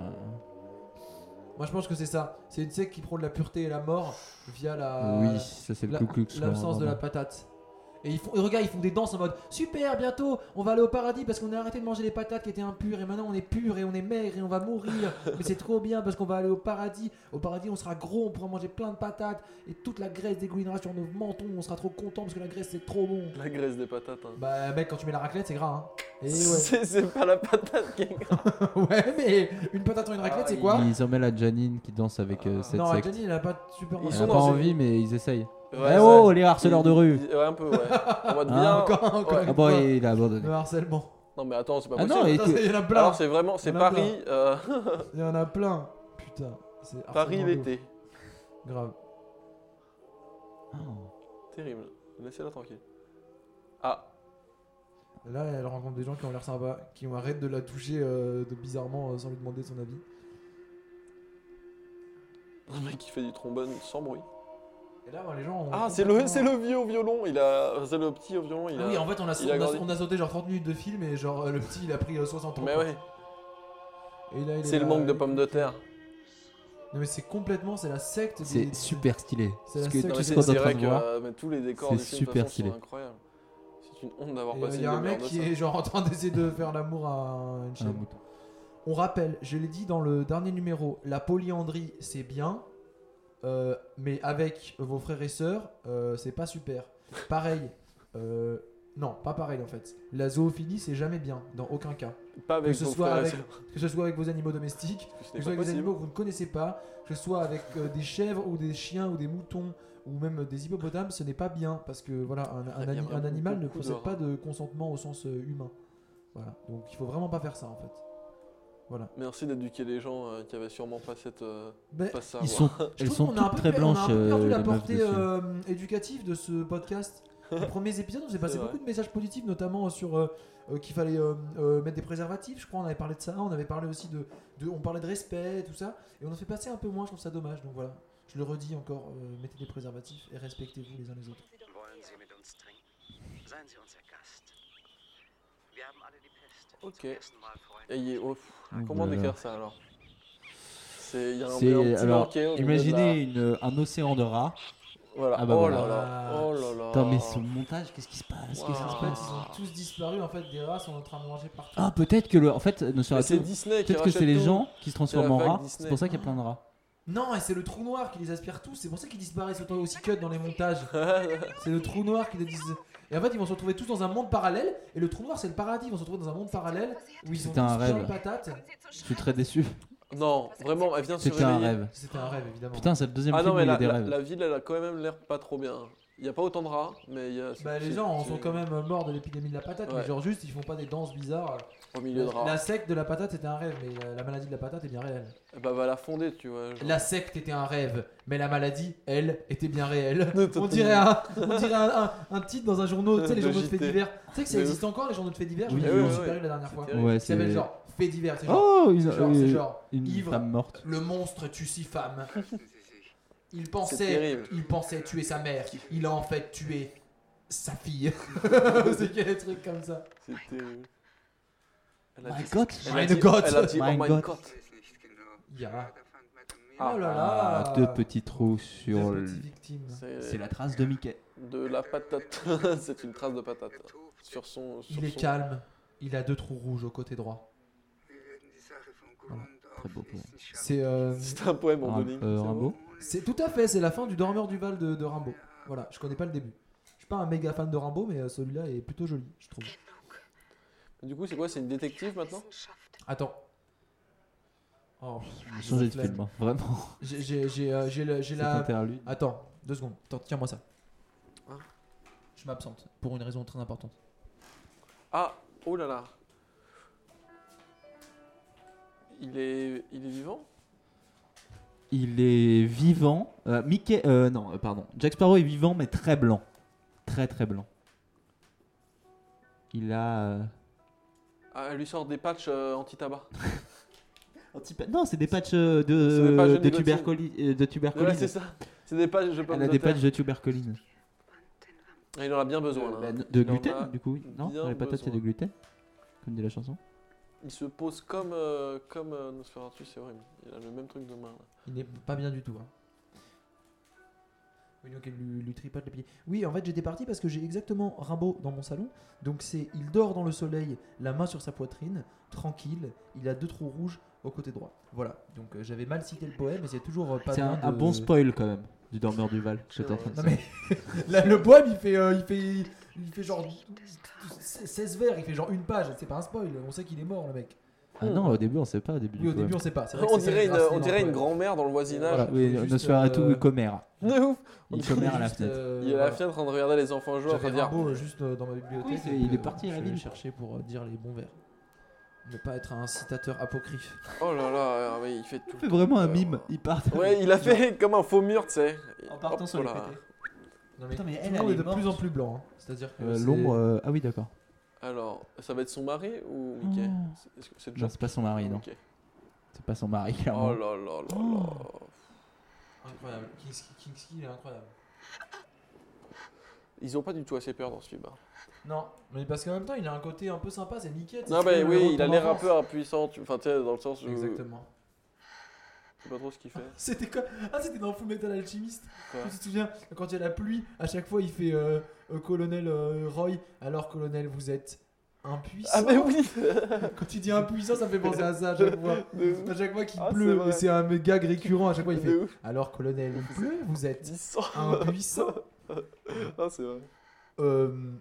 Moi, je pense que c'est ça. C'est une secte qui prône la pureté et la mort via la euh, Oui, ça c'est le Euh, la- Ku Klux Klan, l'absence de la vraiment. patate. Et ils font, et regarde, ils font des danses en mode super. Bientôt, on va aller au paradis parce qu'on a arrêté de manger les patates qui étaient impures et maintenant on est pur et on est maigre et on va mourir. Mais c'est trop bien parce qu'on va aller au paradis. Au paradis, on sera gros, on pourra manger plein de patates et toute la graisse dégoulinera sur nos mentons. On sera trop content parce que la graisse c'est trop bon. La graisse des patates. hein. Bah mec, quand tu mets la raclette, c'est gras. Hein. Et ouais. C'est c'est pas la patate Eh qui est ouais, mais une patate en une raclette, c'est quoi Ils emmènent la Janine qui danse avec euh, Ah. cette Non, secte. Johnny, il a pas de Ah, super. Ils Elle sont a pas dans une- envie, mais ils essayent. Ouais, eh ça- oh, les harceleurs de rue Ouais, un peu, ouais. En mode Hein, bien. Encore, encore Ouais. une bah, Ah bon, fois, il a abandonné. le harcèlement. Non, mais attends, c'est pas Ah possible. non, et Putain, que- ça, il y en a plein. Alors, c'est vraiment, c'est On a Ah, Paris, euh, Il y en a plein. Putain. c'est Paris harcèlement de l'été. ouf. Grave. Terrible. Laissez-la tranquille. Ah, Là, elle rencontre des gens qui ont l'air sympas, qui ont arrêté de la toucher euh, de bizarrement euh, sans lui demander son avis. le mec qui fait du trombone sans bruit. Et là, bah, les gens. ont Ah, c'est le, complètement- c'est le vieux au violon. Il a, c'est le petit au violon. Il Ah a. oui, en fait, on a, il a on a- grandi. on a sauté genre 30 minutes de film et genre euh, le petit il a pris euh, 60 ans. Mais quoi. ouais, Et là, il est c'est le là, manque de euh, pommes de terre. Non, mais c'est complètement, c'est la secte. des- C'est super stylé. C'est la Ce que seule Non, tout chose mais ce c'est qu'on est c'est en train vrai de que voir. euh, mais tous les décors du c'est film de toute super façon, stylé. sont incroyables. C'est une honte d'avoir Et, euh, passé Il y a une un mec demi-heure qui de ça. est genre en train d'essayer de faire l'amour à une Un chaîne. mouton. On rappelle, je l'ai dit dans le dernier numéro, la polyandrie c'est bien, euh, mais avec vos frères et sœurs, euh, c'est pas super. Pareil, euh, Non, pas pareil en fait. La zoophilie, c'est jamais bien, dans aucun cas. Pas Que avec ce, vos soit frères et avec, sœurs. que ce soit avec vos animaux domestiques, que Ce n'est ce soit pas avec des possible. animaux que vous ne connaissez pas, que ce soit avec euh, des chèvres ou des chiens ou des moutons ou même des hippopotames, ce n'est pas bien parce que voilà, un, un Il y a ani- vraiment un animal ne beaucoup de possède rats. pas de consentement au sens euh, humain. Voilà, donc il faut vraiment pas faire ça en fait. Voilà. Merci d'éduquer les gens euh, qui avaient sûrement pas cette. euh, Mais pas ça. Ils moi. sont, je elles trouve sont qu'on a un toutes peu très per- on a un blanches. peu perdu euh, la les meufs portée dessus. euh, éducative de ce podcast. Les premiers épisodes, on s'est passé vrai. beaucoup de messages positifs, notamment sur euh, euh, qu'il fallait euh, euh, mettre des préservatifs. Je crois on avait parlé de ça. On avait parlé aussi de, de- on parlait de respect, tout ça. Et on en fait passer un peu moins. Je trouve ça dommage. Donc voilà, je le redis encore. euh, mettez des préservatifs et respectez-vous les uns les autres. Wollen Sie mit uns trinken? Seien Sie unser Gast. Wir haben alle die Pest. Ok. Zum ersten Mal, Freunde. Ayez- oh, pff, Oh comment là là. décrire ça alors C'est. Il y a un, un C'est- petit alors, banquet au milieu de Imaginez euh, une- un océan de rats. la- Voilà. Ah bah oh voilà. là là. Oh là là. Attends, mais son montage, qu'est-ce qui se passe, Qu'est-ce Wow. qui En se fait, passe ils ont tous disparu. En fait, des rats sont en train de manger partout. Ah, peut-être que le. En fait, ne Mais sera c'est Disney qui Peut-être que c'est rachète les tout. gens qui se transforment en vague rats. Disney. C'est pour ça qu'il y a plein de rats. Non, et c'est le trou noir qui les aspire tous. C'est pour ça qu'ils disparaissent autant aussi cut dans les montages. C'est le trou noir qui les disent. Et en fait, ils vont se retrouver tous dans un monde parallèle. Et le trou noir, c'est le paradis. Ils vont se retrouver dans un monde parallèle où ils ont C'était un tous plein rêve. de patates. Je suis très déçu. Non, vraiment, elle vient de se C'était réveiller. un rêve. C'était un rêve, évidemment. Putain, c'est le deuxième Ah film non, où mais il y la, a des la- rêves. la ville, elle a quand même l'air pas trop bien. Il n'y a pas autant de rats, mais il y a. Bah, les gens en sont quand même morts de l'épidémie de la patate. Ouais. Mais genre, juste, ils font pas des danses bizarres. Au milieu de rats. La secte de la patate était un rêve, mais la, la maladie de la patate est bien réelle. Eh Bah, va la fonder, tu vois. genre. La secte était un rêve, mais la maladie, elle, était bien réelle. On dirait un, on dirait un, un- un titre dans un journal, tu sais, les De journaux de faits JT. divers. Tu sais que ça De existe encore, les journaux de faits divers Oui, Je me oui, suis oui, disparu oui. la dernière fois. C'est Ouais, Ça s'appelle genre faits divers, c'est genre, Oh, une, c'est genre, c'est euh, genre, une ivre. femme morte. le monstre tue six femmes. Lassen Sie sich Il C'est pensait, terrible. il pensait tuer sa mère, il a en fait tué sa fille. c'est quel truc comme ça. C'est terrible. Elle a My dit- God. elle a My dit- God. Elle a dit, My oh my God. God. es nicht genug. Ja. Da fand Madame Miller Ah. Oh là là. Ah, deux petits trous Deux sur le. petites victimes. C'est C'est la trace de Mickey. de la patate. C'est une trace de patate. getobte. Sur son. Sur Il est son- calme, il a deux trous rouges au côté droit. Wir werden die Sache von Voilà. Grund Très auf beau poème. wissenschaftlich C'est euh, C'est un poème en Ram- deux lignes. euh, c'est Rimbaud. bon. C'est tout à fait, c'est la fin du Dormeur du Val de, de Rimbaud. Voilà, je connais pas le début. Je suis pas un méga fan de Rimbaud, mais euh, celui-là est plutôt joli, je trouve. Du coup, c'est quoi C'est une détective maintenant Attends. Oh, J'ai changé de flemme. film, hein. vraiment. J'ai- J'ai j'ai, euh, j'ai la- j'ai Cet la. interlude. Attends, deux secondes. Attends, tiens-moi ça. Hein Je m'absente pour une raison très importante. Ah Oh là là Il est. Il est vivant Il est vivant. Euh, Mickey. euh, non, euh, pardon. Jack Sparrow est vivant, mais très blanc. Très très blanc. Il a. euh, Ah, elle lui sort des patchs euh, anti-tabac. un petit pa- Non, c'est des patchs euh, C'est des patchs de de, de, nicotine. tubercoli- euh, de Ouais, c'est tuberculine. ça. C'est des patchs de pommes Elle a de des terre. patchs de tuberculine. Ah, Il en a bien besoin. là. Bah, de Il en gluten, a- du coup. oui. Non, bien dans les patates, il y a besoin. du gluten. Comme dit la chanson. Il se pose comme, euh, comme euh, Nosferatu, c'est horrible. Il a le même truc de main. Là. Il n'est pas bien du tout. hein. Oui, donc elle lui, lui tripote les pieds. Oui, en fait, j'étais parti parce que j'ai exactement Rimbaud dans mon salon. Donc, c'est il dort dans le soleil, la main sur sa poitrine, tranquille. Il a deux trous rouges au côté droit. Voilà. Donc, euh, j'avais mal cité le poème, mais c'est toujours euh, pas C'est bien un, de- un bon spoil quand même du dormeur du Val. j'étais en train de Non, dire. mais là, le poème, il fait, euh, il fait, il fait genre 16 vers, il fait genre une page. C'est pas un spoil. On sait qu'il est mort, le mec. Ah non, au début on sait pas. Au début, Oui, du au début, on poème. sait pas. C'est vrai que On c'est ça, dirait, le une, grave, on c'est dirait dans une le poème. grand-mère dans le voisinage. Voilà. Oui, Juste, on se à tout euh, commère. De ouf Il commère à la Juste, fenêtre. euh, Il est à la voilà. fenêtre en train de regarder les enfants jouer. en train J'avais de dire, Rimbaud euh, juste euh, dans ma bibliothèque. Oui, c'est- donc, il est euh, parti à la je vais ville. chercher pour euh, dire les bons vers. Ne pas être un citateur apocryphe. Oh là là, ah oui, il fait tout. Il fait vraiment un peur. mime. Il part. Ouais, il a fait comme un faux mur, tu sais. En partant Hop sur les là. côtés. Non, mais Putain, mais tout elle, le elle monde est est de plus en morte. plus blanc. hein. C'est-à-dire que Euh, c'est- L'ombre. euh, Ah oui, d'accord. Alors, ça va être son mari ou Mickey Oh. C'est- est-ce que C'est Non, Jack c'est pas son mari, non. Ok. C'est pas son mari, Oh clairement. là là là là. Oh. Incroyable. Kingski, Kingski, il est incroyable. Ils ont pas du tout assez peur dans ce film. hein. Non, mais parce qu'en même temps, il a un côté un peu sympa, c'est Mickey. tu sais, Non, c'est mais le oui, héros il a de l'air un l'enfance. peu impuissant. tu- Enfin, tu sais, dans le sens où. Exactement. Je sais pas trop ce qu'il fait. C'était quoi Ah, c'était dans Full Metal Alchemist. Quoi Tu te souviens quand il y a la pluie, à chaque fois il fait euh, euh, colonel euh, Roy. Alors colonel, vous êtes impuissant. Ah, mais oui Quand il dit impuissant, ça me fait penser à ça à chaque fois. De ouf. À chaque fois qu'il Ah, c'est pleut, vrai. et c'est un gag récurrent, à chaque fois il De fait ouf. Alors, colonel, il pleut, vous êtes Dis ça. impuissant. Ah, c'est vrai. Euh,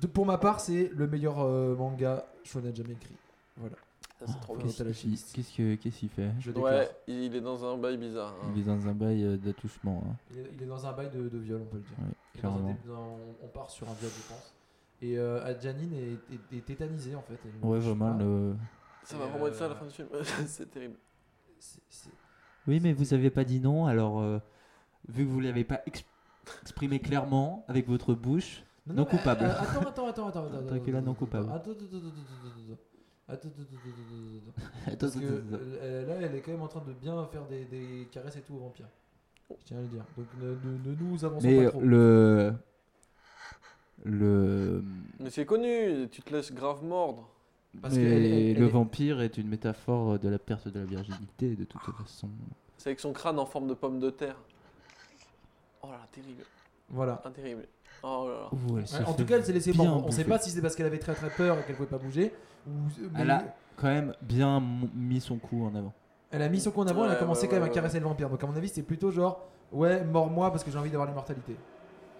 de- pour ma part, c'est le meilleur euh, manga shonen jamais écrit. Ça, Ah, c'est trop ok. bien. Qu'est-ce Qu'est-ce qu'il- qu'il- qu'est-ce que- qu'est-ce qu'il fait Je le déclare. Ouais, il est dans un bail bizarre. hein. Il est dans un bail euh, d'attouchement. hein. Il, est, il est dans un bail de, de viol, on peut le dire. Ouais, Il est dans un clairement. dé- dans- on part sur un viol, je pense. Et euh, Adjanine est, est- est tétanisée en fait. Elle ne Ouais, bouge vraiment. pas. le- Ça va vraiment être ça à la fin du film. c'est terrible. Mm. C'est- c'est- Oui, mais vous avez pas dit non, alors euh, vu que vous l'avez pas exp- exprimé clairement avec votre bouche, Non, Non mais, coupable. euh, euh, Attends, attends, attends, attends. attends, Dracula attends, non attends, coupable. Attends, attends, attends, attends, attends, attends, attends, attends, attends, attends, attends, attends. Parce que euh, là, elle est quand même en train de bien faire des, des caresses et tout aux vampires. Je tiens à le dire. Donc ne, ne- ne nous avançons Mais euh, pas trop. le. Le. Mais c'est connu, tu te laisses grave mordre. Parce mais que elle- elle- le elle est- vampire est une métaphore de la perte de la virginité, de toute façon. C'est avec son crâne en forme de pomme de terre. Oh là, terrible. Voilà. Ah, terrible. Oh là là. Ouh, elle se Ouais, en fait tout cas, elle s'est laissée bien mordre. On ne sait bouffer. pas si c'est parce qu'elle avait très très peur et qu'elle pouvait pas bouger. Ou, mais- Elle a- Quand même bien m- mis son cou en avant. elle a mis son coup en avant, elle a Ouais, commencé ouais, quand même ouais, à ouais. caresser le vampire. Donc à mon avis, c'est plutôt genre, ouais, mords-moi parce que j'ai envie d'avoir l'immortalité.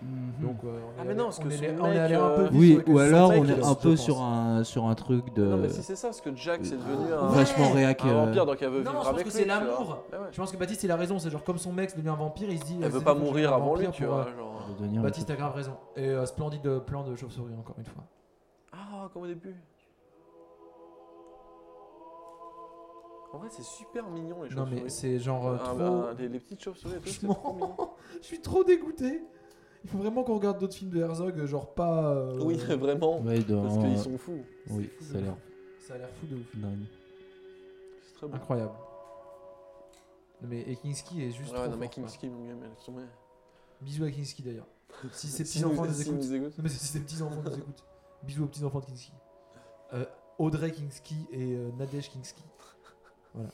Donc, Donc euh, on Ah, est mais allé- non, parce on que est son allé- on mec, est allé un peu euh, vite oui, sur les ou alors mec, on je est un peu pense. sur un, sur un truc de. Non, mais si c'est ça, parce que Jack, c'est devenu un, Euh, Vachement Ouais. réac. un euh, vampire, donc elle veut Non, vivre je pense avec que lui, c'est tu vois. Ah l'amour. Ouais, ouais. Je pense que Baptiste, il a raison. C'est genre, comme son mec devient un vampire, il se dit. euh, Elle veut c'est pas bon, je vais mourir devenir un avant lui, vampire tu pour, vois. euh, Genre. de devenir le Baptiste a grave raison. Et euh, splendide euh, plan de chauve-souris, encore une fois. Ah, comme au début. En vrai, c'est super mignon, les Non, mais chauves-souris. c'est genre euh, Ah, trop. bah, les, les petites chauves-souris et tout, c'est Franchement. trop mignon. Je suis trop dégoûté. Il faut vraiment qu'on regarde d'autres films de Herzog, euh, genre pas. euh, Oui, vraiment. Ouais, dans- Parce qu'ils sont fous. Oui, fou de ça a l'air Ça a l'air fou de ouf. dingue. C'est très bon. Incroyable. Non, Mais et Kinski est juste Ah Ouais, trop non, mais fort, quoi. Kinski, lui-même, elle est tombée. Bisous à Kinski d'ailleurs. Si ses Si nous- petits-enfants nous si écoutent. nous écoutent. Non, mais si ses petits-enfants nous écoutent. Bisous aux petits-enfants de Kinski. Euh, Audrey Kinski et euh, Nadège Kinski. Voilà.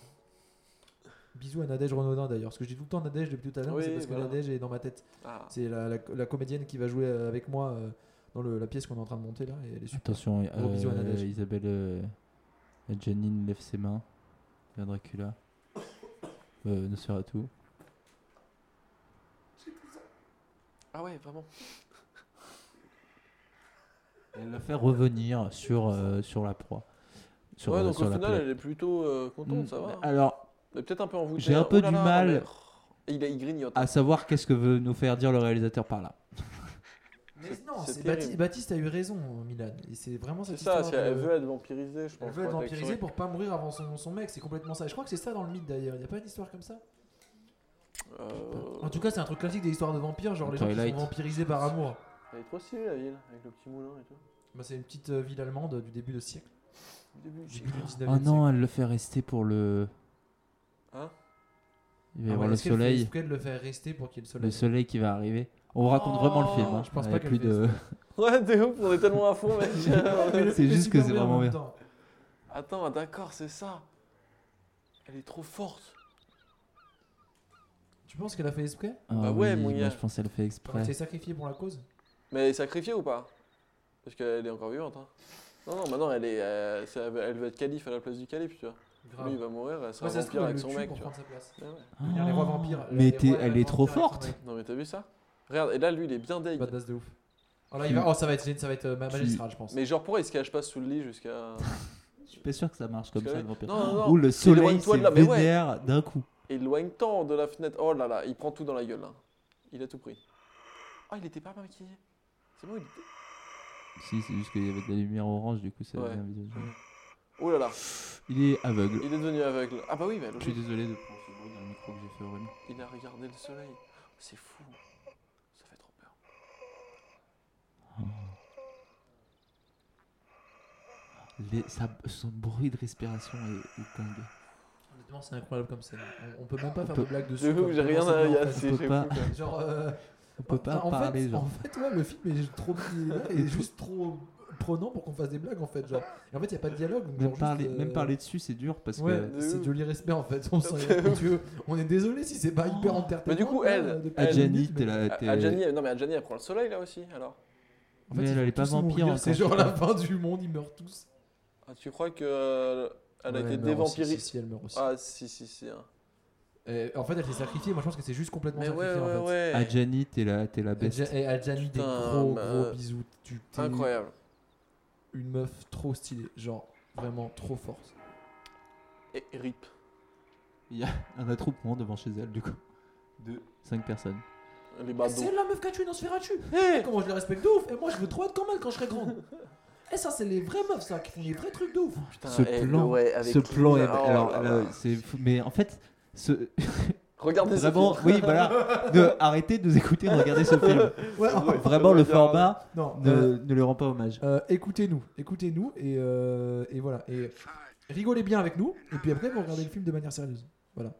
Bisous à Nadège Renaudin d'ailleurs. Parce que je dis tout le temps Nadège depuis tout à l'heure, mais Oui, c'est parce voilà. que Nadège est dans ma tête. Ah. C'est la, la- la comédienne qui va jouer euh, avec moi euh, dans le- la pièce qu'on est en train de monter là. Et elle est super. Attention, Gros bisous à euh, Nadège. Isabelle euh, Janine lève ses mains vers Dracula. Euh, ne sera tout. Ah ouais, vraiment. Elle le fait revenir sur, euh, sur la proie. Sur, ouais, euh, donc sur au la final, plaie. elle est plutôt euh, contente, ça va. Mm, Alors, Mais peut-être un peu envoûtée. J'ai un peu Oh là du là, mal. mais- Et Il, est- il grignote. Ah, à savoir qu'est-ce que veut nous faire dire le réalisateur par là. Mais non, c'est c'est terrible. Baptiste, Baptiste a eu raison, Milan. Et c'est vraiment c'est cette ça, histoire si elle de- veut être vampirisée, je pense. Elle veut être pour être avec vampirisée son- pour pas mourir avant son, son mec, c'est complètement ça. Et je crois que c'est ça dans le mythe d'ailleurs, il a pas une histoire comme ça Euh, En tout cas, c'est un truc classique des histoires de vampires, genre les gens qui Twilight. sont vampirisés par amour. Elle est trop stylée, la ville, avec le petit moulin et tout. Bah, c'est une petite euh, ville allemande du début de siècle. Au début, Du début du 19e Oh non, elle le fait rester pour le. Hein Il siècle. Ah va y ouais, avoir le est-ce qu'elle fait soleil. exprès de le faire rester pour qu'il y ait le Le soleil. soleil qui va arriver. On raconte vraiment le film. hein. je pense Il y pas a qu'elle plus fait de. Ouais, t'es ouf, on est tellement à fond, mec. Mais le C'est film juste super que c'est bien en vraiment même bien. temps. Attends, ah, d'accord, c'est ça. Elle est trop forte. Tu penses qu'elle a fait exprès Ah Bah ouais, oui, mon moi, gars. je pense qu'elle le fait Elle exprès. s'est sacrifiée pour la cause Mais elle est sacrifiée ou pas Parce qu'elle est encore vivante. Hein. Non, non, maintenant, elle, est, euh, ça- elle veut être calife à la place du calife, tu vois. Lui, il va mourir, elle sera Ouais, ça se trouve, elle bah, vampire avec le son tue mec, pour tu vois. prendre sa place. Ouais, ouais. Ah. Les rois vampires. les- Mais les t'es- rois elle est vampires trop avec son forte. mec. Non, mais t'as vu ça Regarde, et là, lui, il est bien deg. Badass de ouf. Oh là, il va... oh, ça va être, ça va être euh, ma- Tu- magistral, je pense. Mais genre, pourquoi il se cache pas sous le lit jusqu'à. Je suis pas sûr que ça marche comme jusqu'à- ça, le vampire. Non, non, non. Ou le soleil éloigne-toi s'est de là, mais ouais. vénère d'un coup. Éloigne-t'en de la fenêtre. Oh là là, il prend tout dans la gueule là. Il a tout pris. Ah, il était pas maquillé. C'est bon, il était. Si, c'est juste qu'il y avait de la lumière orange, du coup, ça Ouais. faisait un visage. Oh là là, Il est aveugle. il est devenu aveugle. Ah bah oui, mais Je suis logique. désolé de prendre ce bruit dans le micro que j'ai fait au rhume. Il a regardé le soleil. C'est fou. Ça fait trop peur. Les- sa- son bruit de respiration est, est dingue. Honnêtement, c'est incroyable comme scène. On, on peut même pas On faire peut- de blagues dessus. De ouf, comme j'ai rien comment à. c'est y bien, en a- fait. c'est- On peut j'ai pas- fou, quoi. Genre, euh, On peut pas en parler, fait, genre. En fait, ouais, le film est trop bizarre et juste trop prenant pour qu'on fasse des blagues en fait. Genre, et en fait, il a pas de dialogue. donc Même genre parler, juste, euh, même parler dessus, c'est dur parce Ouais, que. de c'est ouf. joli respect en fait. On, s'en est respectueux. On est désolé si c'est pas Oh. hyper entertainant. Mais du coup, là, elle, depuis elle- dix minutes, Adjani, mais- t'es là. t'es- Ah, Adjani, elle- non mais Adjani, elle prend le soleil là aussi alors. En fait, Mais ils elle, vont elle est pas tous vampire mourir, C'est encore. genre la fin du monde, ils meurent tous. Ah, tu crois que. euh, Elle a Ouais, meurt été aussi, Si, dévampirisée si, elle meurt aussi. Ah si, si, si. hein. Euh, Ah. en fait, elle s'est sacrifiée. Moi, je pense que c'est juste complètement Mais ouais, sacrifiée ouais, en fait. ouais. Adjani, t'es la, t'es la Adja- best. et Adjani, des Putain, gros bah, gros bisous. Tu t'es Incroyable. une meuf trop stylée, genre vraiment trop forte. Et et rip. Un attroupement devant chez elle, du coup. De 5 personnes. Les badauds. C'est la meuf qu'a tué dans Sferatu. Comment je la respecte de ouf. Et moi, je veux trop être comme elle quand je serai grande. Et ça, c'est les vraies meufs, ça, qui font les vrais trucs de ouf. Putain, ce eh, plan, ouais, avec ce Lisa, plan est. oh là alors, Ah, là. bah. là, c'est fou. Mais en fait, ce. Regardez ce Vraiment, film. oui, voilà. De, arrêtez de nous écouter, de regarder ce film. Vraiment, Ça le veut dire- format oh, Non, euh, ne, ne le rend pas hommage. euh, écoutez-nous, écoutez-nous et, euh, et voilà. Et rigolez bien avec nous. Et puis après, vous regardez le film de manière sérieuse. Voilà.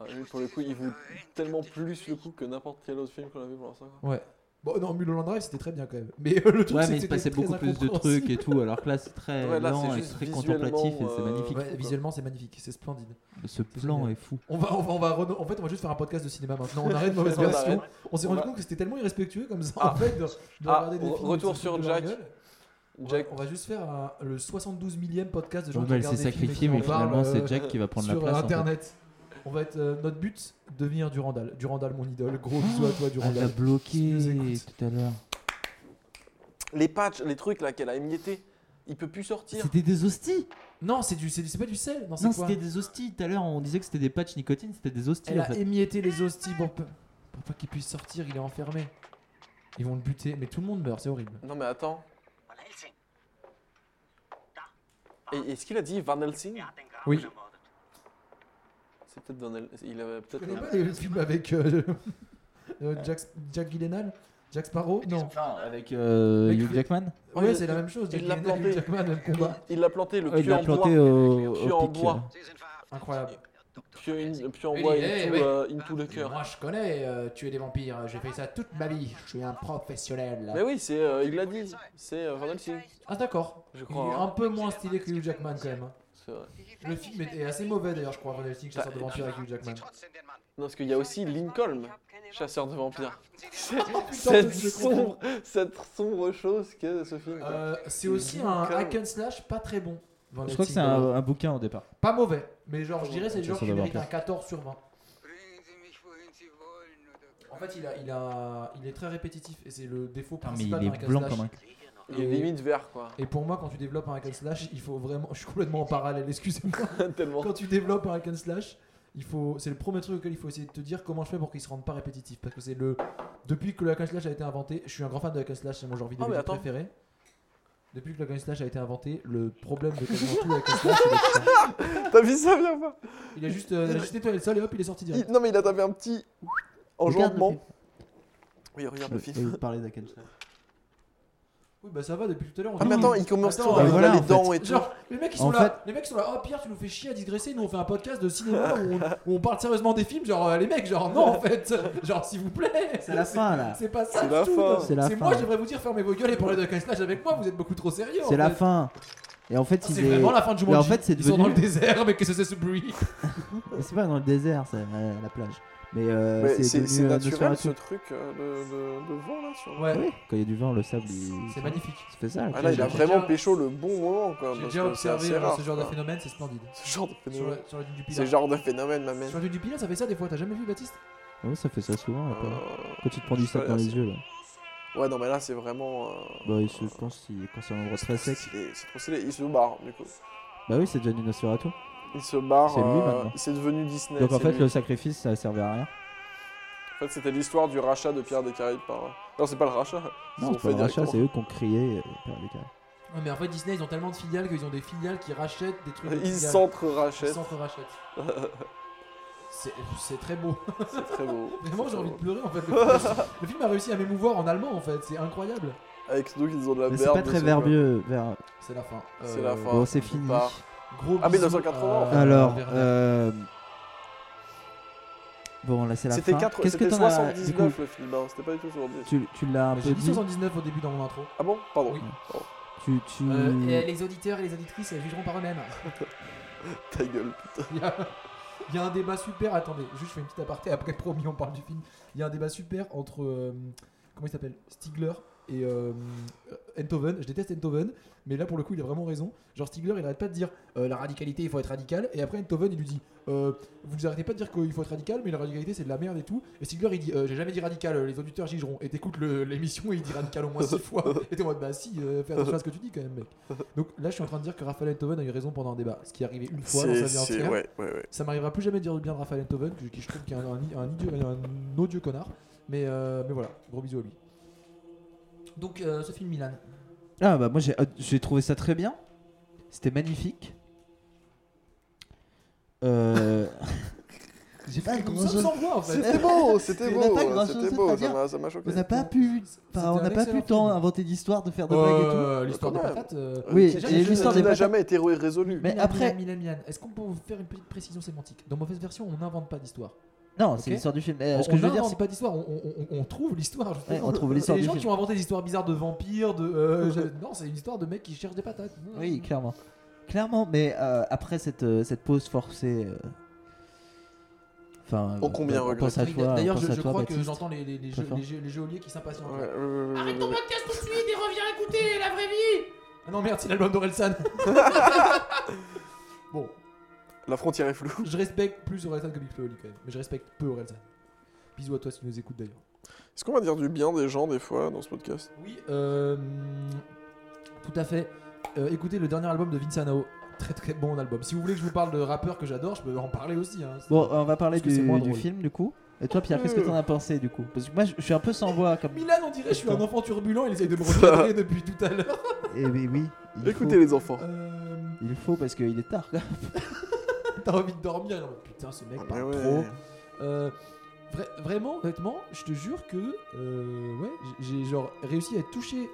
Ah, lui, pour le coup, il vaut tellement plus le coup que n'importe quel autre film qu'on a vu pour l'instant. quoi. Ouais. Bon, non, Mulholland Drive, c'était très bien quand même. Mais euh, le truc, Ouais, c'est que mais il se c'était passait très beaucoup plus de trucs et tout, alors que là, c'est très Ouais, là, c'est lent et juste très visuellement, contemplatif et c'est euh, magnifique. Ouais, visuellement, c'est magnifique, c'est splendide. Ce C'est plan génial. est fou. On va, on va, on va reno- En fait, on va juste faire un podcast de cinéma maintenant. On arrête mauvaise On arrête. version. On s'est On rendu va- compte que c'était tellement irrespectueux comme ça. Ah. En fait, de, de Ah, regarder des re- films retour qui se sur foutent de leur Jack. gueule. On va- Jack, On va juste faire un- le 72 millième podcast de gens Ouais, qui mais elle regardent s'est des films et sacrifiée, qui en mais finalement, parlent, c'est euh, Jack qui va prendre la sur place. en fait. Internet. On va être euh, notre but devenir Durandal. Durandal, mon idole. Gros bisous à toi, Elle Ah, l'a Durandal. bloqué Si nous écoute. tout à l'heure. les patchs, les trucs là qu'elle a émiettés, il peut plus sortir. C'était des hosties Non, c'est du, c'est du- c'est pas du sel. Non, c'est Non, quoi c'était des hosties. Tout à l'heure, on disait que c'était des patchs nicotine, c'était des hosties Elle en a fait. émietté les hosties pour, peu- pour pas qu'il puisse sortir. Il est enfermé. Ils vont le buter, mais tout le monde meurt. C'est horrible. Non mais attends, Van Helsing. Et- est-ce qu'il a dit Van Helsing Er hat den Grafen Oui. ermordet. C'est peut-être Van Helsing. Il avait Tu peut-être. connais pas les films avec euh, euh, Jack, Jack Gyllenhaal Jack Sparrow Non. avec euh, Mec, Hugh il- Jackman Ouais, c'est la même chose. Jack Il l'a Gyllenhaal, planté. Hugh Jackman, même combat. Il l'a planté, le Ouais, Ah, Il pieu l'a en bois. planté au, Pieu au en pic. bois. Sie sind verhaftet. Incroyable. euh, Pieu in- pieu en Il bois dit, eh, into, ouais. euh, into le cœur. Moi, je connais euh, tuer des vampires. J'ai fait ça toute ma vie. Je suis un professionnel. Mais oui, c'est, euh, il l'a dit, c'est euh, Van Helsing. Ah, d'accord. Je Il crois, est hein. un peu moins stylé que Hugh Jackman, quand même. hein. C'est vrai. Le film est est assez mauvais, d'ailleurs, je crois, Van Helsing, chasseur de vampires avec Hugh Jackman. Trotzdem den Mann. Non, parce qu'il y a aussi Lincoln, chasseur de vampires. Verhaften Sie den Cette je comprends. sombre, cette sombre chose que ce film. quoi. Euh, c'est aussi un hack and slash pas très bon. Van Je crois que c'est Helsing, un, euh, un bouquin au départ. Pas mauvais, mais genre, je dirais, c'est le genre Chasseur qui de mérite un vampires. 14 sur 20. En En fait, il, a, il, a, il est très répétitif et c'est le défaut Putain, mais principal il d'un hack est and blanc slash. comme un. Il est limite vert quoi. Et pour moi, quand tu développes un hack and slash, il faut vraiment. Je suis complètement en parallèle, excusez-moi. Tellement. quand tu développes un hack and slash, il faut. C'est le premier truc auquel il faut essayer de te dire comment je fais pour qu'il se rende pas répétitif. Parce que c'est le. Depuis que le hack and slash a été inventé, je suis un grand fan de hack and slash, c'est mon genre vidéo Ah, mais vidéo attends. préféré. Depuis que le hack and slash a été inventé, le problème de quasiment tout hack and slash, c'est que ça- T'as vu ça bien pas il a juste, euh, il a juste nettoyé le sol et hop, il est sorti Il- direct. Non mais il a tapé un petit enjambement. Oui, regarde le film. Parler d'Akenstein. Oui, bah ça va depuis tout à l'heure. on Ah dit- mais attends, il commence Attends, toujours bah avec voilà, là, les en fait. dents et tout. Genre, les mecs, ils sont En là, les mecs sont là, oh Pierre, tu nous fais chier à digresser, nous on fait un podcast de cinéma où on, où on parle sérieusement des films, genre euh, les mecs, genre non en fait, genre s'il vous plaît. C'est la fin là. C'est pas ça C'est du la tout. fin. C'est la C'est fin. moi, j'aimerais vous dire fermez vos gueules et parlez de Hack and Slash avec moi, vous êtes beaucoup trop sérieux. en C'est la fait. fin. Et en fait, Ah, il C'est est. vraiment la fin de Jumanji. Mais en fait, c'est Ils sont dans le devenu- désert, mais que c'est ce bruit Mais C'est pas dans le désert, c'est à la plage. Mais, euh, Mais c'est devenu, c'est euh, naturel ce Nosferatu. truc euh, de, de- de vent là sur. Ouais, Oui, quand il y a du vent, le sable. il- c'est magnifique. Ça fait ça. la Ah là, plage. il a J'ai vraiment déjà- pécho le bon moment quoi. J'ai parce déjà que c'est observé assez alors, rare, ce genre de quoi. phénomène, c'est splendide. Ce genre de Sur phénomène. la, sur la dune du Ce Pilat. genre de phénomène, ma mère. Sur la dune du Pilat, ça fait ça des fois, t'as jamais vu Baptiste Ouais, ça fait ça souvent. la plage. Euh, Quand tu te prends du sable dans les yeux, là. Ouais, non, mais là, c'est vraiment. euh, Bah, il se- je pense qu'il- quand c'est un endroit très c'est sec. trop stylé, c'est trop stylé. Il se barre, du coup. Bah oui, c'est déjà du Nosferatu. Il se barre. C'est lui, euh, maintenant. C'est devenu Disney. Donc en c'est fait, lui. le sacrifice, ça servait à rien. En fait, c'était l'histoire du rachat de Pierre des Caraïbes par. euh, Non, c'est pas le rachat. Ils ont Non, c'est fait pas le rachat, directement. c'est eux qui ont crié. euh, Père des Caraïbes. Ouais, mais en fait, Disney, ils ont tellement de filiales qu'ils ont des filiales qui rachètent des trucs. de Ils filiales. Ils s'entre-rachètent. s'entre-rachètent. C'est- C'est très beau. C'est très beau. Vraiment, C'est j'ai très envie de beau. pleurer en fait. Le film, le film a réussi à m'émouvoir en allemand en fait, c'est incroyable. Avec nous, ils ont de la Mais Euh, merde. c'est pas de très ce- verbeux. vers- C'est la fin. C'est Euh, la fin. Bon, c'est on peut fini. pas. Gros Ah, mais bisous 1980, à- enfin. Alors, Werner. euh... bon, là c'est la C'était fin. 4... Qu'est-ce que c'était t'en as du coup, 79 le film, hein, c'était pas du tout sur 10. Tu, tu l'as un peu J'ai dit dit. 79 au début dans mon intro. Ah bon Pardon. Oui. Tu, tu... Euh, les auditeurs et les auditrices jugeront par eux-mêmes. Ta gueule. Il y, a, il y a un débat super. Attendez, juste je fais une petite aparté. Après, promis, on parle du film. Il y a un débat super entre. euh, comment il s'appelle Stigler Et euh, Enthoven, je déteste Enthoven, mais là pour le coup il a vraiment raison. Genre Stigler il arrête pas de dire euh, la radicalité il faut être radical, et après Enthoven il lui dit euh, vous arrêtez pas de dire qu'il faut être radical, mais la radicalité c'est de la merde et tout. Et Stigler il dit euh, j'ai jamais dit radical, euh, les auditeurs gigeront. Et t'écoutes le- l'émission et il dit radical au moins six fois. Et t'es en mode bah si, euh, fais attention à ce que tu dis quand même mec. Donc là je suis en train de dire que Raphaël Enthoven a eu raison pendant un débat, ce qui est arrivé une fois dans sa C'est, vie c'est- entière. ouais, ouais, ouais. Ça m'arrivera plus jamais de dire bien de Raphaël Enthoven, que- qui je trouve qu'il est un, un idiot- un odieux connard. Mais, euh, mais voilà, gros bisous à lui. Donc euh, ce film Milan. Ah bah moi j'ai euh, j'ai trouvé ça très bien. C'était magnifique. Euh... j'ai pas grand Ça me chose. semble quoi, en fait. C'était beau, Oh, c'était Mais on beau, n'a pas grand-chose c'était à beau, ça dire. m'a, ça m'a choqué. On n'a pas pu, enfin, on un n'a pas excellent pu tant film. inventer d'histoire de faire de blagues et tout. Euh, L'histoire des Quand même. patates. euh, Oui, déjà, et je- l'histoire qui des n'a patates. jamais été ré- résolue. Mais Milan, après- Milan, Milan, Milan. est-ce qu'on peut vous faire une petite précision sémantique Dans mauvaise version, on n'invente pas d'histoire. Non, Ok. c'est l'histoire du film. Euh, On- ce que on je veux dire, n'invente c'est pas d'histoire, on, on- on- on trouve l'histoire. Ouais, justement. on trouve C'est l'histoire les du gens qui film. ont inventé des histoires bizarres de vampires, de. euh, je- Non, c'est une histoire de mecs qui cherchent des patates. Oui, clairement. Clairement, mais euh, après cette, euh, cette pause forcée. euh, Enfin. euh, Oh, combien on pense regrette. à Oui, toi, on D'ailleurs, pense je, à je toi, crois que Baptiste. j'entends les, les, les, Très jeux- fort. les jeux- les geôliers qui s'impatientent. Ouais, ouais, ouais, ouais, ouais, ouais. podcast tout de suite et reviens écouter la vraie vie Ah non, merde, c'est l'album d'Orelsan Bon, La frontière est floue. je respecte plus Orelsan que Big Flo et Oli, quand même, mais je respecte peu Orelsan. Bisous à toi si tu nous écoutes d'ailleurs. Est-ce qu'on va dire du bien des gens des fois dans ce podcast Oui, euh, tout à fait. Euh, écoutez le dernier album de Vincent Nao. Très très bon album. Si vous voulez que je vous parle de rappeurs que j'adore, je peux en parler aussi. hein. Bon, on va parler Parce que du, c'est moins du drôle. film du coup. Et toi, Pierre, qu'est-ce que t'en as pensé du coup Parce que moi, je, je suis un peu sans voix comme. Milan, on dirait que je suis un enfant turbulent, il essaye de me recadrer depuis tout à l'heure. Eh oui, oui. il Écoutez faut- les enfants. Euh, Il faut parce qu'il est tard. T'as envie de dormir. non, mais Putain, ce mec Ah, mais parle ouais. trop. Euh, vra- vraiment, honnêtement, je te jure que euh, ouais, j'ai j'ai genre réussi à être touché,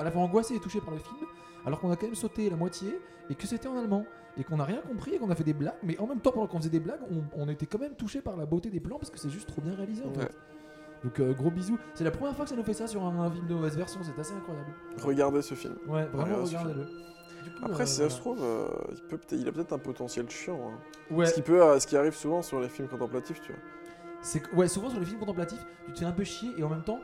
à la fois angoissé et touché par le film, alors qu'on a quand même sauté la moitié et que c'était en allemand et qu'on n'a rien compris et qu'on a fait des blagues, mais en même temps pendant qu'on faisait des blagues, on, on était quand même touché par la beauté des plans parce que c'est juste trop bien réalisé en Ouais. fait. Donc euh, gros bisous. C'est la première fois que ça nous fait ça sur un, un film de mauvaise version, c'est assez incroyable. Regardez ce film. Ouais, vraiment Ouais, ouais, c'est regardez-le. Du coup, Ah, Après, euh, si ça se trouve, euh, il, peut peut-être- il a peut-être un potentiel chiant. hein. ouais. Ce, qui peut, euh, ce qui arrive souvent sur les films contemplatifs, tu vois. C'est que- ouais, souvent sur les films contemplatifs, tu te fais un peu chier et en même temps,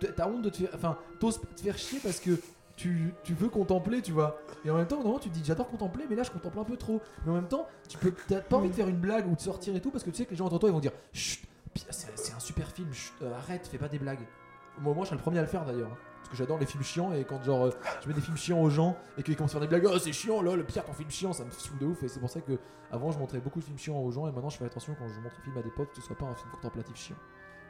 tu- t'as honte de te faire. Enfin, t'oses te faire chier parce que tu, tu veux contempler, tu vois. Et en même temps, non, tu te dis j'adore contempler, mais là je contemple un peu trop. Mais en même temps, tu peux, t'as pas envie de faire une blague ou de sortir et tout parce que tu sais que les gens autour de toi ils vont dire chut, pi- c'est c'est un super film, chut, euh, arrête, fais pas des blagues. Moi, moi je serais le premier à le faire d'ailleurs. hein. Parce que j'adore les films chiants et quand genre euh, je mets des films chiants aux gens et qu'ils commencent à faire des blagues, oh c'est chiant, lol, Pierre ton film chiant, ça me saoule de ouf et c'est pour ça que avant, je montrais beaucoup de films chiants aux gens et maintenant, je fais attention quand je montre un film à des potes que ce soit pas un film contemplatif chiant.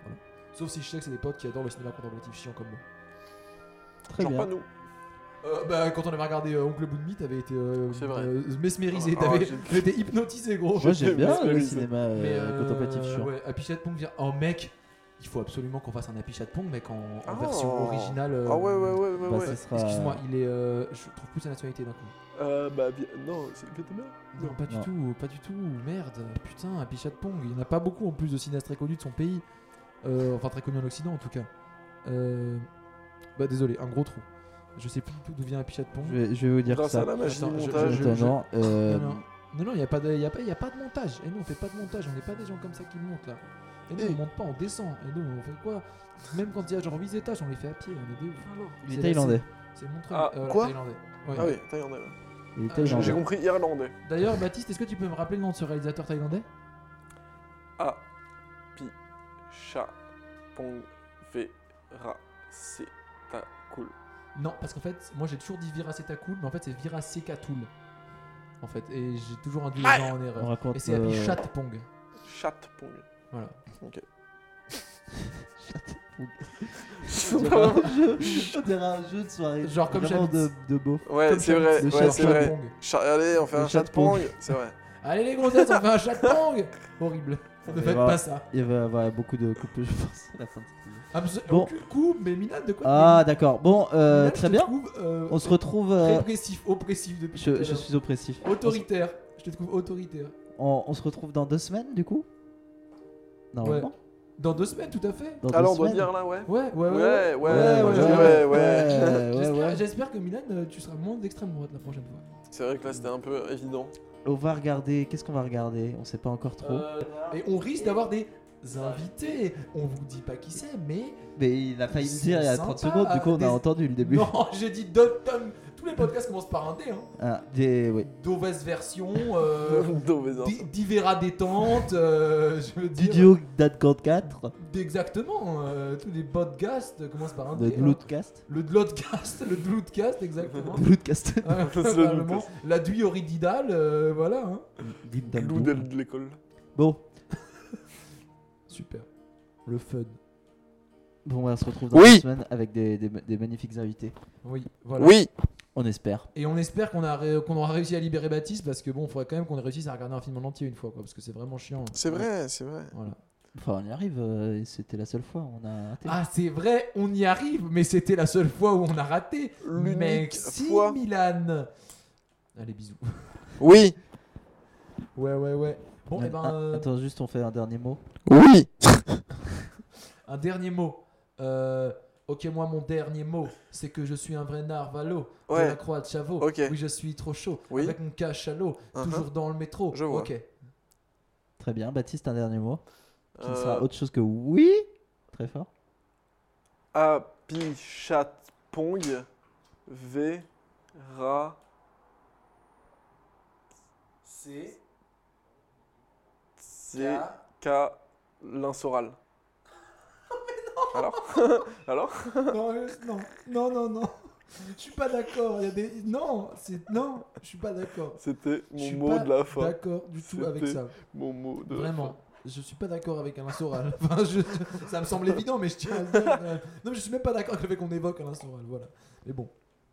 Voilà. Sauf si je sais que c'est des potes qui adorent le cinéma contemplatif chiant comme moi. Très Genre pas bien. nous. Euh, bah, quand on avait regardé euh, Oncle Boonmi, t'avais été euh, C'est vrai. euh, mesmérisé, Ah, t'avais j'ai- t'avais été hypnotisé, gros. Moi, j'aime bien Mais le c'est- cinéma euh, Mais, euh, contemplatif. je suis sûr. Ouais, Apichat Pong vient. Oh mec, il faut absolument qu'on fasse un Apichat Pong, mec, en, en Ah. version originale. euh, Ah ouais, ouais, ouais, ouais. Bah, ouais. ça sera- Excuse-moi, il est. euh, je trouve plus sa nationalité d'un coup. Euh, bah, bien- non, c'est Guatemala. Non, pas du Non. tout, pas du tout. Merde, putain, un Pichat Pong. Il n'y en a pas beaucoup en plus de cinéastes très connus de son pays. Euh, enfin, très connus en Occident en tout cas. Euh, Bah, désolé, un gros trou. Je sais plus du tout d'où vient un Pichat Pong. Je vais, je vais vous dire Grâce ça. à la magie Attends, du je- montage. je- Attends, non, euh, Non, non, non, non, il n'y a, pas de- il y a, pas- il y a pas de montage. Et nous, on fait pas de montage. On n'est pas des gens comme ça qui montent là. Et nous, Eh. on monte pas, on descend. Et nous, on fait quoi Même quand il y a genre 8 étages, on les fait à pied. On est des ouf. Il C'est- est thaïlandais. C'est mon truc. Ah, Euh, quoi Thaïlandais. Ouais. Ah oui, thaïlandais. ouais. Il est Ah, J'ai- thaïlandais. J'ai compris irlandais. D'ailleurs, Baptiste, est-ce que tu peux me rappeler le nom de ce réalisateur thaïlandais A. Pi. Cha. Pong. Ve. Ra. Se. Ta. Cool. Non, parce qu'en fait, moi j'ai toujours dit Viracetacool, mais en fait c'est Viracetacool. En fait, et j'ai toujours induit Ah les gens en On erreur. raconte. Et c'est Happy euh, Chat Pong. Chat. Pong. Voilà. On dirait un jeu- on dirait un jeu de soirée. Genre comme Vraiment de, Chablis. de beau. Ouais, Comme c'est Chat- vrai. le Ouais, chat c'est Pong. vrai. Chat- Allez, on fait Le un chat chat Pong. C'est vrai. Allez les grossettes, on fait un Chat Pong Horrible. Ne Mais faites voilà. pas ça. Il va y avoir beaucoup de coupes, je pense, à la fin de cette vidéo. Absol- Bon. Aucune coupe, mais Milan, de quoi Ah, d'accord. Bon, euh, Milan, je très te bien. trouve, euh, On se retrouve. euh, Répressif, oppressif depuis. tout à je, je l'heure. suis oppressif. Autoritaire. Je te trouve autoritaire. On, on se retrouve dans deux semaines, du coup Normalement Dans deux semaines, tout à fait. Dans deux Alors, Ah, on doit semaines dire là, ouais. Ouais, ouais, ouais. ouais. Ouais, ouais, ouais, ouais, ouais, ouais. ouais, J'espère, ouais. j'espère que Milan, euh, tu seras moins d'extrême droite la prochaine fois. C'est vrai que là, c'était un peu évident. Euh, On va regarder. Qu'est-ce qu'on va regarder On sait pas encore trop. Et on risque d'avoir des invités. On vous dit pas qui c'est, mais Mais il a failli me C'est dire il y a 30 sympa, secondes, du coup on des- a entendu le début. non, j'ai dit Dom Tom. Tous les podcasts commencent par un D. Hein. Ah, des- oui. Mauvaise version, euh, Mauvaise Di- version. Divera détente, euh, je veux dire. Studio Date 4 Exactement, euh, tous les podcasts commencent par un de D. hein. Bloodcast. Le Dlodcast, le Dloudcast, exactement. Bloodcast. Ah, Le probablement. Dloudcast. La duiorididale, euh, voilà. hein. Dim dam Clou boum. de de l'école. Bon, Super. Le fun. bon, on se retrouve dans Oui. la semaine avec des, des- des magnifiques invités. Oui, voilà. Oui, On espère. Et on espère qu'on a ré- qu'on aura réussi à libérer Baptiste parce que bon, faudrait quand même qu'on réussisse à regarder un film en entier une fois, quoi, parce que c'est vraiment chiant. c'est vrai, c'est vrai. Voilà. Enfin, on y arrive. euh, et C'était la seule fois. On a raté. Ah, c'est vrai, on y arrive, mais c'était la seule fois où on a raté. L'unique Merci fois. Milan. Allez, bisous. Oui, Ouais, ouais, ouais. Bon, Ah, et ben, ah, euh, Attends, juste, on fait un dernier mot. oui. un dernier mot. Euh, ok, moi, mon dernier mot, c'est que je suis un vrai narvalo de Ouais. la Croix de Chavot. Ok. Oui, je suis trop chaud. Oui. Avec mon cachalot, Uh-huh. toujours dans le métro. Je vois. Ok. Très bien. Baptiste, un dernier mot. Qui ne Euh, sera autre chose que oui. Très fort. Happy Chat Pong V Ra C C K Linsoral. Alors Alors non, euh, non, non, non, non. Je suis pas d'accord. Il y a des. Non, c'est. Non, je suis pas d'accord. C'était Je mon suis mot pas de la fin. D'accord du tout avec C'était ça. Mon mot de la Vraiment. Je suis pas d'accord avec Alain Soral. Enfin, je- ça me semble évident, mais je tiens à le dire. Euh, Non, mais je suis même pas d'accord avec le fait qu'on évoque Alain Soral. Voilà. Mais bon,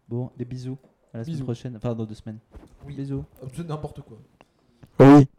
Bon, des bisous. À la semaine Bisous. prochaine. Enfin, dans deux semaines. Oui. Bisous. c'est n'importe quoi. fin. Oui.